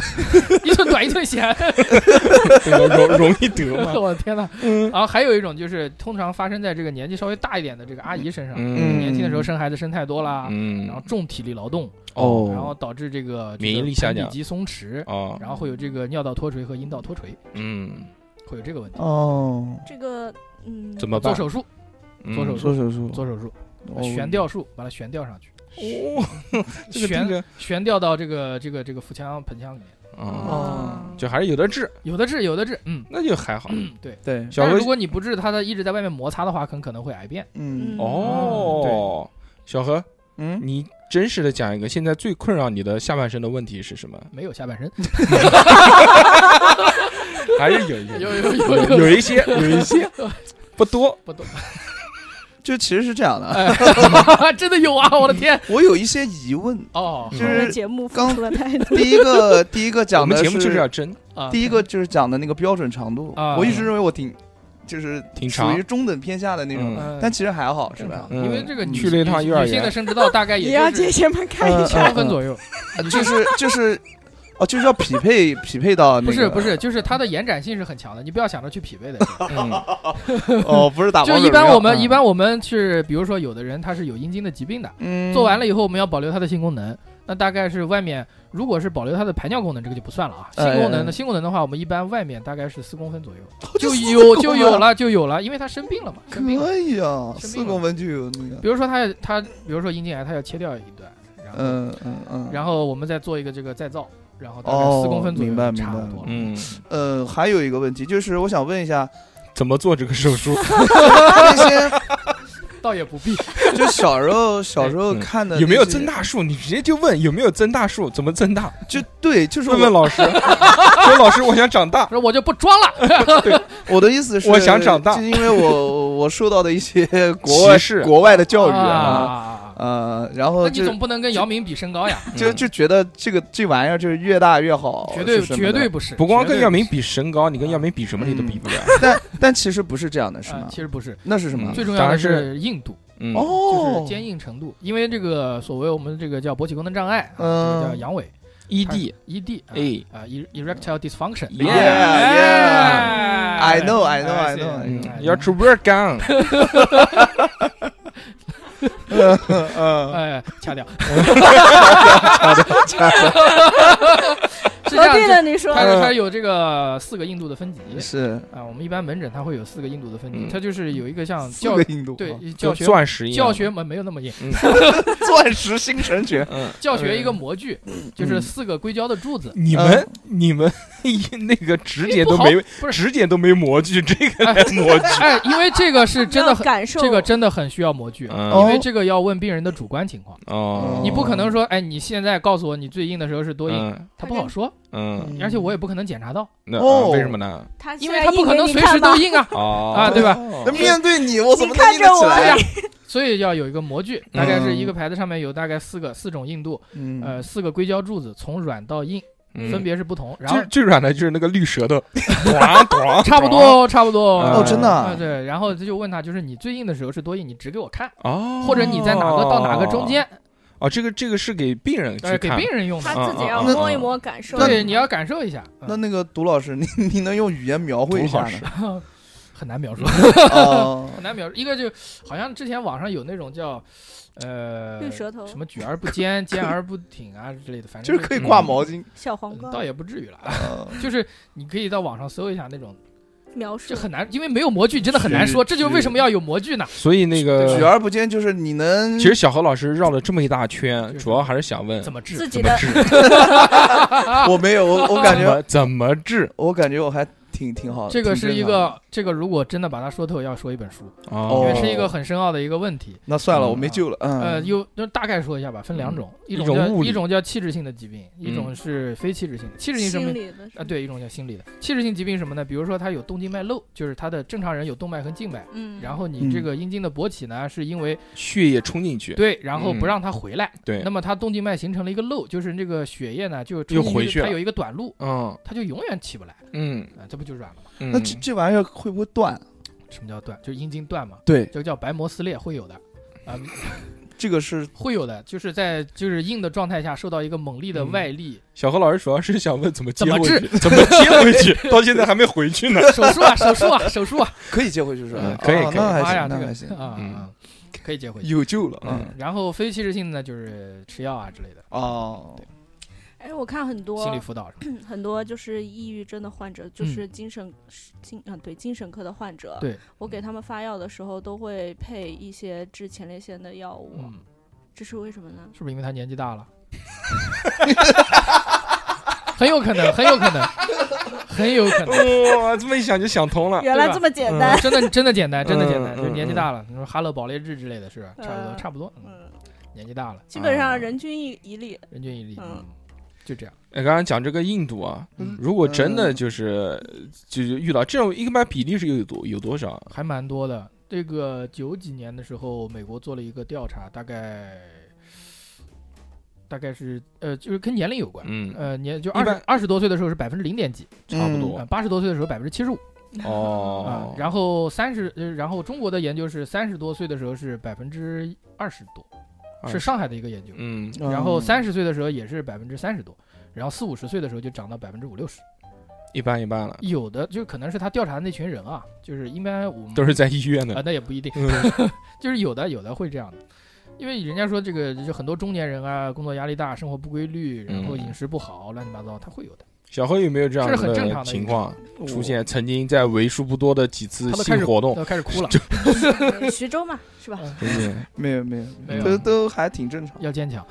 一寸短一寸咸，
对容容易得 嘛。
我的天呐！
嗯
然后还有一种就是通常发生在这个年纪稍微大一点的这个阿姨身上，
嗯
年轻的时候生孩子生太多啦，啊然后
嗯，
重体力劳动，
哦
然后导致这个
免疫力下降
及松弛，
哦，
然后会有这个尿道脱垂和阴道脱垂，
嗯，
会有这个问题。
哦，
这个嗯，
怎么
做
办？
手术，
嗯
做手术
做手术，
做手术，
哦
悬吊术把它悬吊上去，
哦，这个
悬
听着，
悬吊到这个这个这个腹腔盆腔里面，
哦，
哦，
就还是有的治，
有的治有的治，嗯。
那就还好。
对，
小
但是
何
如果你不治它，它一直在外面摩擦的话，很可能会癌变。
嗯
哦，小何，
嗯，
你真实的讲一个，现在最困扰你的下半身的问题是什么？
没有下 半身，
还是有一些，
有有
有有一些，有一些不多。
不懂，
就其实是这样的，
哎 真的有啊！我的天，
我有一些疑问。
哦
嗯
就
我们
是
节目付
刚
出了太多，
第一个，第一个
我
讲
们
的
节目就是要真，
啊，
第一个就是讲的那个标准长度
啊，
我一直认为我挺就是
挺
属
长
于中等偏下的那种，
嗯
嗯，
但其实还好，是
正
吧
常？
嗯
因为这个女
去了一趟幼儿园
女性的生殖道大概
也要
也就
姐
是呃
姐们看一
嗯
下。
八分左右，
嗯
呃就是就是，哦，就是要匹配匹配
嗯
到那
不
个，
是不是，就是它的延展性是很强的，你不要想着去匹配的。
嗯
哦，不是打
就
王者
一般
荣耀
我们
嗯
一般我们是，比如说有的人他是有阴茎的疾病的，
嗯
做完了以后我们要保留他的性功能，那大概是外面如果是保留他的排尿功能，这个就不算了啊。性
哎
功能
哎
的性功能的话，我们一般外面大概是四公分左右
哦就
就
四
有
公
就
分啊
有了嗯就有了，因为他生病了嘛，生病了。
可以啊，
生病
四
了
公分就有那个，
比如说他他比如说阴茎癌，他要切掉一段，然后
嗯嗯嗯，
然后我们再做一个这个再造，然后大概
哦
四公分左右
明白
就差
明白
不多了。
嗯，
呃，还有一个问题就是，我想问一 下
怎么做这个手术？
那些，
倒也不必，
就小时候小时候
嗯
看的
有没有
那些
增？大术？你直接就问有没有增大术，怎么增大？
就对，就是
问问
我
老 师，说老师我想长大。
说我就不装了。
我的意思是，
我想长大
就因为我我受到的一些国外
歧视
国外的教育啊，
啊，
呃，然后
那你
就
总不能跟姚明比身高呀？
就
嗯
就觉得这个这玩意儿就是越大越好，
绝对
哦是什么
绝
的
对，不是，
不光
绝
跟
对不
耀明
是
比身高，你跟耀明比什么你都比不了。
但但其实不是这样的，是
啊
吗
其？实不是，
那是什么
嗯？
最重
当
要的
然是
是硬度，
嗯，
就是
哦，
坚硬程度，因为这个所谓我们这个叫勃起功能障碍，啊
嗯
这个叫阳痿
，ED
ED 啊。
，E 哎，
啊，er-，erectile dysfunction。哎
Yeah,
yeah. I know, I know, I
see,
know.
嗯
I，know.
要出 work on。
嗯，
哎，掐掉。是这
何
样
必
子
呢？你说
它
嗯
它有这个四个硬度的分级
是
啊，我们一般门诊它会有四个硬度的分级
嗯，哦
它就是有一个像
四
教
个印度啊
对教
就
学
钻石一样
教学门没有那么硬，
钻石星辰诀，
嗯，
教学一个模具就是四个硅胶的柱子，
你们你们 那个指
也
节都没
嗯不是
指节都没模具，这个 来模具，
哎，因为这个是真的
要
很
感受
这个真的很需要模具，因
嗯
为这个要问病人的主观情况，
哦，
你不可能说哎你现在告诉我你最硬的时候是多硬，
嗯
他不好说，
嗯，
而且我也不可能检查到，
那啊
哦
为什么呢？
他
因为他不可能
现
随
在
时
哎硬给你看吧
都硬啊，
哦
啊对吧
那面对你，我怎么
你
能
看
硬得
着
起
我
来呀？
所以要有一个模具，大概是一个
嗯
牌子上面有大概四个四种硬度，
嗯
呃，四个硅胶柱子从软到硬
嗯
分别是不同，然后
最最软的就是那个绿舌头， 啊咣咣，
差不多差不多
嗯
哦，真的
啊，
啊，
对，然后就问他，就是你最硬的时候是多硬，你指给我看，
哦，
或者你在哪个到哪个中间，
哦，这个这个是给病人去
呃，给
看，
病人用
他
的。
自己要
嗯嗯嗯
摸一摸，感受。
那
对，你要感受一下，
那
嗯
那个杜老师，你你能用语言描绘一下
杜
吗？
很难描述，
哦
很难描述。一个就好像之前网上有那种叫，呃，
绿舌头
什么举而不坚，坚而不挺啊之类的，反
就
正
是可以挂毛巾，
小黄
嗯
瓜
倒也不至于了啊，
哦
就是你可以到网上搜一下那种，
描述
这很难，因为没有模具真的很难说，
是
这就是为什么要有模具呢？
所以那
举
个，
呃而不坚，就是你能
其实小何老师绕了这么一大圈，
是
主要还是想问
怎么治
自？己的
我没有，我我感
怎
觉
么怎么治
我感觉我还挺挺好的。
这个
挺
是一
正常的，
个，这个如果真的把它说透，要说一本书，因
哦
为是一个很深奥的一个问题。
那算了，
嗯
我没救了。
呃，
嗯，
有就大概说一下吧，分两种，一
一
种
种
叫
物理
一种叫器质性的疾病，一种
嗯
是非器质性的。器质性什么
心？理的
啊，，对，一种叫心理的器质性疾病是什么呢？比如说他有动静脉瘘，就是他的正常人有动脉和静脉，
嗯，
然后你这个阴茎的勃起呢，是因为
血液冲进去，
对，然后
嗯
不让它回来，
对
那，么它动静脉形成了一个瘘，就是这个血液呢就
又
冲进
回去
它
了
有一个短路，
嗯
它就永远起不来，
嗯
啊，这不就软了吗？
嗯，
那这这玩意儿会不会断？
什么叫断？就是阴茎断嘛，
对，
就叫白膜撕裂，会有的，啊、
这个是
会有的，就是在就是硬的状态下受到一个猛力的
嗯
外力，
小何老师主要是想问怎么接
怎么
回
治
去，怎么接回去， 到现在还没回去 呢。
手术啊，手术啊，手术啊，
可以接回去是吧
嗯？可以
哦
可以
那还
妈呀，
行，
这
那
个
还行，
啊啊，啊可以接回去。
有救了啊！
嗯
然后非器质性的就是吃药啊之类的，
哦，
哎，我看很多
心理辅导什么的。
很多就是抑郁症的患者，就是精神精啊对精神科的患 者，
对
我给他们发药的时候都会配一些治前列腺的药物，
嗯，
这是为什么呢？
是不是因为他年纪大了？ 很有可能，很有可能，很有可能。
哇，这么一想就想通 了。
原
来
来
吧
这
这
么简
嗯
单
单，
真的真的简单，真的简单，
嗯
就是年纪
嗯
大了，你说哈勒堡雷治之类的是吧差不多
嗯
差不多，嗯
嗯，
年纪大了，
基本
啊
上人均一一例，
人均一例，
嗯
嗯就这样。
哎，刚刚讲这个印度啊，
嗯
如果真的
嗯
就是就是遇到这种一般比例是有多有多少？
还蛮多的。这个九几年的时候，美国做了一个调查，大概大概是呃，就是跟年龄有关，
嗯
呃，年就
一
二
般
十二十多岁的时候是百分之零点几，
差不多
啊，八十多岁的时候百分之七十五啊
哦，，
然后三十，呃然后中国的研究是三十多岁的时候是百分之二十多，
20
是上海的一个研究，
嗯
然后
嗯
三十岁的时候也是百分之三十多，然后四五十岁的时候就涨到百分之五六十，
一般一般了，
有的就可能是他调查的那群人啊，就是应该我们
都是在医院
啊
的，，
那也不一定，
嗯
就是有的有的会这样的，因为人家说这个就很多中年人啊，工作压力大，生活不规律，然后
嗯
饮食不好，乱七八糟，他会有的。
小何有没有这样
这是很正常的一
情
个
况出现？曾经在为数不多的几次
他都开
性
始
活动，
他开始哭了，
徐州嘛，是吧？
嗯
没有没有
没有
都都还挺正常。
要坚强。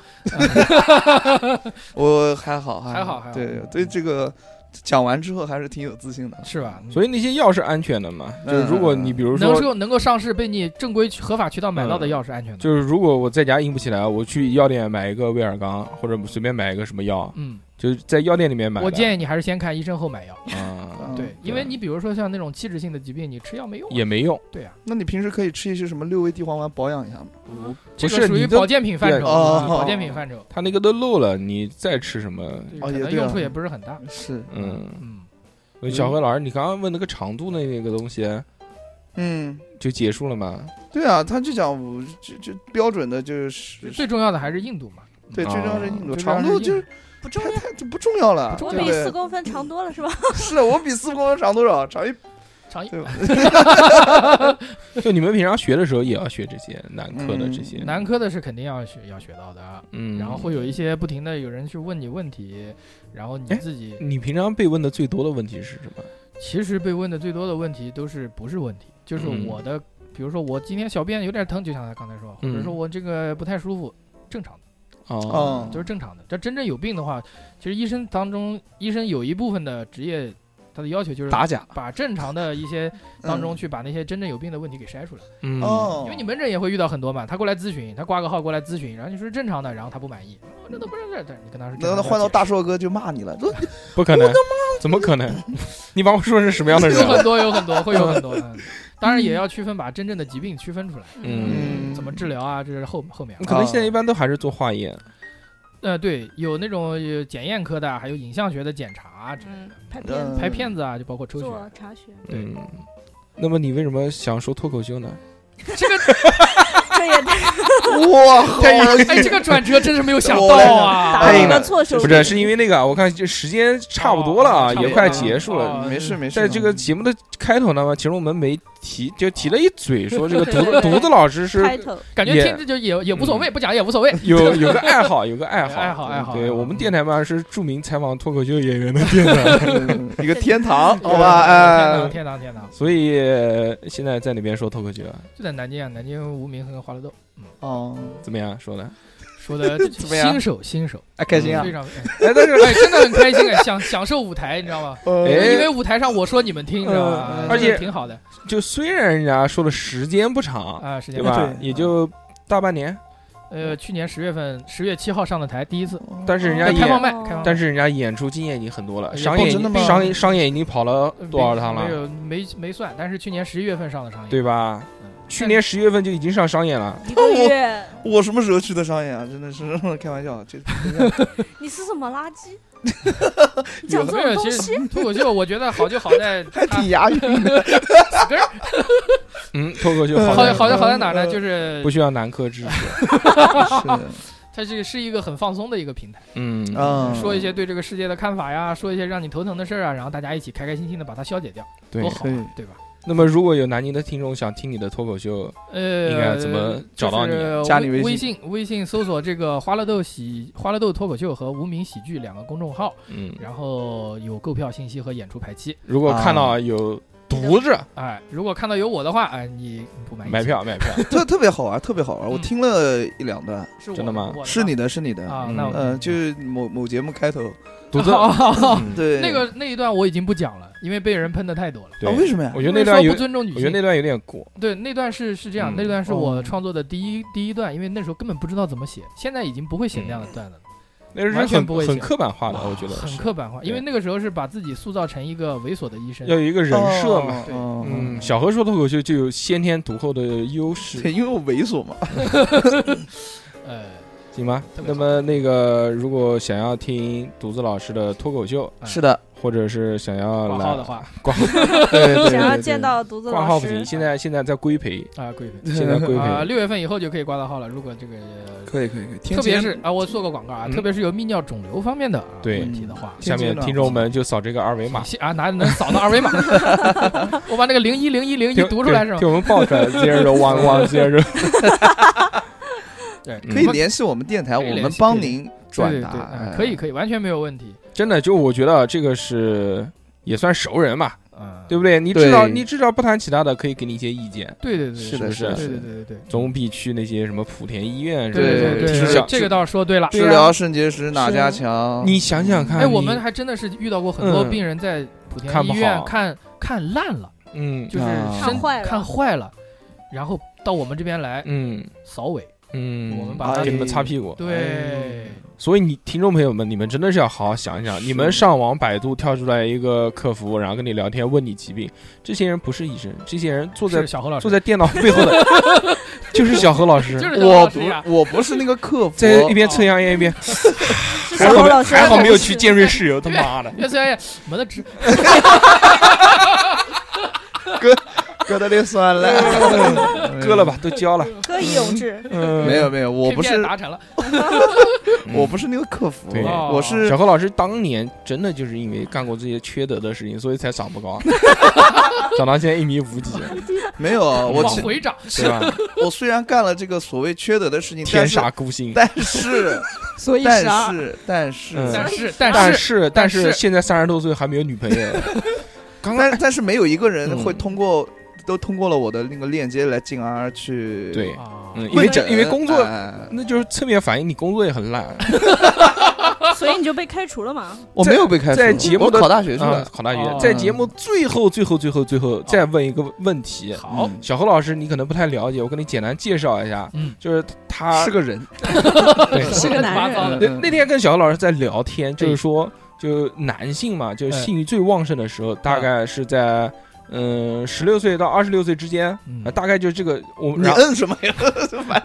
我还好
还好还好
对对，这个讲完之后还是挺有自信的。
是吧？嗯
所以那些药是安全的嘛？就是如果你比如
能
说，嗯
够能够上市被你正规渠合法渠道买到的药是安全的。
就是如果我在家硬不起来，我去药店买一个威尔刚，或者随便买一个什么药，
嗯，
就是在药店里面买的。
我建议你还是先看医生后买药。
啊，
嗯
对，因为你比如说像那种器质性的疾病，你吃药没用啊。
也没用，
对啊，
那你平时可以吃一些什么六味地黄丸保养一下吗？
这
不是
个属于
你都
保健品范畴，
对
啊
哦
保健品范畴，
他那个都漏了，你再吃什么？
就是
哦
可
也
能
对啊
用处也不是很大。
是，
嗯，
嗯，
小何老师，你刚刚问那个长度的那个东西
嗯，
就结束了 吗？
对啊，他就讲我就就标准的就是
最重要的还是硬度嘛。
对，
哦
最重要是硬度，
最重要
长
是
度就是
不重
太
要，
太就不重要了，
不
我
重
对
要
比四
不对？
公分长多了是吧？
是的，我比四公分长多少？长一
长一
对啊吧？
就你们平常学的时候也要学这些男科的这些，
男科的是肯定要学要学到的啊，
嗯，
嗯然后会有一些不停的有人去问你问题，然后你
哎
自己
你平常被问的最多的问题是什么？
其实被问的最多的问题都是不是问题，就是
嗯
我的，比如说我今天小便有点疼，就像他刚才说，或
嗯
者说我这个不太舒服，正常的，
哦
哦，
都是正常的。这真正有病的话，其实医生当中，医生有一部分的职业，他的要求就是
打假
把正常的一些当中
嗯
去把那些真正有病的问题给筛出来，
嗯，
哦，
因为你门诊也会遇到很多嘛，他过来咨询，他挂个号过来咨询，然后你说是正常的，然后他不满意，哦这都不是这，这你跟他说正
那
常的，
那换到
解释
大硕哥就骂你了，都
不可能，怎么可能？ 你把我说成什么样的人
有很
了？
多有很多会有很多， 嗯当然也要区分把真正的疾病区分出来。
嗯
怎么治疗啊，这是后后面啊。
可能现在一般都还是做化验，
呃，对，有那种有检验科的，还有影像学的检查啊之类
嗯
的，，
拍片
嗯
子、
拍片子啊，就包括抽血。
做查询，
对
嗯。那么你为什么想说脱口秀呢？
这个
这也太
哇，好
太硬
哎，这个转折真是没有想 到啊！
打
哎
了
呀
一个措手
不
不
是，是因为那个啊，我看这时间差不多了啊，
哦差不多
也快结束了。
哦
哎没事没事，
在 这个节目的开头呢嘛，其实我们没提，就提了一嘴，说 这个独独子老师是
开头，
感觉
也
听着就也也无所
嗯
谓，不讲也无所谓。
有有个爱好，有个爱好，
爱好爱好
对
爱好
我们电台嘛是著名采访脱口秀演员 的电
嗯
台，
一个天堂， 好吧？
天堂
哎，
天堂天堂，
所以呃现在在哪边说脱口秀啊？
就在南京啊，南京无名和花乐豆
哦，
怎么样说 的？
说的
么样
新手新手，
哎，啊开心啊
非！常 哎
哎，但是
哎真的很开心，哎享享受舞台，你知道吗？因为
哎，
舞台上我说你们听，你知道吗呃
嗯？
而且
挺好的
就虽然人家说的时间不长，
啊，时
对
间
吧？
对
也就大半年，
呃，去年十月份十月七号上的台，第一次
但是人
哦
家
嗯开
演
放麦，开放麦
但是人家演出经验已经很多了，
啊哎
商业已
真的吗
经商业商业已经跑了多少趟
呃没
了，
有没没算，但是去年十一月份上的商演，
对吧
嗯？
去年十月份就已经上商演了，
一个月，
我什么时候去的商演啊？真的是 开玩笑，这
你是什么垃圾？你
有
讲这种东
其
西
实脱口 秀，我觉得好就好在
还
它
挺押韵的。
嗯，脱口秀
好
好
在
在
好在好在哪儿呢？
嗯
就是
不需要南 科知识，
是的，
它这个是一个很放松的一个平台，
嗯
嗯，
说一些对这个世界的看法呀，说一些让你头疼的事儿啊，然后大家一起开开心心的把它消解掉，
对
多。好
可以
啊，对吧？
那么如果有南宁的听众想听你的脱口秀，
呃，
应该怎么找到你啊
就是
加你
微
微
信，微信搜索这个“花乐豆喜”“花乐豆脱口秀”和“无名喜剧”两个公众号，
嗯，
然后有购票信息和演出排期。
如果看
啊
到有犊子，
哎，如果看到有我的话，哎，你不满意
买票买 票，
特特别好玩，特别好玩。我
嗯
听了一两段，
是我
真的吗
我
是你的，是你的。
啊？
嗯
那我
嗯，就是某某节目开头，
哦
犊子，嗯
对
那个那一段我已经不讲了，因为被人喷的太多了。
对
啊，为什么呀
我？觉得那段
因为
有
说不，尊重女
我觉得
性，
那段有点过，
对那段是是这样，
嗯
那段是
哦
我创作的第一第一段，因为那时候根本不知道怎么写，现在已经不会写那样的段子了，
那是
完全
很
不会
很
写
刻板嗯化的，我觉得
很
是
刻板化，因为那个时候是把自己塑造成一个猥琐的医生
要，有 一个人设嘛。
对
哦
嗯，小何说脱口秀就有先天独厚的优势，
对，因为我猥琐嘛。
呃，
行吧
特？
那
别好
么那个，如果想要听独子老师的脱口秀，
嗯
是的，
或者是想要
挂
来
号的话
对对对
想要
对
见到独子
挂号
老
不行，
师，啊
现在现在在规 培，
啊，贵妃
现在规
啊，
培，
六月份以后就可以挂到号了。如果这个
可以可以可以，天
特别
天
是啊，我做个广告啊，
嗯
特别是有泌尿肿瘤方面的啊
对
问题的话，
下面听众们就扫这个二维码，
啊，哪能扫到二维码？ 我把那个零一零一零一
听
读出来是吗
听？我们报出来，zero one one zero。
对，
嗯
可以联系我们电台，
可以
我
联系
们帮您转
对
达
对对，啊
哎
可以可以，完全没有问题。
真的，就我觉得这个是也算熟人嘛，
嗯，
对不对？你至少
对
你至少不谈其他的，可以给你一些意见，
对对对，
是
不
的，
是
的，
对
是
对
的。
对对对。
总比去那些什么莆田医院什么
对
的
对
是
至
对
少
对，这个倒说对了。
对啊
治疗肾结石哪
是
家强？
你想想看，
哎，我们
你
还真的是遇到过很多
嗯
病人在莆田
看不
医院
好
看看烂了，
嗯
就是
啊
身
看坏了
看坏了，然后到我们这边来
嗯
扫尾。
嗯，
我们把它
给你们擦屁股。
对，
所以你听众朋友们，你们真的是要好好想一想，
是
你们上网百度跳出来一个客服，然后跟你聊天，问你疾病，这些人不是医生，这些人坐在
是小何老师
坐，在电脑背后的就是小何老师
就，是小何
我
老师
不
呀，
我不是那个客服，
在一边抽香烟一边，
是
还
小
好
何
没
老师
还好没有
在
去尖锐室友，他妈的，
岳思源没得治，
割的那酸了，
割了吧，都交了，
歌以咏志，
嗯，
嗯没有没有，我不
KPI
是
达成了，
嗯，
我不是那个客服，
对
我是
小何老师当年真的就是因为干过这些缺德的事情，所以才长不高，长到现在一米五几，
没有啊，我
往
其
回涨，
对吧？
我虽然干了这个所谓缺德的事情，
天
但是
煞孤星。
但 是
所以十
啊
但
二
是但是
嗯
但是
但
但是
是但
但
是
是
现在三十多岁还没有女朋 友，刚刚
但但是没有一个人
嗯
会通过都通过了我的那个链接来进而去
对，
啊，
嗯，因
问
为
诊，
因为工作，
哎
那就是侧面反映你工作也很烂，
所以你就被开除了嘛？
我没有被开除，
在节目
我
的
考大学去
啊
了，，哦
考大学
哦
在节目最后最后最后最后再问一个问题，
好，
嗯
小何老师你可能不太了解，我跟你简单介绍一下，
嗯，
就是他
啊是个人，
对
是个男人，
那
嗯
那天跟小何老师在聊天，就是说，就男性嘛，就是
哎
性欲最旺盛的时候，大概是在嗯十六岁到二十六岁之间，
嗯
呃大概就这个我
你
然后
摁什么呀？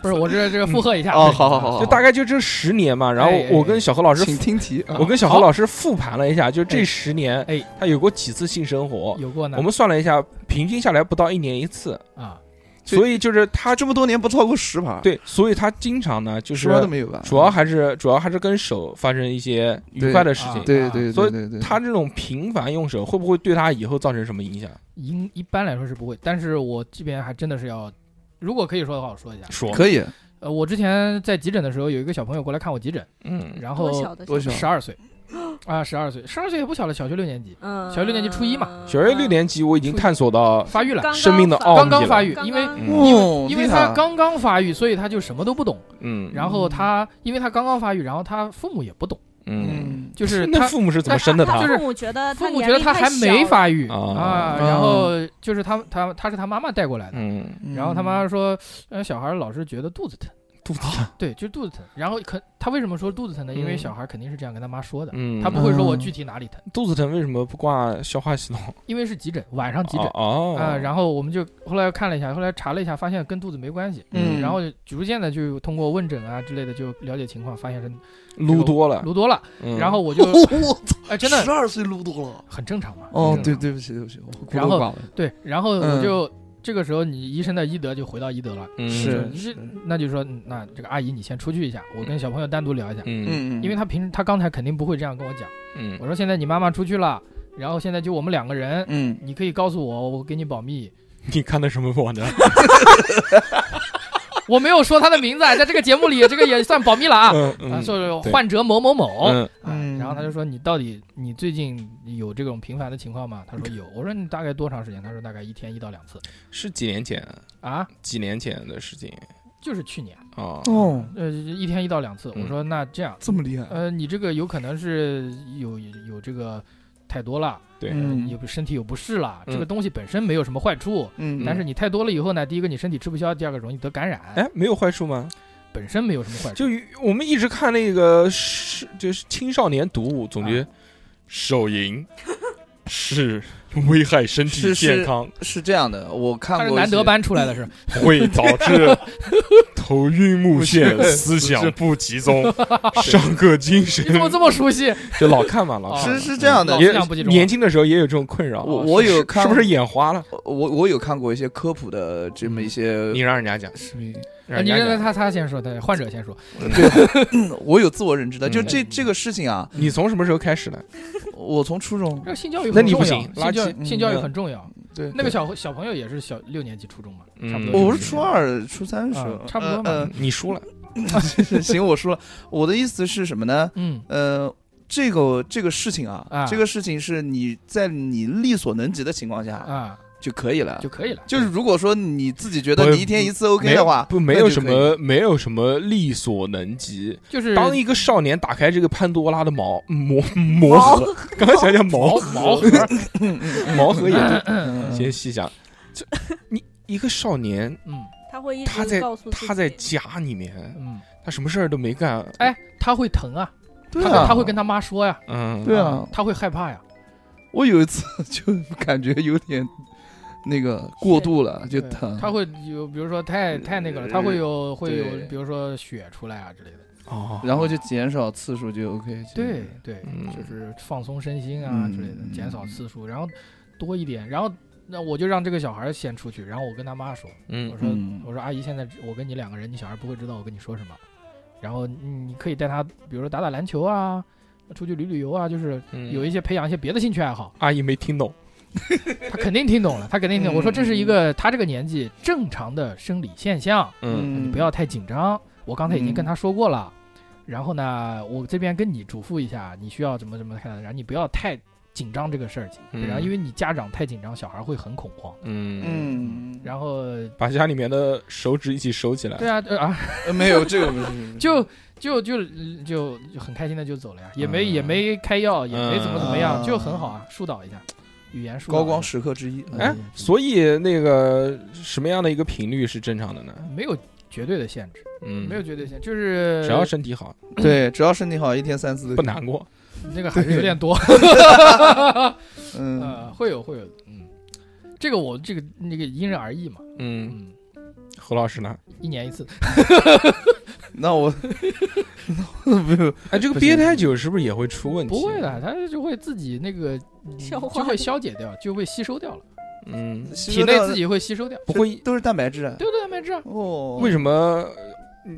不是我这这个附和一下
哎哦好好好好
就大概就这十年嘛。然后
哎哎
我跟小何 老师，
请听题，
啊
我跟小何老师复盘了一下，就这
哎
十年
哎，
他有过几次性生活？
有过呢，
我们算了一下，平均下来不到一年一次。
啊，
所以就是他
这么多年不超过十盘，，
对，所以他经常呢就
十
是
盘都没有吧？
主要还是主要还是跟手发生一些愉快的事情。
嗯对对
啊所以
对对对，
他这种频繁用手会不会对他以后造成什么影响？
一一般来说是不会，但是我这边还真的是要，如果可以说的话，我说一下。
说，
可以
呃，我之前在急诊的时候，有一个小朋友过来看我急诊，
嗯，
然
多小
后
的
多小
十二岁，啊，十二岁，十二岁也不小了，小学六年级，
嗯，
小学六年级初一嘛
小学六年级我已经探索到
发育了，
刚
生命的奥秘
刚
了
刚发育，
刚
因为
刚
嗯
哦
因为他刚刚发育，所以他就什么都不懂。
嗯
然后他因为他刚刚发育，然后他父母也不懂，
嗯，
嗯，
就是
那
他
父母是怎么生的
就
他？
是
父母觉得呃他
父母
年
觉得
龄
他
太
还没
小
发育
啊
啊，
啊
然后就是他他他是他妈妈带过来的。
嗯，
然后他妈说，呃，小孩老是觉得肚子疼，
肚子，
对，就是肚子疼。然后可他为什么说肚子疼呢？因为
嗯
小孩肯定是这样跟他妈说的，
嗯，
他不会说我
嗯
具体哪里疼，
肚子疼为什么不挂消化系统？
因为是急诊，晚上急诊
哦哦
啊。然后我们就后来看了一下，后来查了一下，发现跟肚子没关系。
嗯
然后逐渐的就通过问诊啊之类的就了解情况，发现是
撸多了，
撸多了。
嗯
然后我就
我
哎，真的
十二岁撸多了。
很正常嘛。
嗯
哦
很，
对，
正
对不起，对不起，我
然后
孤陋寡闻
常对，然后我
嗯
就这个时候，你医生的医德就回到医德了，
嗯
是
你是那就说，嗯那这个阿姨你先出去一下，我跟小朋友单独聊一下，
嗯
嗯，
因为
他
他平时他刚才肯定不会这样跟我讲。
嗯
我说现在你妈妈出去了，然后现在就我们两个 人，
嗯，
你可以告诉我，我给 你保密。
你看的什么网站？
我没有说他的名字，啊，在这个节目里，这个也算保密了啊。
嗯
啊，
嗯
说
对
患者某某某，
嗯
啊
嗯
然后他就说你到底你最近有这种频繁的情况吗？他说有。我说你大概多长时间？他说大概一天一到两次。
是几年前，
啊，
几年前的事情
就是去年，
啊。
哦，
呃，一天一到两次。
嗯
我说那这样，
这么厉害，
呃，你这个有可能是有有这个太多了，
对
嗯
有身体有不适了。
嗯
这个东西本身没有什么坏处，
嗯，
但是你太多了以后呢，第一个你身体吃不消，第二个容易得感染，
哎，没有坏处吗？
本身没有什么坏处。
就我们一直看那个是就是青少年毒物，总觉得手淫是危害身体
是是
健康，
是这样的，我看
他
过
是
一
难
些
得搬出来的 是，
会导致头晕目眩、
不是
思想不集中、上课精神
你。怎么这么熟悉？
就老看嘛，老
哦
看
是
嘛。嗯
是这样的
老，
也
思想不集中
年轻的时候也有这种困扰，
我
哦
我
是
有
是
看，
是不是眼花了？
我我有看过一些科普的这么一些
嗯
你让人家讲，
视频，
啊
让
你
人
认
家
为
讲。
他他先说，对，患者先说。
嗯我有自我认知的，就
嗯
这这个事情啊，
你从什么时候开始的？
我从初中
这个性教育
那
很
你
重
不
要，
行垃
性教
圾
育性教育
嗯
很重要。
对
嗯那个小小朋友也是小六年级、初中嘛，差不
嗯
多。
我是初，二、初三的时候
啊，差不多嘛
呃
你输了，
呃 行，我说了，我的意思是什么呢？
嗯，
呃，这个这个事情
啊
啊，这个事情是你在你力所能及的情况下
啊
就可以了
就。可以了。
就是如果说你自己觉得
不
你一天一次 OK
没有
的话，
不没
那
有
就
什
可以
么没有什么力所能及。
就是
当一个少年打开这个潘多拉的毛魔魔盒， 刚刚想讲毛
毛毛盒，
毛盒也就
嗯
先细想，这你一个少年
嗯
他会一
他
直
在
告诉
他
自
在
己
家里面，
嗯，
他什么事儿都没干，
哎，他会疼啊，
对
他
啊，
他会跟他妈说呀，
嗯，
对啊，
他会害怕呀，
我有一次 就感觉有点那个过度了，就
对
疼。呃
他会有，比如说太太那个了，他会有会有
对，
比如说血出来啊之类的。
哦，
然后就减少次数就 OK 就。
对对，
嗯
就是放松身心啊之类的，
嗯
减少次数，然后多一点，然后那我就让这个小孩先出去，然后我跟他妈说，我
嗯
说
嗯
我说阿姨，现在我跟你两个人，你小孩不会知道我跟你说什么，然后你可以带他，比如说打打篮球啊，出去旅旅游啊，就是
嗯
有一些培养一些别的兴趣爱好，
阿姨没听懂，
他肯定听懂了，他肯定听懂。我说
嗯
这是一个他这个年纪正常的生理现象，
嗯
你不要太紧张。我刚才已经跟他说过了，然后呢，我这边跟你嘱咐一下，你需要怎么怎么看，然后你不要太紧张这个事儿情，
嗯
然后因为你家长太紧张，小孩会很恐慌。
嗯，
嗯，
然后，
把家里面的手指一起收起来
对，啊，呃啊，
呃没有这个不是
就就就就就很开心的就走了呀，也没
嗯
也没开药，也没怎么怎么样，
嗯
就很好啊，疏导一下，语言疏导一下。
高光时刻之一。
哎
嗯，
所以那个什么样的一个频率是正常的呢？
没有绝对的限制，
嗯，
没有呃绝对限制，就是
只要身体好，
对，只要身体好，一天三次都
不。难过。
那个还是有点多，
嗯
呃，会有会有，嗯，这个我这个那个因人而异嘛，
嗯，
嗯，
侯老师呢？
一年一次，
那 我 那我没有
哎，这个
不
憋
行
太久是不是也会出问题？啊
不会的，它就会自己那个
消
就
化
会消解掉，就会吸收掉了，
嗯，
吸收
体内
掉
自己会吸收掉，
不会
都是蛋白质啊。
对对，蛋白质啊。
哦，
为
么？
什么？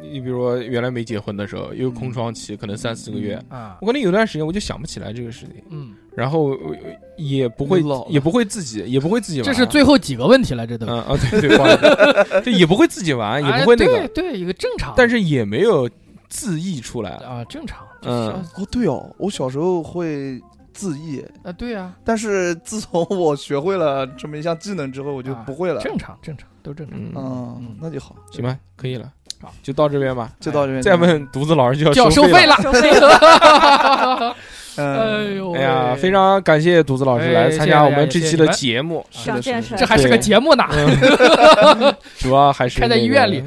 你比如说原来没结婚的时候，有空窗
嗯
期，可能三四个月，
啊
我可能有段时间我就想不起来这个事情，
嗯，
然后呃也不会
老了
也不会自己也不会自己玩，
这是最后几个问题了，这都
嗯啊 对对，不好意思这也不会自己玩，也不会那
哎
个，
对对一个正
啊
常，
但是也没有自溢出来，
啊正常，
嗯
哦，对哦，我小时候会自缢，
啊对啊，
但是自从我学会了这么一项技能之后，我就
啊
不会了。
正常正常都正常。
嗯，
嗯
嗯，
那就好，
行吧，可以了
好，
就到这边吧。
就到这边。
再，问独子老师就
就要
要
收
费
费。了， 哎
嗯，
呦喂，
哎呀，非常感谢独子老师
哎
来参加我们这期的节目，
是
长
的，是
见
的
识
这还是个
对
节目呢，
主要还是
哎开在
那个
医院里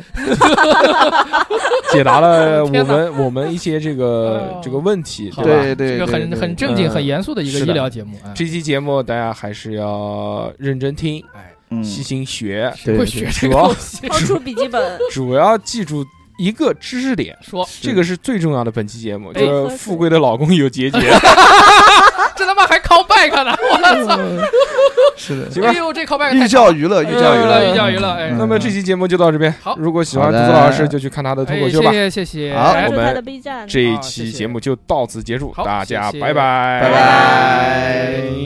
解答了我
天哪
们我们一些这
哎
个
呦
这个问题。
好吧
对吧
对对，
这个很
对
很正经、
嗯
很严肃的一个
是
医
的
疗节目啊。
这期节目大家还是要认真听，
哎，
嗯
细心学，
对
会
对
学
对
这个
主要
东西，
掏出笔记 本，
主要记住一个知识点。
说
这个是最重要的，本期节目
哎
就是富贵的老公有结 节，
啊这他妈还 call back 呢，
是的，
行吧
哎？呦，这 call back
寓
太
教于乐，
寓
寓
教
教
于
于
乐，
乐，
寓教于乐。哎，
嗯那么这期节目就到这边。
好
如果喜欢
好
竹
的
子老师，就去看他的脱口秀吧。
哎谢谢谢谢，
好
关
哎
我
注
们
他的 B 站。
这一
好谢
期
谢
节目就到此结束，
好
大家
谢谢
拜拜，
拜拜。